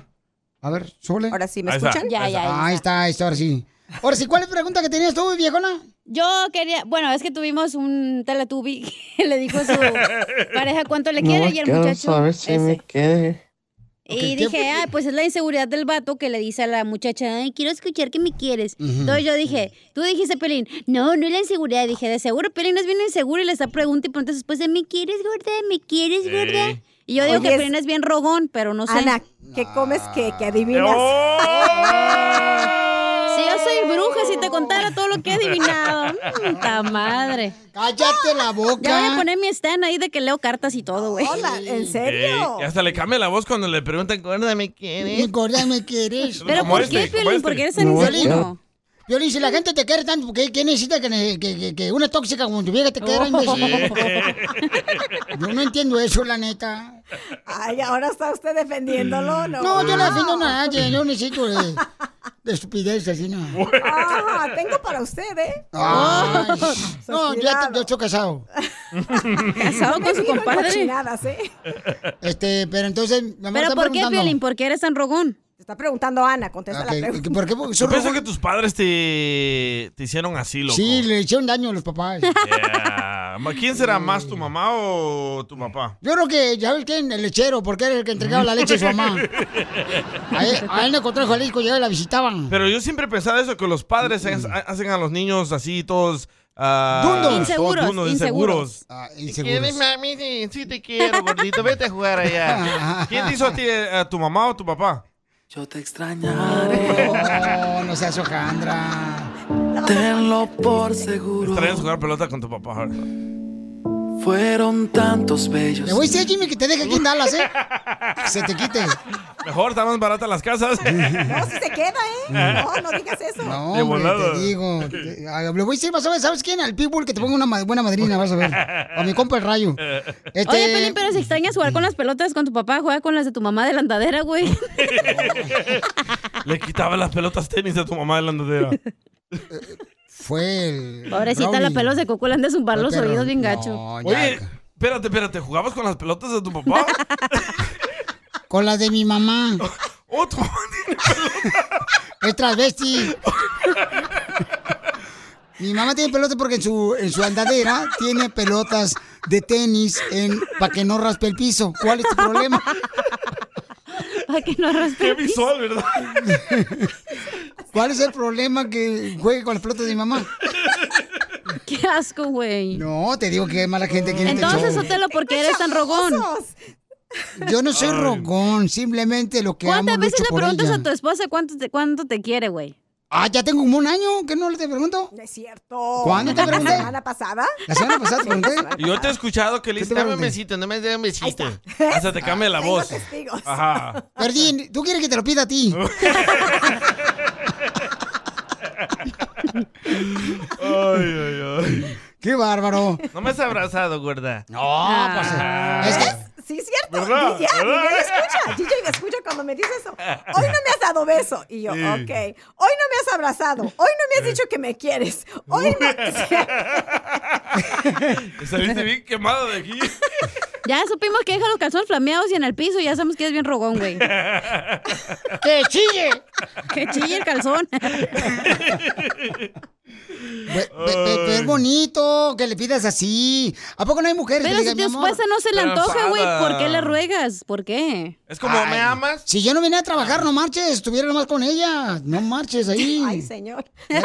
A ver, súbale.
Ahora sí,
¿me Ahí está, escuchan? ya, ya, ya
Ahí está, ahí está, ahora sí. Ahora sí, ¿cuál es la pregunta que tenías tú, viejona?
Yo quería, bueno, es que tuvimos un teletubi que le dijo a su pareja cuánto le quiere y el muchacho. ese.
quiere.
Y dije, ah, pues es la inseguridad del vato que le dice a la muchacha, ay, quiero escuchar que me quieres.
Ujú.
Entonces yo dije, tú dijiste, Pelín, no, no es la inseguridad. Dije, de seguro, Pelín es bien inseguro y le está preguntando y preguntando después de, ¿me quieres, gorda? ¿Me quieres, gorda?
Ey.
Y yo digo
Oye,
que
es-
Pelín es bien rogón, pero no sé.
Ana, ¿qué comes que, que adivinas?
Si yo soy bruja, si te contara todo lo que he adivinado. Mm, Ta madre.
Cállate la boca.
Ya voy a poner mi stand ahí de que leo cartas y todo, güey. Hola, ¿en
Eh, y hasta le cambia la voz cuando le preguntan, "Acuérdame quién es".
Gorda, ¿me quieres?
Pero
Como
¿por
este,
qué,
como
Piolín?
este.
¿Por qué eres tan inseguro?
Piolín, si la gente te quiere tanto, ¿por ¿qué, qué necesita que, ne- que- que- que una tóxica como tu vieja te
Oh.
quiera, imbécil? Yo no entiendo eso, la neta.
Ay, ahora está usted defendiéndolo, ¿no?
No, yo no defiendo a nadie, yo necesito de, de estupidez, así no.
Ah, tengo para usted, ¿eh?
Ay, no, yo,
Cuidado.
yo estoy casado.
Casado con su
Digo
compadre.
cochinadas, ¿eh?
Este, pero entonces, mi amor,
¿Pero
está
por qué,
preguntando. Ah,
Piolín? ¿Por qué eres tan rogón?
Te está preguntando Ana, contesta
Ok,
la pregunta.
¿Por qué?
Yo pienso que tus padres te, te hicieron así, loco.
Sí, le hicieron daño a los papás.
Yeah. ¿Quién será
Mm.
más, tu mamá o tu papá?
Yo creo que, ya ves quién, el lechero, porque era el que entregaba la leche a su mamá. A él, a él le encontró en Jalisco, llegaba y la visitaban.
Pero yo siempre he pensado eso, que los padres ha- hacen a los niños así todos... ah,
Mm. Dundos.
todos
Inseguros,
dundos,
inseguros.
inseguros.
Inseguros.
mami? Sí, sí te quiero, gordito. Vete a jugar allá. ¿Quién te hizo a ti, eh, a tu mamá o tu papá?
Oh, Yo te extrañaré. No, no seas hojandra.
Tenlo por seguro.
Estarías jugar pelota con tu papá.
Fueron tantos bellos.
Me voy a decir, Jimmy, que te deje aquí en Dallas, ¿eh? Que se te quite.
Mejor, están más baratas las casas.
No, si se queda, ¿eh? No, no digas eso.
No,
De
hombre,
volada.
te digo. te- a- Le voy a decir, vas a ver, ¿sabes quién? Al Pitbull que te ponga una ma- buena madrina, vas a ver. A mi compa el rayo. Este-
Oye, Pelín, pero si extrañas jugar con las pelotas con tu papá, juega con las de tu mamá de la andadera, güey.
Le quitaba las pelotas tenis a tu mamá de la andadera.
Fue el.
Pobrecita, la pelos de coco le han de zumbar los oídos bien gacho.
Oye, espérate, espérate, ¿jugabas con las pelotas de tu papá?
Con las de mi mamá.
Otro.
Es travesti. Mi mamá tiene pelotas porque en su, en su andadera tiene pelotas de tenis para que no raspe el piso. ¿Cuál es tu problema?
Para que no raspe
Qué visual, ¿verdad?
¿Cuál es el problema que juegue con las pelotas de mi mamá?
Qué asco, güey.
No, te digo que hay mala gente este que
Entonces, Sotelo, ¿por qué eres tan rogón?
Yo no soy
Ay.
rogón, simplemente lo que
¿Cuántas
amo
veces
lucho
le
por
preguntas
ella.
a tu esposa cuánto te, cuánto te quiere, güey?
Ah, ya tengo como un año que no le te pregunto.
No es cierto.
¿Cuándo te pregunté?
¿La semana pasada?
La semana pasada te pregunté.
Y yo te he escuchado que le dices, dame un besito, no me dé un besito. Hasta te cambia la
Tengo
voz.
testigos.
Ajá.
Perdí, tú quieres que te lo pida a ti. Qué bárbaro.
No me has abrazado, gorda.
No,
pues, ¿Ves? Sí, es cierto.
¿Verdad?
DJ,
¿Verdad?
Miguel escucha. DJ me escucha cuando me dice eso. Hoy no me has dado beso. Y yo,
Sí.
ok. Hoy no me has abrazado. Hoy no me has dicho que me quieres. Hoy no.
Saliste bien quemado de aquí.
Ya supimos que deja los calzones flameados y en el piso, ya sabemos que es bien rogón, güey.
¡Que chille!
Que chille el calzón.
Pe- pe- pe- pero es bonito que le pidas así. ¿A poco no hay mujeres
Pero
que le
si
digan,
tu
mi amor?
esposa no se le antoja, güey, ¿por qué le
Cansada.
ruegas? ¿Por qué?
Es
Ay, Si yo no venía a trabajar, no marches. Estuviera nomás con ella. No marches ahí.
Ay, señor. Todo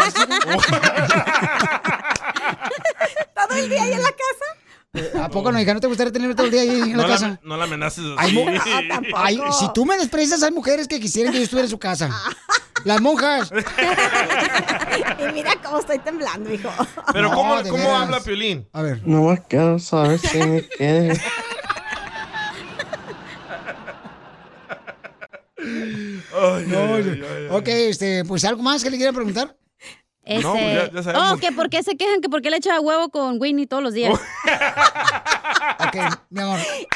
el día ahí en la casa.
Eh, ¿A poco no, hija? ¿No te gustaría tenerme todo el día ahí en
No
la casa?
la, no la amenaces
Hay
así.
mu- ah,
Ah,
Ay, si tú me desprecias, hay mujeres que quisieran que yo estuviera en su casa.
Ah.
Las monjas.
Y mira cómo estoy temblando, hijo.
Pero ¿cómo,
de
cómo
veras.
habla Piolín?
A ver.
No más quiero saber si me quieres.
No,
ay,
yo-
ay, ay,
ok, este, pues algo más que le quieran preguntar.
Este...
No, pues ya- ya sabemos.
Oh, que por qué se quejan, que por qué le echa huevo con Winnie todos los días.
Ok, mi amor.
Eso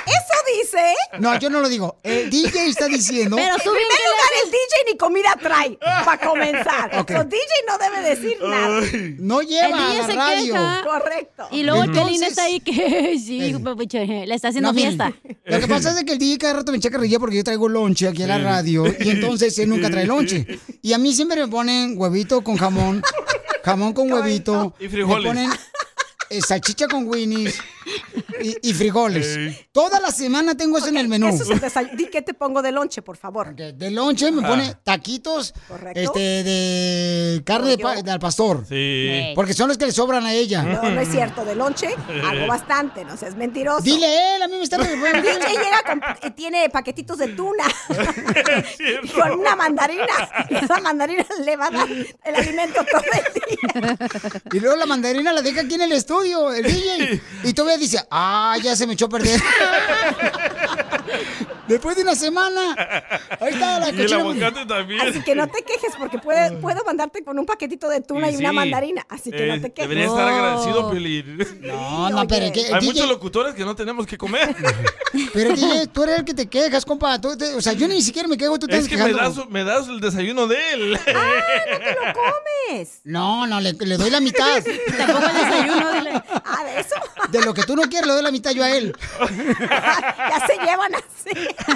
dice.
No, yo no lo digo. El DJ está diciendo.
Pero tú bien que lugar, el DJ ni comida trae, para comenzar.
Ok.
So, DJ no debe decir nada.
No lleva a la radio.
Correcto.
Y luego el Pelín
Entonces-
está ahí que sí, papucho, le está haciendo
No, miren,
fiesta.
Lo que pasa es que el DJ cada rato me echa carrilla porque yo traigo lonche aquí en la
Sí.
radio y entonces él nunca trae lonche. Y a mí siempre me ponen huevito con jamón, jamón con huevito.
Y frijoles.
Me ponen eh, salchicha con winnies y, y frijoles.
Ey.
Toda la semana tengo eso en el menú.
Eso es el desayuno. Di qué te pongo de lonche, por favor.
De lonche me pone taquitos
Correcto.
este, de carne de, pa- de al pastor.
Sí.
Porque son los que le sobran a ella.
No, no es cierto. De lonche hago bastante, no seas mentiroso.
Dile a él, a mí me está preguntando.
DJ llega con, eh, tiene paquetitos de tuna con una mandarina. Esa mandarina le va a dar el alimento todo el día.
Y luego la mandarina la deja aquí en el estudio, el DJ. Y todavía dice, ah, ya se me echó a perder. Después de una semana. Ahí está la
Y el
cochina.
aguacate también.
pues. Así que no te quejes porque puede- puedo mandarte con un paquetito de tuna y,
Sí,
una
sí.
mandarina. Así que
Eh,
no te quejes.
Debería estar agradecido, Piolín. No,
no, pero oye. que-
Hay
DJ
muchos locutores que no tenemos que comer.
Pero DJ, tú eres el que te quejas, compa. Tú te- o sea, yo ni siquiera me quejo, tú te
es
estás
que me
quejando.
das, me das el desayuno de él.
comes?
No, no, le, le doy la mitad.
Tampoco el desayuno, dile.
Ah, de eso.
De lo que tú no quieres, le doy la mitad yo a él.
ya se llevan así.
Tú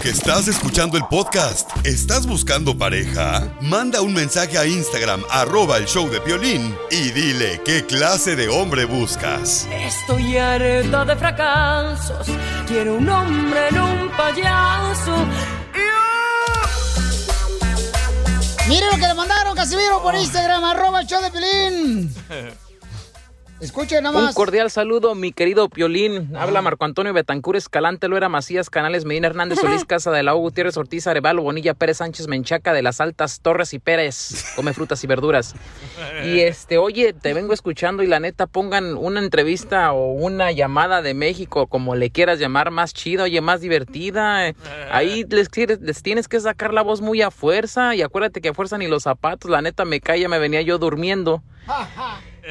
que estás escuchando el podcast, ¿estás buscando pareja? Manda un mensaje a Instagram, arroba el show de Piolín, y dile qué clase de hombre buscas.
Estoy harta de fracasos. Quiero un hombre en un payaso.
Ah.
Miren lo que le mandaron, Casimiro, por Instagram, arroba el show de Pelín. Escuchen nada
Un
más.
cordial saludo, mi querido Piolín. Habla Marco Antonio Betancur Escalante, Loera Macías, Canales, Medina Hernández, Solís, Casa de la U, Gutiérrez, Ortiz, Arevalo, Bonilla, Pérez, Sánchez, Menchaca, de las Altas, Torres y Pérez. Come frutas y verduras. Y este, oye, te vengo escuchando y la neta, pongan una entrevista o una llamada de México, como le quieras llamar, más chida, oye, más divertida. eh. Ahí les, quieres- les tienes que sacar la voz muy a fuerza y acuérdate que a fuerza ni los zapatos, la neta me calla, me venía yo durmiendo.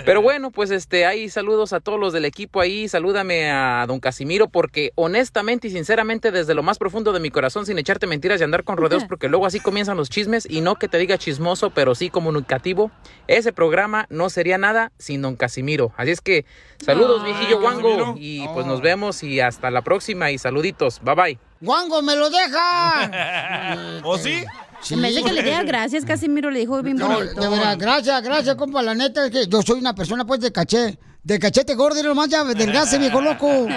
Pero bueno, pues este, ahí saludos a todos los del equipo ahí, salúdame a don Casimiro, porque honestamente y sinceramente, desde lo más profundo de mi corazón, sin echarte mentiras y andar con rodeos, porque luego así comienzan los chismes, y no que te diga chismoso, pero sí comunicativo, ese programa no sería nada sin don Casimiro. Así es que, saludos, viejillo Wango, y
Oh.
pues nos vemos y hasta la próxima, y saluditos, bye bye.
¡Wango, me lo deja!
¿O sí?
En vez de que le diera gracias, Casimiro le dijo bien
No,
bonito.
de verdad, gracias, gracias, compa. La neta es que yo soy una persona, pues, de caché. De cachete gordo, y nomás ya delgace, viejo loco.
y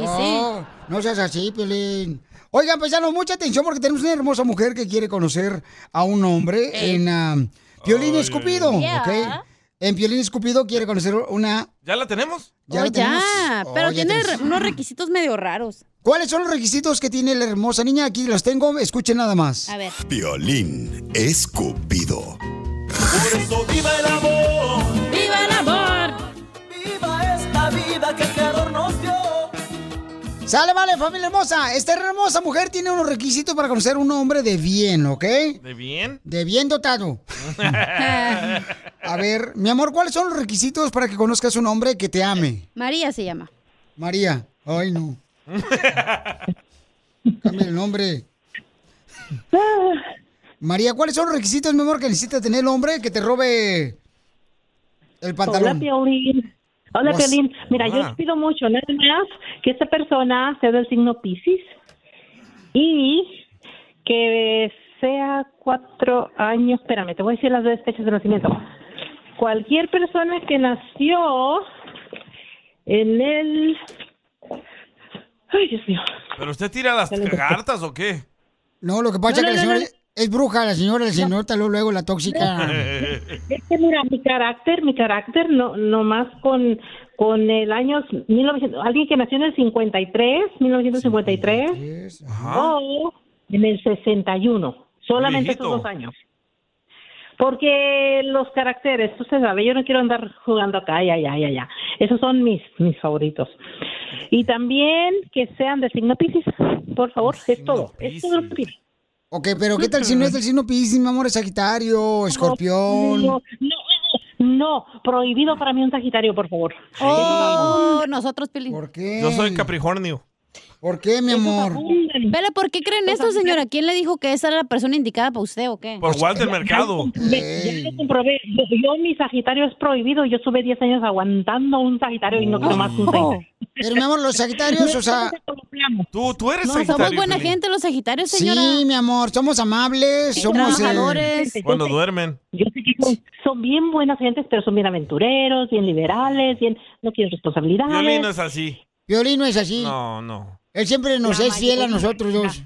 sí.
No, no seas así, Pelín. Oigan, paisanos, mucha atención porque tenemos una hermosa mujer que quiere conocer a un hombre en ah, Piolín Escupido,
Eh. yeah.
¿ok? En Piolín Escupido quiere conocer una...
¿Ya la tenemos?
Ya
Oh,
la tenemos.
ya,
Oh,
pero
ya
tiene
tenemos.
re- unos requisitos medio raros.
¿Cuáles son los requisitos que tiene la hermosa niña? Aquí los tengo, escuchen nada más.
A ver.
Piolín escupido.
Por eso viva el amor.
¡Viva el amor!
¡Viva esta vida que el Creador nos dio!
Sale, vale, familia hermosa. Esta hermosa mujer tiene unos requisitos para conocer un hombre de bien, ¿ok?
¿De bien?
De bien dotado. A ver, mi amor, ¿cuáles son los requisitos para que conozcas un hombre que te ame?
María se llama.
María. Ay, no. Cambia el nombre. María, ¿cuáles son los requisitos, mi amor, que necesita tener el hombre que te robe el
Hola,
pantalón?
Piolín. Hola,
Pues,
Piolín. Mira, yo
ah.
te pido mucho, nada más, que esta persona sea del signo Piscis y que sea cuatro años. Espérame, te voy a decir las dos fechas de nacimiento. Cualquier persona que nació en el. Ay, Dios mío.
¿Pero usted tira las cartas o qué?
No, lo que pasa
No,
es que
no,
la
no,
señora
no.
es bruja, la señora, la señora, luego, luego la tóxica.
Es que mira, mi carácter, mi carácter, no, no más con, con el año 1900, alguien que nació en el 53, 1953, o en el 61, solamente
Viejito.
esos dos años. Porque los caracteres, tú se sabe, yo no quiero andar jugando acá, ya, ya, ya, ya. Esos son mis, mis favoritos. Y también que sean de signo Piscis, por favor, es todo. Es todo lo que pido.
Ok, pero ¿qué tal si no es del signo Piscis, mi amor? Es Sagitario, Escorpión.
No, no, no, prohibido para mí un Sagitario, por favor.
Oh, nosotros, Pelín.
¿Por qué?
Yo soy Capricornio.
¿Por qué, mi amor?
Pero, ¿por qué creen esto, señora? ¿Quién le dijo que esa era la persona indicada para usted o qué?
Por
Pues,
Walter Mercado.
Ve, Ya lo comprobé. Yo, yo, mi Sagitario es prohibido. Yo estuve 10 años aguantando un Sagitario y no quiero más un Sagitario.
Pero, mi amor, los Sagitarios, o sea...
Tú, tú eres
No, somos
Sagitario,
buena
Piolín.
gente los Sagitarios, señora.
Sí, mi amor, somos amables, somos... eh,
Cuando duermen.
Yo sé que son, son bien buenas gentes, pero son bien aventureros, bien liberales, bien no quieren responsabilidades.
Piolín no es así.
Piolín no es así.
No, no.
Él siempre nos es fiel a nosotros dos.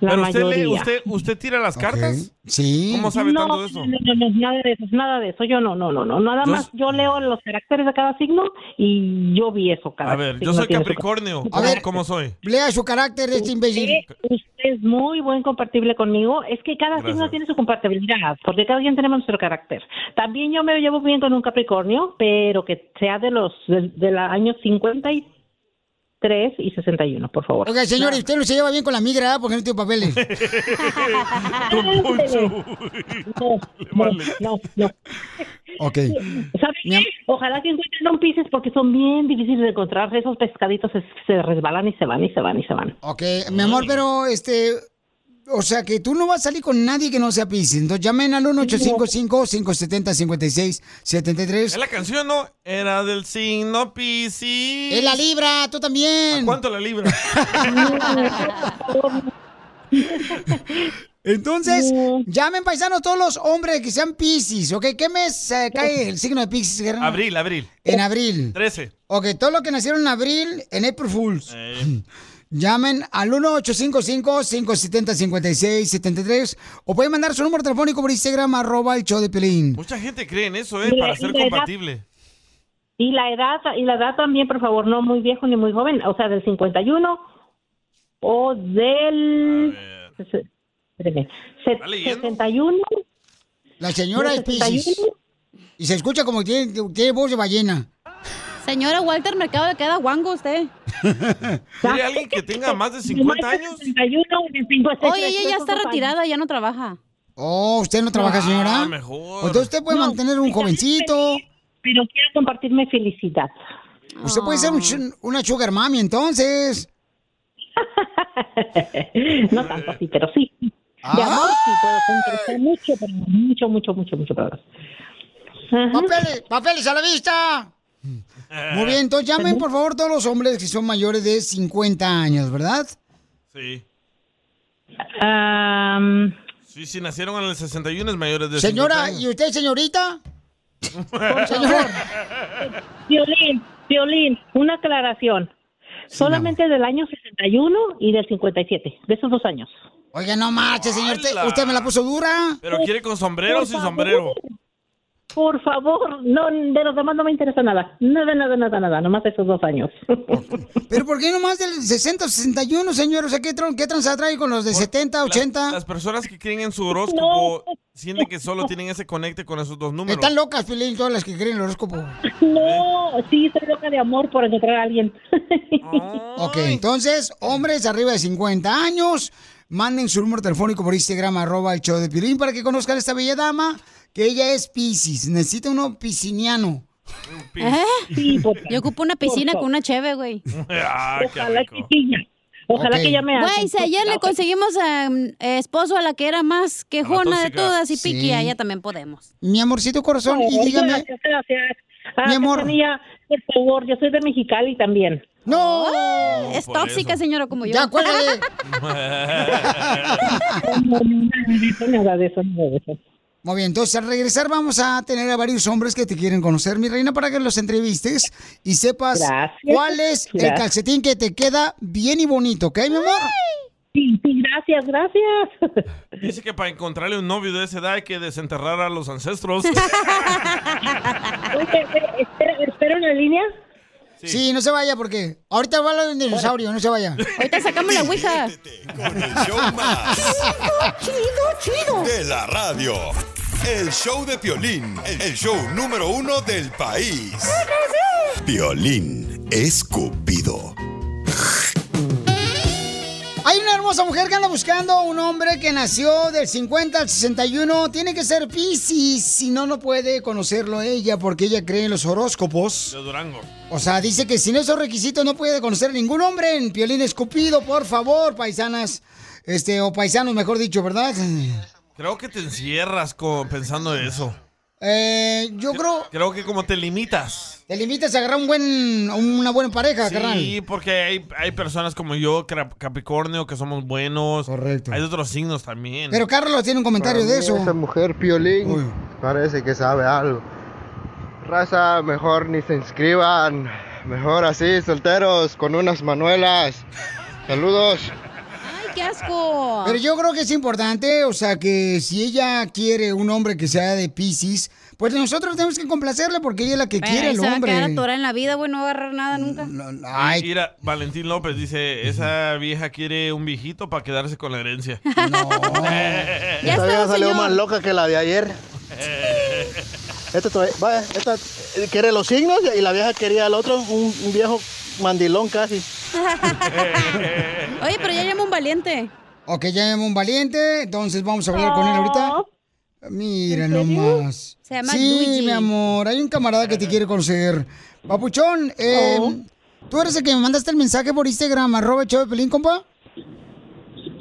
La
Pero usted, lee,
mayoría.
usted, usted tira las cartas.
Sí.
¿Cómo sabe
No,
tanto de eso?
No, no, no, nada de eso, nada de eso. Yo no, no, no, no. Nada
Yo-
más yo leo los caracteres de cada signo y yo vi eso cada
A ver, yo
signo
soy
tiene su-
Capricornio.
A ver.
¿Cómo soy?
Lea su carácter, este imbécil.
Usted, usted es muy buen compartible conmigo. Es que cada
Gracias.
signo tiene su compatibilidad, porque cada quien tenemos nuestro carácter. También yo me llevo bien con un Capricornio, pero que sea de los del de la año 53 y 61, por favor.
Oiga, señor, ¿y usted no se lleva bien con la migra, ¿ah? porque no tiene papeles.
No, no, no, no.
ok.
¿Sabe qué? Ojalá que encuentren un Pisces porque son bien difíciles de encontrar. Esos pescaditos se, se resbalan y se van y se van y se van.
Ok, Eh, mi amor, pero este. O sea que tú no vas a salir con nadie que no sea Pisces. Entonces llamen al 1-855-570-5673.
Es la canción, ¿no? Era del signo Piscis.
Es la libra, tú también.
¿Cuánto la libra?
Entonces, llamen paisanos todos los hombres que sean Pisces, ¿ok? ¿Qué mes eh, cae el signo de Pisces, carnal?
abril, abril.
En abril.
13.
Ok, todos los que nacieron en abril, en April Fools.
Eh.
Llamen al 1-855-570-5673 o pueden mandar su número telefónico por Instagram, arroba el show de Pelín.
Mucha gente cree en eso, ¿eh?
Mira,
Para ser
mira,
compatible.
Y la edad, y la edad también, por favor, no muy viejo ni muy joven, o sea, del 51 o del espérame, se- 71.
La señora es
¿Setenta y
Pisces. Y se escucha como que tiene, tiene voz de ballena.
Señora Walter Mercado, le queda guango a usted.
¿Quiere alguien que tenga más de 50 años?
Oye, ella ya está retirada, ya no trabaja.
Oh, ¿usted no trabaja,
Ah,
señora?
mejor.
Entonces usted puede mantener un jovencito.
Pero quiero compartirme felicidad.
Usted puede
Ah.
ser un ch- una sugar mami, entonces.
no tanto así, pero sí.
Ah.
De amor sí puedo compartir mucho, pero mucho, mucho, mucho, mucho. pero-
¡Papeles! ¡Papeles a la vista! Muy bien, entonces llamen por favor todos los hombres que son mayores de 50 años, ¿verdad?
Sí.
Am,
Sí, si nacieron en el 61 es mayores de
Señora,
50
¿y usted, señorita?
años.
Violín, violín, una aclaración. Solamente del año 61 y del 57, de esos dos años.
Oiga, no marche, señor. Usted,
¡Hala!
usted me la puso dura.
Pero quiere con sombrero o sin
Por
sombrero.
Por favor, no, de los demás no me interesa nada. Nada, nada, nada, nada. Nomás esos dos años.
¿Pero por qué nomás del 60 o 61, señor? O sea, ¿qué, tron, qué tranza trae con los de 70, 80?
Las personas que creen en su horóscopo sienten que solo tienen ese conecte con esos dos números.
Están locas, Filín, todas las que creen el horóscopo.
No, sí, estoy loca de amor por encontrar a alguien.
Ok, entonces, hombres arriba de 50 años, manden su número telefónico por Instagram, arroba el show de Pilín, para que conozcan a esta bella dama, que ella es Piscis. Necesita uno pisciniano.
¿Eh? Yo ocupo una piscina
Por
con una cheve, güey.
Ah, qué rico.
Ojalá
Ok. que ella me haga
Güey, si ayer le conseguimos a, mm, esposo a la que era más quejona de
tóxica.
todas y piqui,
Sí.
a ella también podemos.
Mi amorcito corazón, y
Ay,
dígame...
Gracias, gracias. Ah,
Mi amor.
Cachanilla, por favor, yo soy de Mexicali también.
¡No!
es
por
tóxica, señora, como yo.
Ya, cuélgale. Muy bien, entonces al regresar vamos a tener a varios hombres que te quieren conocer, mi reina, para que los entrevistes y sepas
Gracias.
cuál es el
Gracias.
calcetín que te queda bien y bonito, ¿ok, mi amor?
Sí, sí, gracias, gracias.
Dice que para encontrarle un novio de esa edad hay que desenterrar a los ancestros.
Oye, eh, espera, ¿Espero en la línea?
Sí. no se vaya porque ahorita va el dinosaurio, no se vaya.
Ahorita sacamos la ouija.
Chido, chido. De la radio. El show de Piolín. El show número uno del país. Piolín escupido.
Hay una hermosa mujer que anda buscando un hombre que nació del 50 al 61. Tiene que ser Piscis, si no, no puede conocerlo ella porque ella cree en los horóscopos.
De Durango.
O sea, dice que sin esos requisitos no puede conocer ningún hombre en Piolín Escupido, por favor, paisanas. Este, o paisanos, mejor dicho, ¿verdad?
Creo que te encierras con, pensando eso.
Eh, yo creo,
Creo que como te limitas.
te limitas a agarrar un buen, una buena pareja,
Sí,
carnal.
porque hay, hay personas como yo, Cap- Capricornio, que somos buenos.
Correcto.
Hay de otros signos también.
Pero Carlos tiene un comentario de eso.
Esa mujer piolín parece que sabe algo. Raza, mejor ni se inscriban. Mejor así, solteros, con unas manuelas. Saludos.
Ay, qué asco.
Pero yo creo que es importante, o sea, que si ella quiere un hombre que sea de Piscis, pues nosotros tenemos que complacerle porque ella es la que
Ay,
quiere el
se va a
hombre.
quedar atorada en la vida, güey, no va a agarrar nada nunca.
Y Mira, Valentín López dice, esa vieja quiere un viejito para quedarse con la herencia.
Esta vieja salió más loca que la de ayer. Esta, todavía- Este vaya, esta eh, quiere los signos y la vieja quería al otro, un, un viejo mandilón casi.
Oye, pero ya llamo un valiente.
Ok, ya llama un valiente, entonces vamos a hablar con él ahorita. Mira nomás.
Se llama
sí,
Luigi.
mi amor, hay un camarada que te quiere conocer. Papuchón, eh,
Oh.
¿tú eres el que me mandaste el mensaje por Instagram, arroba el show de Pelín, compa?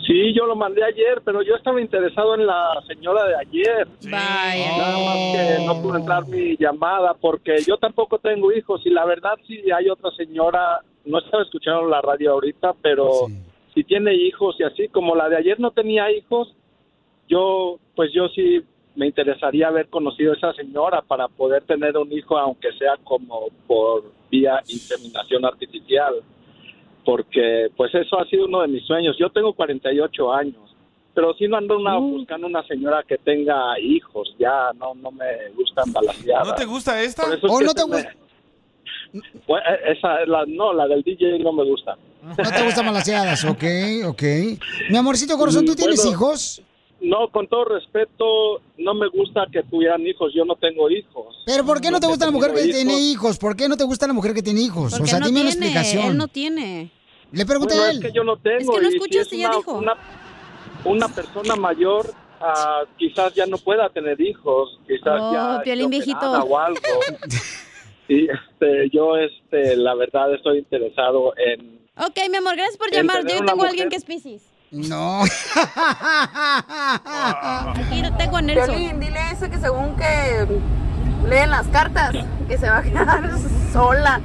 Sí, yo lo mandé ayer, pero yo estaba interesado en la señora de ayer.
Vaya.
Nada más que no pude entrar mi llamada porque yo tampoco tengo hijos y la verdad sí hay otra señora, no estaba escuchando la radio ahorita, pero si tiene hijos y así, como la de ayer no tenía hijos, yo pues yo sí me interesaría haber conocido a esa señora para poder tener un hijo aunque sea como por vía inseminación artificial porque pues eso ha sido uno de mis sueños. Yo tengo 48 años, pero si no ando
Mm.
una- buscando una señora que tenga hijos, ya no no me gustan balaseadas.
¿No te gusta esta?
Por eso es
¿O
que
no te
se me-
gusta?
Bueno, eh, esa, la, no, la del DJ no me gusta.
No te gustan malaseadas, ok, ok. Mi amorcito corazón, ¿tú
Mm,
tienes
bueno.
hijos?
No, con todo respeto, no me gusta que tuvieran hijos. Yo no tengo hijos.
¿Pero por qué no te gusta la mujer que
tengo
tiene hijos? ¿Por qué no te gusta la mujer que tiene hijos?
Porque
o sea,
no
dime
tiene,
una explicación.
él no tiene.
Le pregunté
Bueno,
a
Es
él.
que yo no tengo.
Es que no
y si
escuchaste,
es
ya
una-
dijo.
Una, una persona mayor ah, quizás ya no pueda tener hijos. Quizás
Oh,
ya. esté
Piolín viejito.
operada O algo. y este, yo, este, la verdad, estoy interesado en.
Ok, mi amor, gracias por
El
llamar. Yo
tener
tengo
una
a alguien
mujer-
que es Pisces.
No.
Aquí lo tengo a Nelson.
Piolín, dile a ese que según que leen las cartas, que se va a quedar sola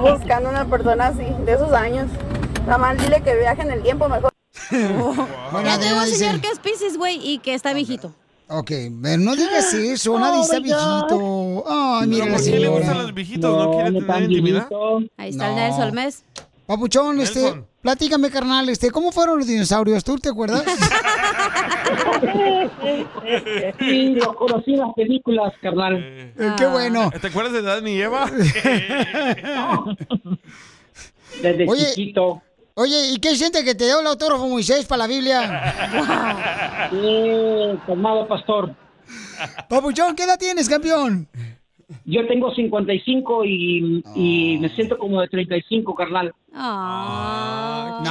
buscando una persona así, de esos años. Nada más dile que viaje en el tiempo mejor.
Bueno,
ya tengo
mira,
un
dice-
señor que es Pisces, güey, y que está viejito.
Ok, pero no digas eso, nadie
Oh
está
my God.
viejito. Ay, mira
¿Pero
la
por qué le
señora.
gustan los viejitos? ¿No, quiere tener intimidad?
Ahí está el Nelson Mes.
Papuchón, este, platícame, carnal, este, ¿cómo fueron los dinosaurios? ¿Tú te acuerdas?
Sí, lo conocí en las películas, carnal.
Eh, qué bueno.
Ah. ¿Te acuerdas de Dani y Eva?
Desde
Oye.
chiquito.
Oye, ¿y qué siente que te dio el autógrafo Moisés para la Biblia?
Eh, calmado, pastor.
Papuchón, Pues, ¿qué edad tienes, campeón?
Yo tengo 55 y, y
Ah.
me siento como de 35, carnal.
Ah,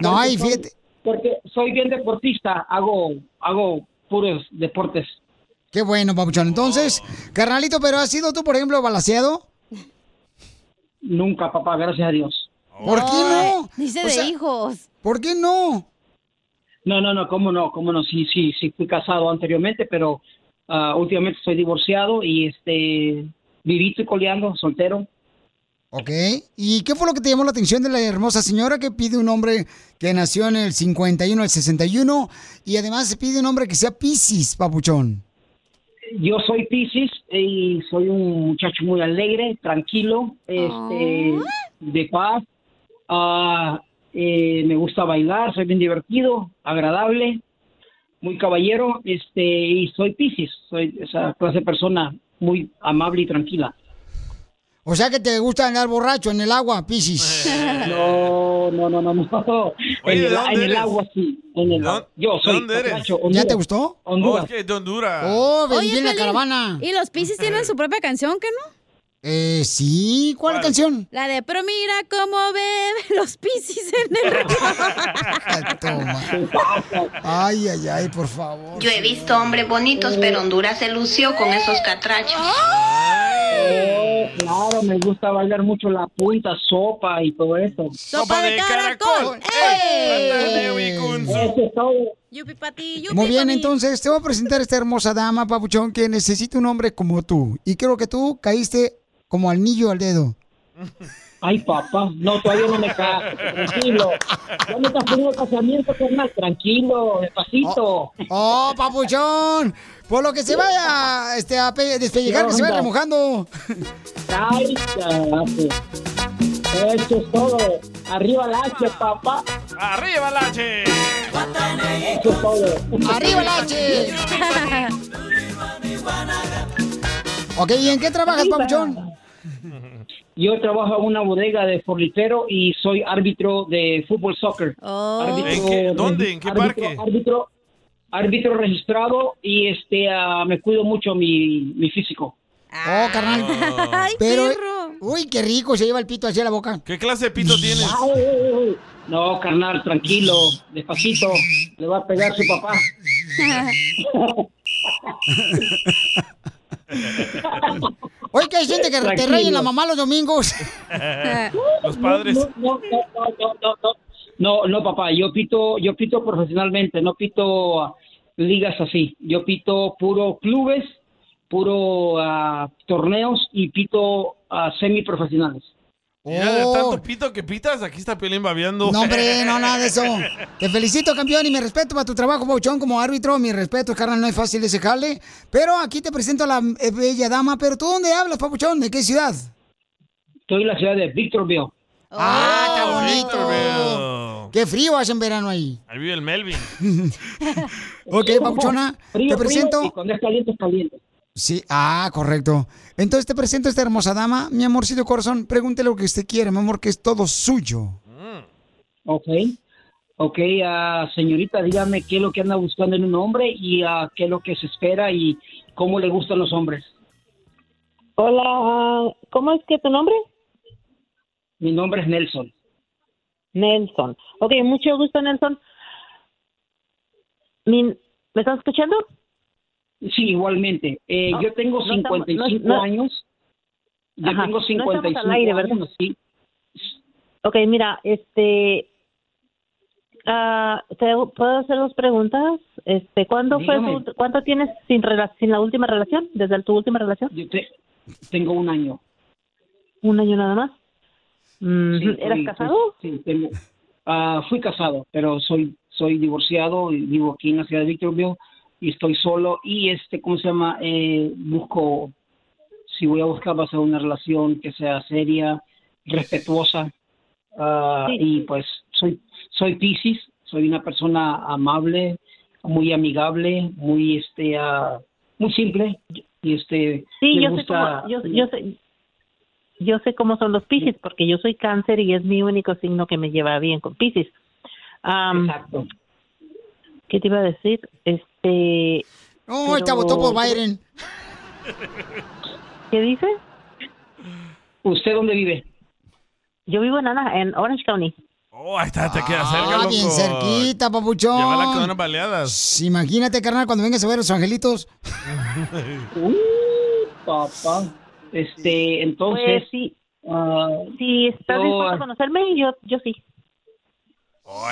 No, ay, fíjate.
Porque soy bien deportista, hago, hago puros deportes.
Qué bueno, Papuchón. Entonces, carnalito, ¿pero has sido tú, por ejemplo, balaseado?
Nunca, papá, gracias a Dios.
¿Por qué no?
Dice
O
de
sea,
hijos.
¿Por qué no?
No, no, no, cómo no, cómo no. Sí, sí, sí, fui casado anteriormente, pero ah, últimamente estoy divorciado y este, vivito y coleando, soltero.
Ok. ¿Y qué fue lo que te llamó la atención de la hermosa señora que pide un hombre que nació en el 51 al 61 y además se pide un hombre que sea Piscis, Papuchón?
Yo soy Piscis eh, y soy un muchacho muy alegre, tranquilo, este, de paz. Ah, eh, me gusta bailar, soy bien divertido, agradable, muy caballero, este, y soy Piscis, soy esa clase de persona muy amable y tranquila.
O sea que te gusta andar borracho en el agua, Piscis.
No, no, no, no, no.
Oye,
en, el,
¿de dónde
en el
eres?
agua sí, en el agua. Yo soy
¿Dónde eres?
Catracho,
¿Ya
Honduras.
te gustó? Oh,
Honduras.
es que es de Honduras.
Oh,
Oye, Piolín, ¿Y los Pisces tienen su propia canción, que no?
Eh, sí, ¿cuál, canción?
La de, pero mira cómo beben los Pisces en el
Toma. Ay, ay, ay, por favor.
Yo he visto hombres bonitos, pero Honduras se lució con esos catrachos.
Oh, claro, me gusta bailar mucho la punta, sopa y todo eso.
Sopa de caracol. ¡Ey!
Eso es todo.
Yupi pati, yupi
¡Eh! Muy bien,
pa' mí.
entonces te voy a presentar a esta hermosa dama, Papuchón, que necesita un hombre como tú. Y creo que tú caíste como al nillo al dedo.
Ay, papá, no, todavía no me cae. Tranquilo. Ya me estás poniendo casamiento, carnal. Tranquilo, despacito.
¡Oh, Papuchón! Por lo que se vaya este, a pe- despellejar, que se vaya
onda?
remojando.
Ay, carajo. Eso es todo. Arriba la H, papá.
¡Arriba, Lache!
Eso es todo.
¡Arriba el H! ok, ¿y en qué trabajas, Papuchón?
Yo trabajo en una bodega de forlitero y soy árbitro de fútbol soccer.
¿En qué- dónde? ¿En qué
árbitro-
parque?
Árbitro, árbitro registrado y este ah, me cuido mucho mi, mi físico.
Oh, carnal. Pero, uy, qué rico, se lleva el pito hacia la boca.
¿Qué clase de pito tienes?
Ay, ay, ay, ay. No, carnal, tranquilo, despacito, le va a pegar su papá.
Oye, que hay gente que te
Tranquilo.
rayen la mamá los domingos.
Eh, Los padres. No, no, no, no, no, no. No, no, papá, yo pito, yo pito profesionalmente, no pito ah, ligas así. Yo pito puro clubes, puro ah, torneos y pito semi semiprofesionales.
Mira,
Oh.
de tanto pito que pitas, aquí está Piolín babeando.
Oh. No, hombre, no, nada de eso. Te felicito, campeón, y mi respeto para tu trabajo, Pauchón, como árbitro. Mi respeto, carnal, no es fácil ese jale. Pero aquí te presento a la eh, bella dama. Pero tú, ¿dónde hablas, Papuchón? ¿De qué ciudad?
Estoy en la ciudad de Victorville.
Oh.
Ah, está bonito.
Oh, Victorville.
Qué frío hace en verano ahí.
Ahí vive el Melvin.
ok, Papuchona, te
Frío, frío,
presento.
y cuando es caliente, es caliente.
Sí, ah, correcto. Entonces te presento a esta hermosa dama, mi amorcito corazón. Pregúntele lo que usted quiera, mi amor, que es todo suyo.
Ok. Mm. Ok, ah, señorita, dígame qué es lo que anda buscando en un hombre y ah, qué es lo que se espera y cómo le gustan los hombres.
Hola, ah, ¿cómo es que tu nombre?
Mi nombre es Nelson.
Nelson. Ok, mucho gusto, Nelson. Mi- ¿Me estás escuchando?
Sí, igualmente. Eh,
No,
yo tengo
no estamos-
55
no- no-
años. Yo
Ajá,
tengo
no estamos al
55
aire, ¿verdad?
años, sí.
Ok, mira, este... ah, ¿te puedo hacer dos preguntas? Este, ¿cuándo
Dígame.
fue tu- cuánto tienes sin rela- sin la última relación? Desde tu última relación?
Yo te- tengo un año.
Un año nada más.
Sí,
Mm, ¿eras
fui-
casado?
Sí, tengo- ah, fui casado, pero soy soy divorciado, y vivo aquí en la ciudad de Victorville y estoy solo y este, ¿cómo se llama? Eh, busco, si voy a buscar va a ser una relación que sea seria, respetuosa ah,
Sí.
y pues soy soy Piscis, soy una persona amable, muy amigable, muy este ah, muy simple y este
Sí,
me
yo sé,
gusta-
cómo, yo, yo sé, yo sé cómo son los Pisces, porque yo soy cáncer y es mi único signo que me lleva bien con Pisces. Am, ¿Qué te iba a decir? Este...
No,
pero-
esta votó por Oh, Biden.
¿Qué dice?
¿Usted dónde vive?
Yo vivo en, Ana- en Orange County.
Oh, ahí está, te queda cerca,
Ah,
loco.
bien cerquita, papuchón.
Lleva la cadena baleadas.
Sí, Imagínate, carnal, cuando vengas a ver a los angelitos.
Uh, papá. Este, entonces. ah,
Pues sí. si estás
yo-
dispuesto a conocerme, yo, yo sí.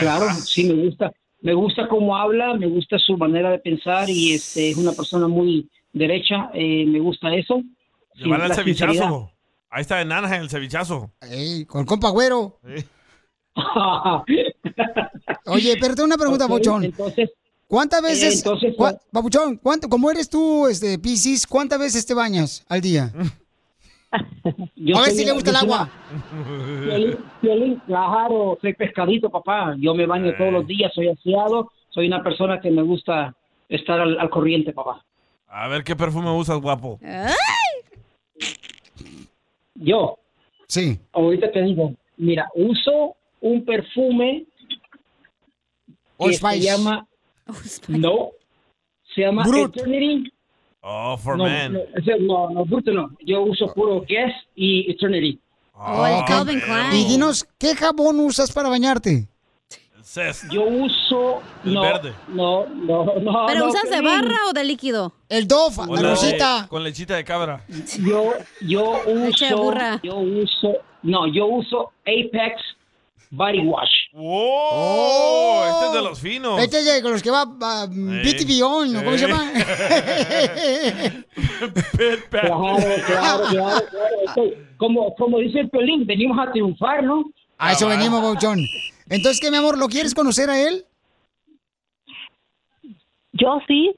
Claro, sí, me gusta. Me gusta cómo habla, me gusta su manera de pensar y este, es una persona muy derecha. eh, me gusta eso. Sí,
Llevar al
la
cevichazo.
sinceridad.
Ahí está en Anaheim el cevichazo.
con compa güero. Oye, pero tengo una pregunta,
Ok,
Papuchón.
Entonces,
¿Cuántas
Eh,
veces,
entonces,
cua- Papuchón, ¿cuánto, cómo eres tú, este, Piscis, cuántas veces te bañas al día?
yo
a ver
soy
si le
una-
gusta el
yo soy
agua.
una- Piolín- Piolín, claro, soy pescadito, papá. Yo me baño todos
Eh.
los días, soy aseado. Soy una persona que me gusta estar al- al corriente, papá.
A ver qué perfume usas, guapo.
Yo.
Sí.
Ahorita te digo, mira, uso un perfume
Old
que se
Spice.
llama No. Se llama
Brut.
Eternity.
Oh, for
no,
men.
no, ese- no, no, Brut no. Yo uso puro Guess y Eternity.
Oh,
Ok. Y dinos, ¿qué jabón usas para bañarte?
Yo uso
El
no,
verde.
No, no, no.
¿Pero
no,
usas de
Piolín.
barra o de líquido?
El Dove,
Con de- con lechita de cabra.
Yo yo
Leche de
uso
burra.
yo uso no, yo uso Apex Body Wash.
Oh, este es de los finos.
Este es de con los que va a Beauty Beyond, ¿o ¿cómo se llama?
Claro, claro, claro, claro. Esto- Como, como dice el Piolín, venimos a triunfar, ¿no?
a eso venimos, Papuchón. Entonces, ¿qué, mi amor, lo quieres conocer a él?
Yo sí.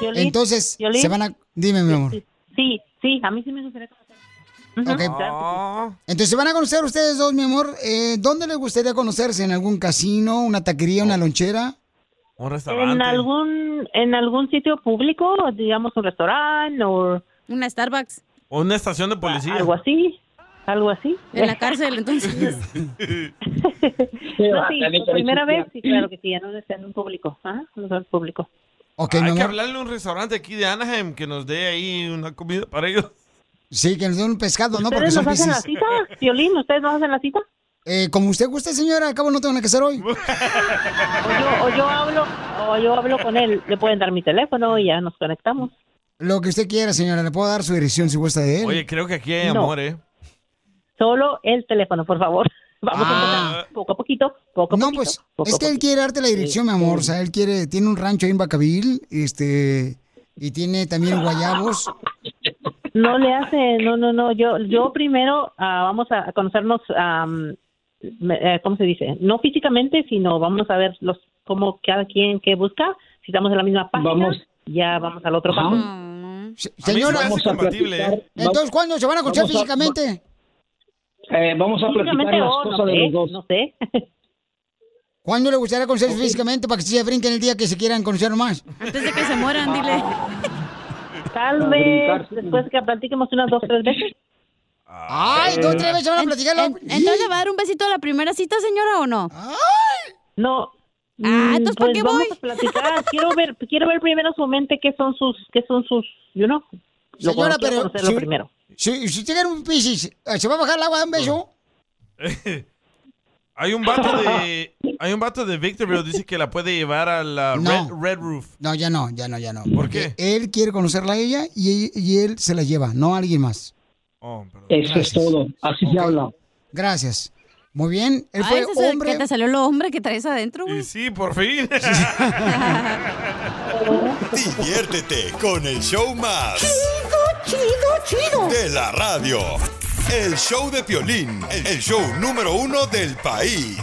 Piolín,
entonces,
Piolín.
se van a... Dime, mi amor.
Sí, sí, a mí sí me gustaría conocer. Ujú,
Ok.
claro
Entonces se van a conocer ustedes dos, mi amor. Eh, ¿Dónde les gustaría conocerse? ¿En algún casino, una taquería, una lonchera?
Un
que sí. En algún, en algún sitio público, digamos un restaurante o...
Una Starbucks.
O una estación de policía.
Algo así. Algo así.
En la cárcel, entonces.
No, sí, por primera vez, sí, claro que sí, en un, en un público. Ajá, en un lugar público.
Hay
mi
que
amor.
hablarle a un restaurante aquí de Anaheim que nos dé ahí una comida para ellos.
Sí, que nos den un pescado, ¿no? Porque
¿Ustedes
son
nos hacen la
piscis.
cita? Violín, ¿ustedes nos hacen la cita?
Eh, como usted guste, señora. Al cabo no tengo nada que hacer hoy.
O yo, o yo hablo o yo hablo con él, le pueden dar mi teléfono y ya nos conectamos.
Lo que usted quiera, señora. Le puedo dar su dirección si gusta de él.
Oye, creo que aquí hay
No.
amor, ¿eh?
Solo el teléfono, por favor. Vamos
Ah.
a empezar poco a poquito, poco a
no,
poquito.
pues,
poco
es que
este, a
él
poquito.
quiere darte la dirección, mi amor. O sea, él quiere... Tiene un rancho ahí en Bacaville, este... Y tiene
Ah.
también guayabos.
No le hace, no, no, no. Yo, yo primero ah, vamos a conocernos, am, me- eh, ¿cómo se dice? No físicamente, sino vamos a ver los cómo cada quien que busca. Si estamos en la misma página,
Vamos.
ya vamos al otro paso.
Señora,
Vamos a compatible, ¿eh?
entonces, ¿cuándo se van a escuchar
Vamos a-
físicamente?
Eh, vamos a platicar
Físicamente
¿eh?
las
o,
cosas
no
de
sé,
los dos.
No sé.
¿Cuándo le gustaría conocer físicamente para que se brinquen el día que se quieran conocer más?
Antes Este de que se mueran, dile.
Tal vez después que platiquemos unas dos, tres veces.
Ah.
Ay,
Eh.
dos, tres veces van a platicar.
En- en- entonces le va a dar un besito a la primera cita, señora, o no?
No.
Ah, entonces ¿para
Pues
qué
vamos
voy?
a platicar. Quiero ver, quiero ver primero su mente qué son sus, qué son sus, you know. Lo
Señora,
bueno, quiero
pero
conocerlo
si-
primero.
Si, si usted quiere un piscis, eh, ¿se va a bajar el agua de un beso?
Hay un vato de. Hay un vato de Victorville dice que la puede llevar a la
No.
Red, Red Roof.
No, ya no, ya no, ya no.
¿Por qué?
Él quiere conocerla a ella y, y él se la lleva, no a alguien más.
Oh, perdón.
Eso es todo. Así se habla.
Gracias. Muy bien. Él
Ah,
fue
ese es el
hombre.
que te salió el hombre que traes adentro, güey.
Sí, por fin.
Diviértete con el show más.
Chido, chido, chido.
De la radio. El show de Piolín. El show número uno del país.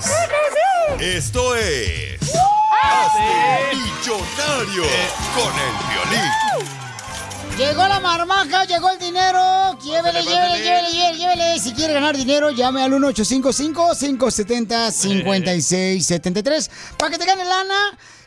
Esto es...
¡Ah!
Hazte millonario
Eh.
con el Piolín.
Llegó la marmaja, llegó el dinero. Llévele, llévele,
pásale.
llévele, llévele, llévele. Si quiere ganar dinero, llame al 1855-570-5673. Para que te gane lana,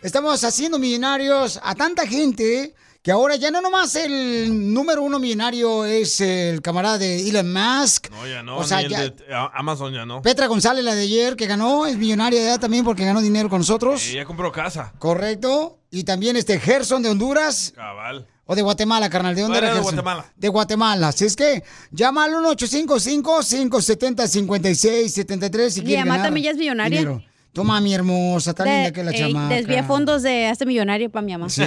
estamos haciendo millonarios a tanta gente que ahora ya no nomás el número uno millonario es el camarada de Elon Musk.
No, ya no.
O sea,
ni el
ya-
de- eh, a- Amazon ya no.
Petra González, la de ayer, que ganó, es millonaria ya también porque ganó dinero con nosotros.
Ella compró casa.
Correcto. Y también este Gerson de Honduras.
Cabal.
O de Guatemala, carnal. ¿De dónde
No, era
era
de
Gerson?
Guatemala.
De Guatemala. Así es que llama al 1-855-570-5673 si
Mi
quieres
mamá
ganar
también ya es millonaria.
dinero. Toma, mi hermosa, tan
De-
linda que es la
ey,
chamaca.
Desvié fondos de este millonario para mi mamá.
Sí,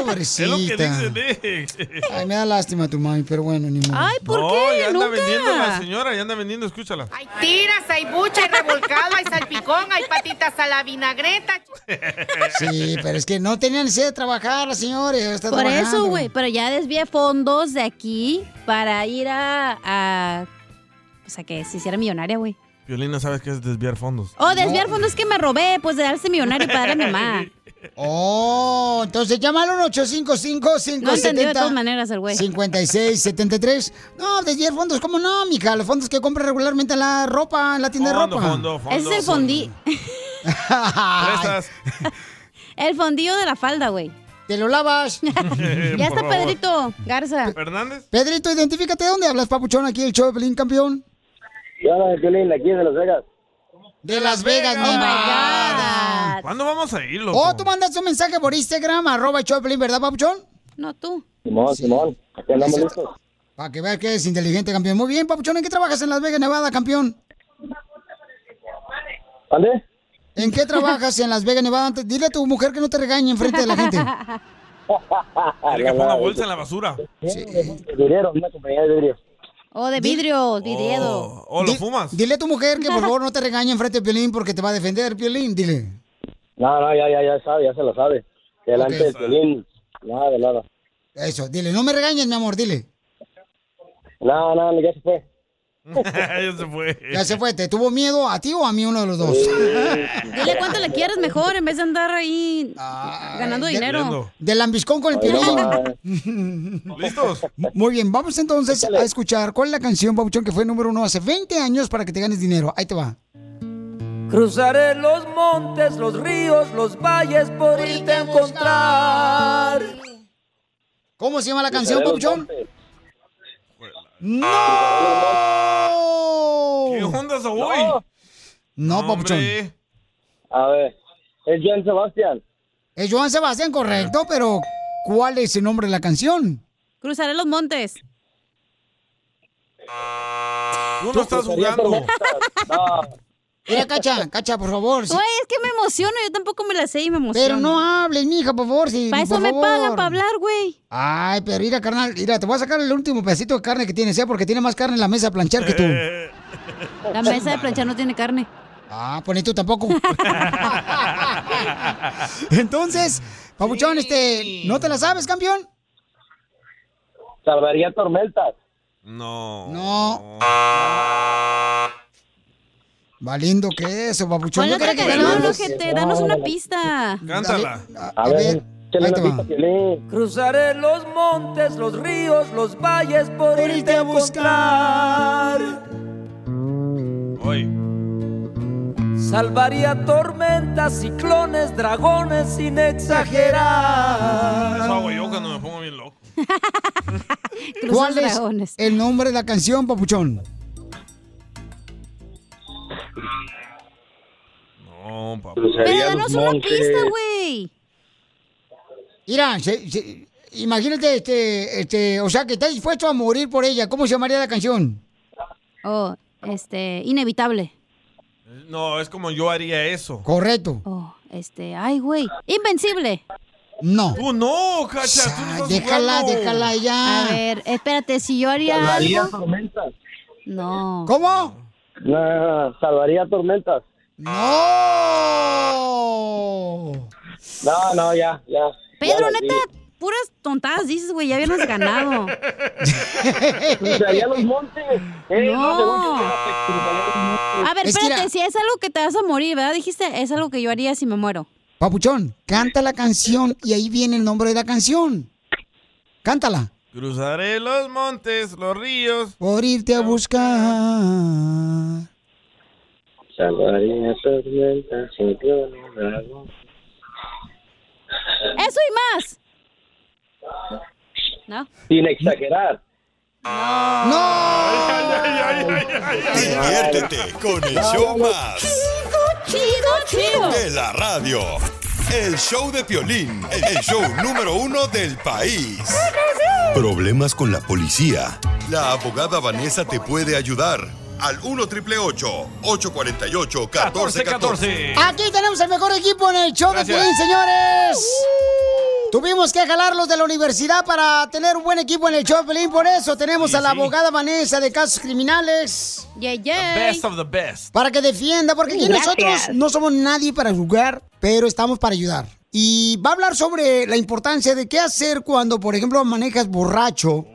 pobrecita.
Es lo que dice Nick.
Ay, me da lástima tu mami, pero bueno, ni modo.
Ay,
no, ya anda vendiendo la señora, ya anda vendiendo, escúchala.
Tiras, hay bucha, hay revolcado, hay salpicón, hay patitas a la vinagreta.
Sí, pero es que no tenía necesidad de trabajar, señores. Está
Por eso,
trabajando.
güey. Pero ya desvié fondos de aquí para ir a. a- o sea, que se hiciera millonaria, güey.
Violina, ¿sabes qué es desviar fondos?
O desviar fondos que me robé, pues de darse millonario para darle a mi mamá.
Oh, entonces llámalo al 855
No entendió de todas
570
maneras el güey.
5673 No, desviar fondos, ¿cómo no, mija? Los fondos que compra regularmente en la ropa, en la tienda
Fondo,
de ropa.
fondo, fondo, Ese es el fondo. El fondillo de la falda, güey.
Te lo lavas.
ya
por
está
favor.
Pedrito Garza.
¿Fernández?
Pedrito, identifícate, ¿de dónde hablas, papuchón? Aquí el show de Pelín Campeón.
Yo hablo de Piolín, aquí de Las Vegas.
De Las Vegas,
Oh
no más.
¿Cuándo vamos a ir, loco?
Oh, tú mandaste un mensaje por Instagram, arroba el show de Pelín, ¿verdad, papuchón?
No, tú.
Simón, Simón, aquí andamos listos.
Para que veas que eres inteligente, campeón. Muy bien, papuchón, ¿en qué trabajas en Las Vegas, Nevada, campeón?
¿Ande?
¿En qué trabajas en Las Vegas, Nevada? Antes, dile a tu mujer que no te regañe enfrente de la gente.
Dile que ponga bolsa en la basura.
Vidrieros, una compañía de vidrios.
O Oh, de vidrio, vidriedo.
¿O Oh, lo fumas?
Oh. Dile a tu mujer que por favor no te regañe enfrente de Piolín porque te va a defender, Piolín, dile.
No, no, ya, ya, ya sabe, ya se lo sabe. Que delante
Ok.
del Piolín, nada de nada.
Eso, dile, no me regañes, mi amor, dile.
No, no, ya se fue.
ya se fue.
Ya se fue, ¿te tuvo miedo a ti o a mí uno de los dos?
Dile cuánto le quieres mejor en vez de andar ahí ganando
Ay,
dinero.
Del lambiscón con el
Ay, no
Piolín. ¿Listos? Muy bien, vamos entonces a escuchar cuál es la canción, Papuchón, que fue número uno hace 20 años para que te ganes dinero. Ahí te va.
Cruzaré los montes, los ríos, los valles por irte a encontrar.
¿Cómo se llama la canción, Papuchón? ¡No!
¿Qué onda, Saúl?
No, Papuchón.
A ver, es John Sebastián.
Es Joan Sebastián, correcto, pero ¿cuál es el nombre de la canción?
Cruzaré los montes.
Tú no estás jugando.
No,
Mira, Cacha, Cacha, por favor. si-
Güey, es que me emociono, yo tampoco me la sé y me emociono.
Pero no hables, mija, por favor. Si,
Para eso
por
me
favor.
pagan, para hablar, güey.
Ay, pero mira, carnal, mira, te voy a sacar el último pedacito de carne que tienes, ¿eh? Porque tiene más carne en la mesa de planchar que tú.
La mesa de planchar no tiene carne.
Ah, pues ni tú tampoco. Entonces, Pabuchón, este, ¿no te la sabes, campeón?
salvaría tormentas.
No.
No. Valiendo que eso, Pabuchón.
Ponle
Yo
otra
quería que
canción,
ganaras.
ojete, danos una pista.
Cántala.
A ver,
ahí te va.
Cruzaré los montes, los ríos, los valles por irte a buscar.
Hoy.
Salvaría tormentas, ciclones, dragones sin exagerar.
Eso hago yo cuando me pongo bien loco.
¿Cuál es el nombre de la canción, papuchón?
No, papá.
Pero danos una pista, güey.
Mira, se- se- imagínate, este, este, o sea, que estás dispuesto a morir por ella. ¿Cómo se llamaría la canción?
Oh, este, inevitable.
No, es como yo haría eso.
Correcto.
Oh, este, ay, güey. Invencible.
No.
Tú no, cacha. Tú no estás jugando.
ya.
A ver, espérate, si yo haría
Salvaría
algo.
tormentas.
No.
¿Cómo?
No, salvaría tormentas.
¡No!
No, no, ya, ya.
Pedro,
Ya la
neta, puras tontadas dices, güey, ya habíamos ganado.
Cruzaría Pues, los montes. Eh, no, según yo,
No.
Ah.
A ver,
Es que
espérate,
era-
si es algo que te vas a morir, ¿verdad? Dijiste, es algo que yo haría si me muero.
Papuchón, canta la canción y ahí viene el nombre de la canción. Cántala.
Cruzaré los montes, los ríos.
Por irte a buscar.
Salvaría tormentas, ciclones, dragones.
Eso y más. ¿No?
Sin exagerar.
Ah.
Diviértete con el show más
Chido, chido.
de la radio. El show de Piolín, el show número uno del país. Problemas con la policía. La abogada Vanessa te puede ayudar. Al 1 triple 848 1414.
Aquí tenemos el mejor equipo en el show
Gracias.
de Piolín, señores.
Uh.
Tuvimos que jalarlos de la universidad para tener un buen equipo en el show de Piolín. Por eso tenemos
Sí,
a la
sí.
abogada Vanessa de casos criminales.
Best of the best.
Para que defienda, porque aquí
Gracias.
nosotros no somos nadie para juzgar, pero estamos para ayudar. Y va a hablar sobre la importancia de qué hacer cuando, por ejemplo, manejas borracho.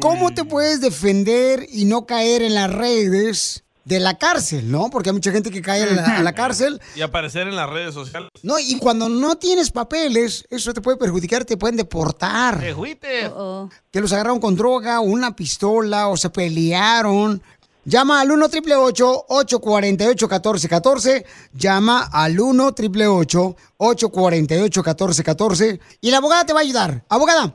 ¿Cómo te puedes defender y no caer en las redes de la cárcel, no? Porque hay mucha gente que cae en la- a la cárcel
Y aparecer en las redes sociales.
no, y cuando no tienes papeles, eso te puede perjudicar, te pueden deportar.
Te fuiste.
Oh,
Que los agarraron con droga, o una pistola, o se pelearon. Llama al 1 888 848 1414 Llama al 1 888 848 1414 Y la abogada te va a ayudar. Abogada,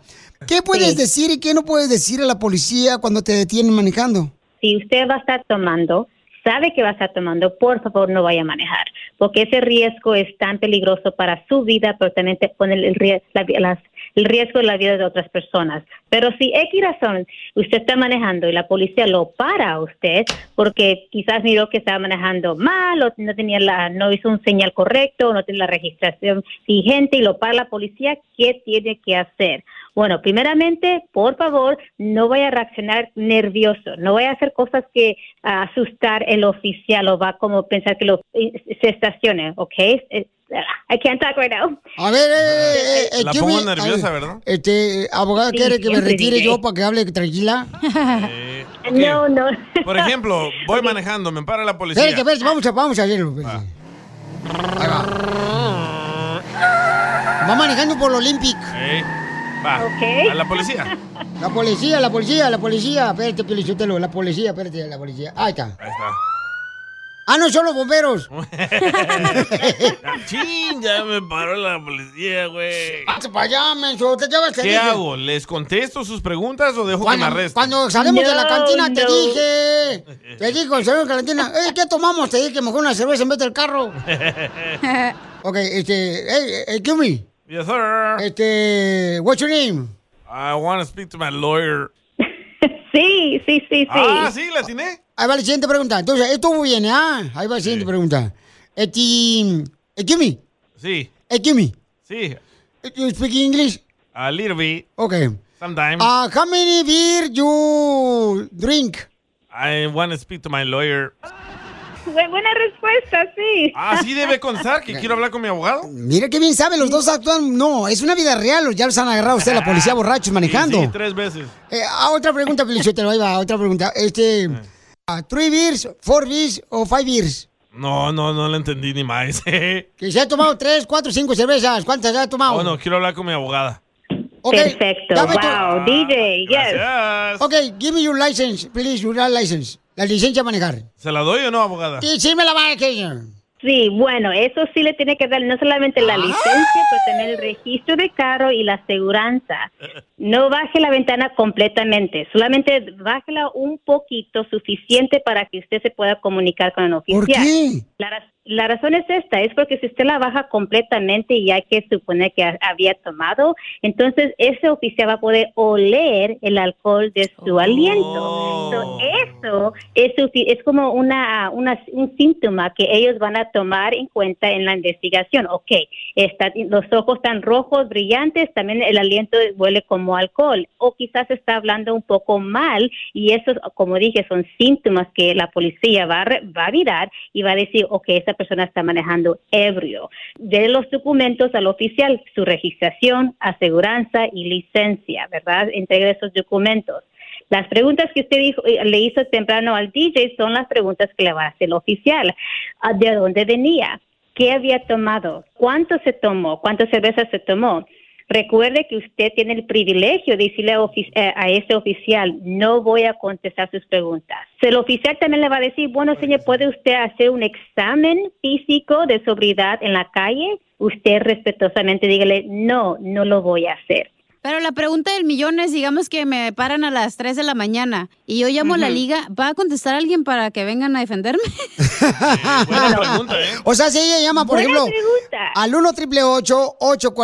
¿qué puedes
Sí.
decir y qué no puedes decir a la policía cuando te detienen manejando?
si usted va a estar tomando, sabe que va a estar tomando, por favor no vaya a manejar, porque ese riesgo es tan peligroso para su vida, pero también te pone el, rie- la vi- las- el riesgo de la vida de otras personas. Pero si X razón usted está manejando y la policía lo para a usted, porque quizás miró que estaba manejando mal o no tenía la, no hizo un señal correcto, no tiene la registración vigente y lo para la policía, ¿qué tiene que hacer? Bueno, primeramente, por favor, no vaya a reaccionar nervioso, no vaya a hacer cosas que ah, asustar el oficial o va a como pensar que lo, eh, se estacione, ¿ok? Eh, I can't talk right now.
A ver, eh, eh, eh,
La
give
pongo
me- a
nerviosa,
ver,
¿verdad?
Este, abogada,
Sí,
¿quiere que me
siempre,
retire
DJ.
yo para que hable tranquila?
Eh,
No, no.
Por ejemplo, voy manejando, me para la policía. Ah.
Espérate, espérate, vamos a, vamos a hacerlo. espérate. Ahí va. Va manejando por el Olympic.
Ey, va.
Ok.
A la policía.
La policía, la policía, la policía. Espérate, Piolichotelo, la policía, espérate, la policía. Ahí está.
Ahí está.
Ah, no, son los bomberos.
Chin, ya Ah, me paró la policía, güey.
Pasa para allá, menso, te llevas, te
¿Qué
dije.
hago? ¿Les contesto sus preguntas o dejo que me
Cuando,
arresten?
cuando salimos de la
No,
cantina, te
no.
dije. Te dijo, salimos de la cantina. "Ey, ¿Qué tomamos? Te dije que mejor una cerveza en vez del carro. ok, este. Hey, hey, give me.
Yes, sir.
Este. What's your name?
I want to speak to my lawyer.
Sí, sí, sí, sí.
Ah, sí, la atiné.
Ahí va la siguiente pregunta. Entonces, esto muy bien, ¿ah? Ahí va la siguiente pregunta. Este. Excuse me.
Sí,
Excuse me.
sí.
You speak English?
A little bit.
Okay.
Sometimes
Uh, how many beer you drink?
I want to speak to my lawyer.
Bu- buena respuesta, sí.
Ah, sí debe constar que quiero hablar con mi abogado.
Mira qué bien sabe, los dos actúan. No, es una vida real. Ya los han agarrado usted, la policía borrachos manejando.
Sí, sí, tres veces.
Eh, ah, otra pregunta, Felicitero. Ahí va, otra pregunta. Este. ah, ¿Three beers, four beers o five beers?
No, no, no le entendí ni más. eh.
Que se ha tomado tres, cuatro, cinco cervezas. ¿Cuántas ha tomado?
Oh, no, quiero hablar con mi abogada.
Ok,
Perfecto.
dame tu-
Wow, DJ,
Gracias.
Ok, give me your license, please, your license. La licencia a manejar.
¿Se la doy o no, abogada?
Sí, sí me la va a decir.
yes. Sí, bueno, eso sí le tiene que dar no solamente la licencia, pero también el registro de carro y la aseguranza. No baje la ventana completamente, solamente bájela un poquito suficiente para que usted se pueda comunicar con el oficial. La, raz- la razón es esta, es porque si usted la baja completamente y hay que suponer que ha- había tomado, entonces ese oficial va a poder oler el alcohol de su aliento. So, eso es, sufi- es como una, una- un síntoma que ellos van a tomar en cuenta en la investigación. Ok, está, los ojos están rojos, brillantes, también el aliento huele como alcohol o quizás está hablando un poco mal y eso, como dije, son síntomas que la policía va a, re- va a mirar y va a decir, ok, esta persona está manejando ebrio. De los documentos al oficial, su registración, aseguranza y licencia, ¿verdad? Entregue esos documentos. Las preguntas que usted dijo- eh, le hizo temprano al DJ son las preguntas que le va a hacer el oficial. Ah, ¿De dónde venía? ¿Qué había tomado? ¿Cuánto se tomó? ¿Cuántas cervezas se tomó? Recuerde que usted tiene el privilegio de decirle a, ofi- eh, a ese oficial, no voy a contestar sus preguntas. El oficial también le va a decir, bueno, señor, ¿puede usted hacer un examen físico de sobriedad en la calle? Usted respetuosamente dígale, no, no lo voy a hacer.
Pero la pregunta del millón es, digamos que me paran a las 3 de la mañana y yo llamo a la
Ujú.
liga, ¿va a contestar alguien para que vengan a defenderme?
O sea, si ella llama, por
Buena
ejemplo, al 1 triple 848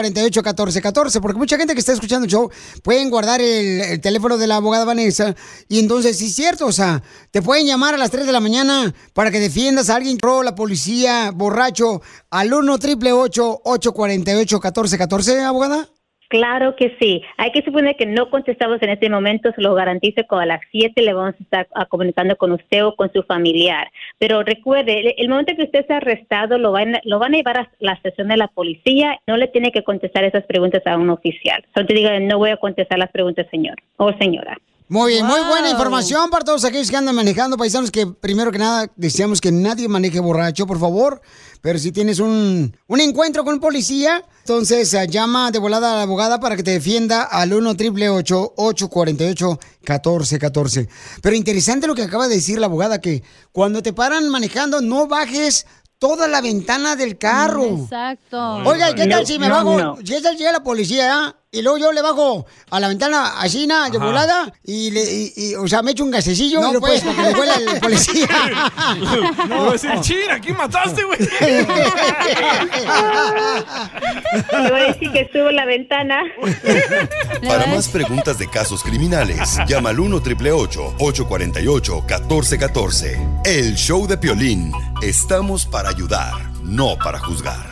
1414 porque mucha gente que está escuchando el show pueden guardar el, el teléfono de la abogada Vanessa. Y entonces, sí es cierto, o sea, te pueden llamar a las 3 de la mañana para que defiendas a alguien, o la policía, borracho, al 1 triple 848 1414 abogada.
Claro que sí. Hay que suponer que no contestamos en este momento, se lo garantizo que a las 7 le vamos a estar ah, comunicando con usted o con su familiar. Pero recuerde, el, el momento que usted sea arrestado, lo van, lo van a llevar a la estación de la policía. No le tiene que contestar esas preguntas a un oficial. Solo te diga, no voy a contestar las preguntas, señor o señora.
Muy bien, muy buena información para todos aquellos que andan manejando, paisanos, que primero que nada deseamos que nadie maneje borracho, por favor. Pero si tienes un, un encuentro con un policía, entonces eh, llama de volada a la abogada para que te defienda al 1 888 848 1414 Pero interesante lo que acaba de decir la abogada, que cuando te paran manejando no bajes toda la ventana del carro.
Exacto.
Oiga, ¿y ¿qué tal si me
No,
bajo?
no.
¿Qué tal si llega la policía ¿eh? y luego yo le bajo a la ventana a China de
Ajá.
volada y le, y, y, o sea, me echo un gasecillo
No,
y lo
pues.
pues, para que le vuela el policía.
Le voy a decir, "Chin, aquí mataste, güey.
Le voy a decir que subo la ventana.
Para más preguntas de casos criminales, llama al 1 888 848 1414 El show de Piolín. Estamos para ayudar, no para juzgar.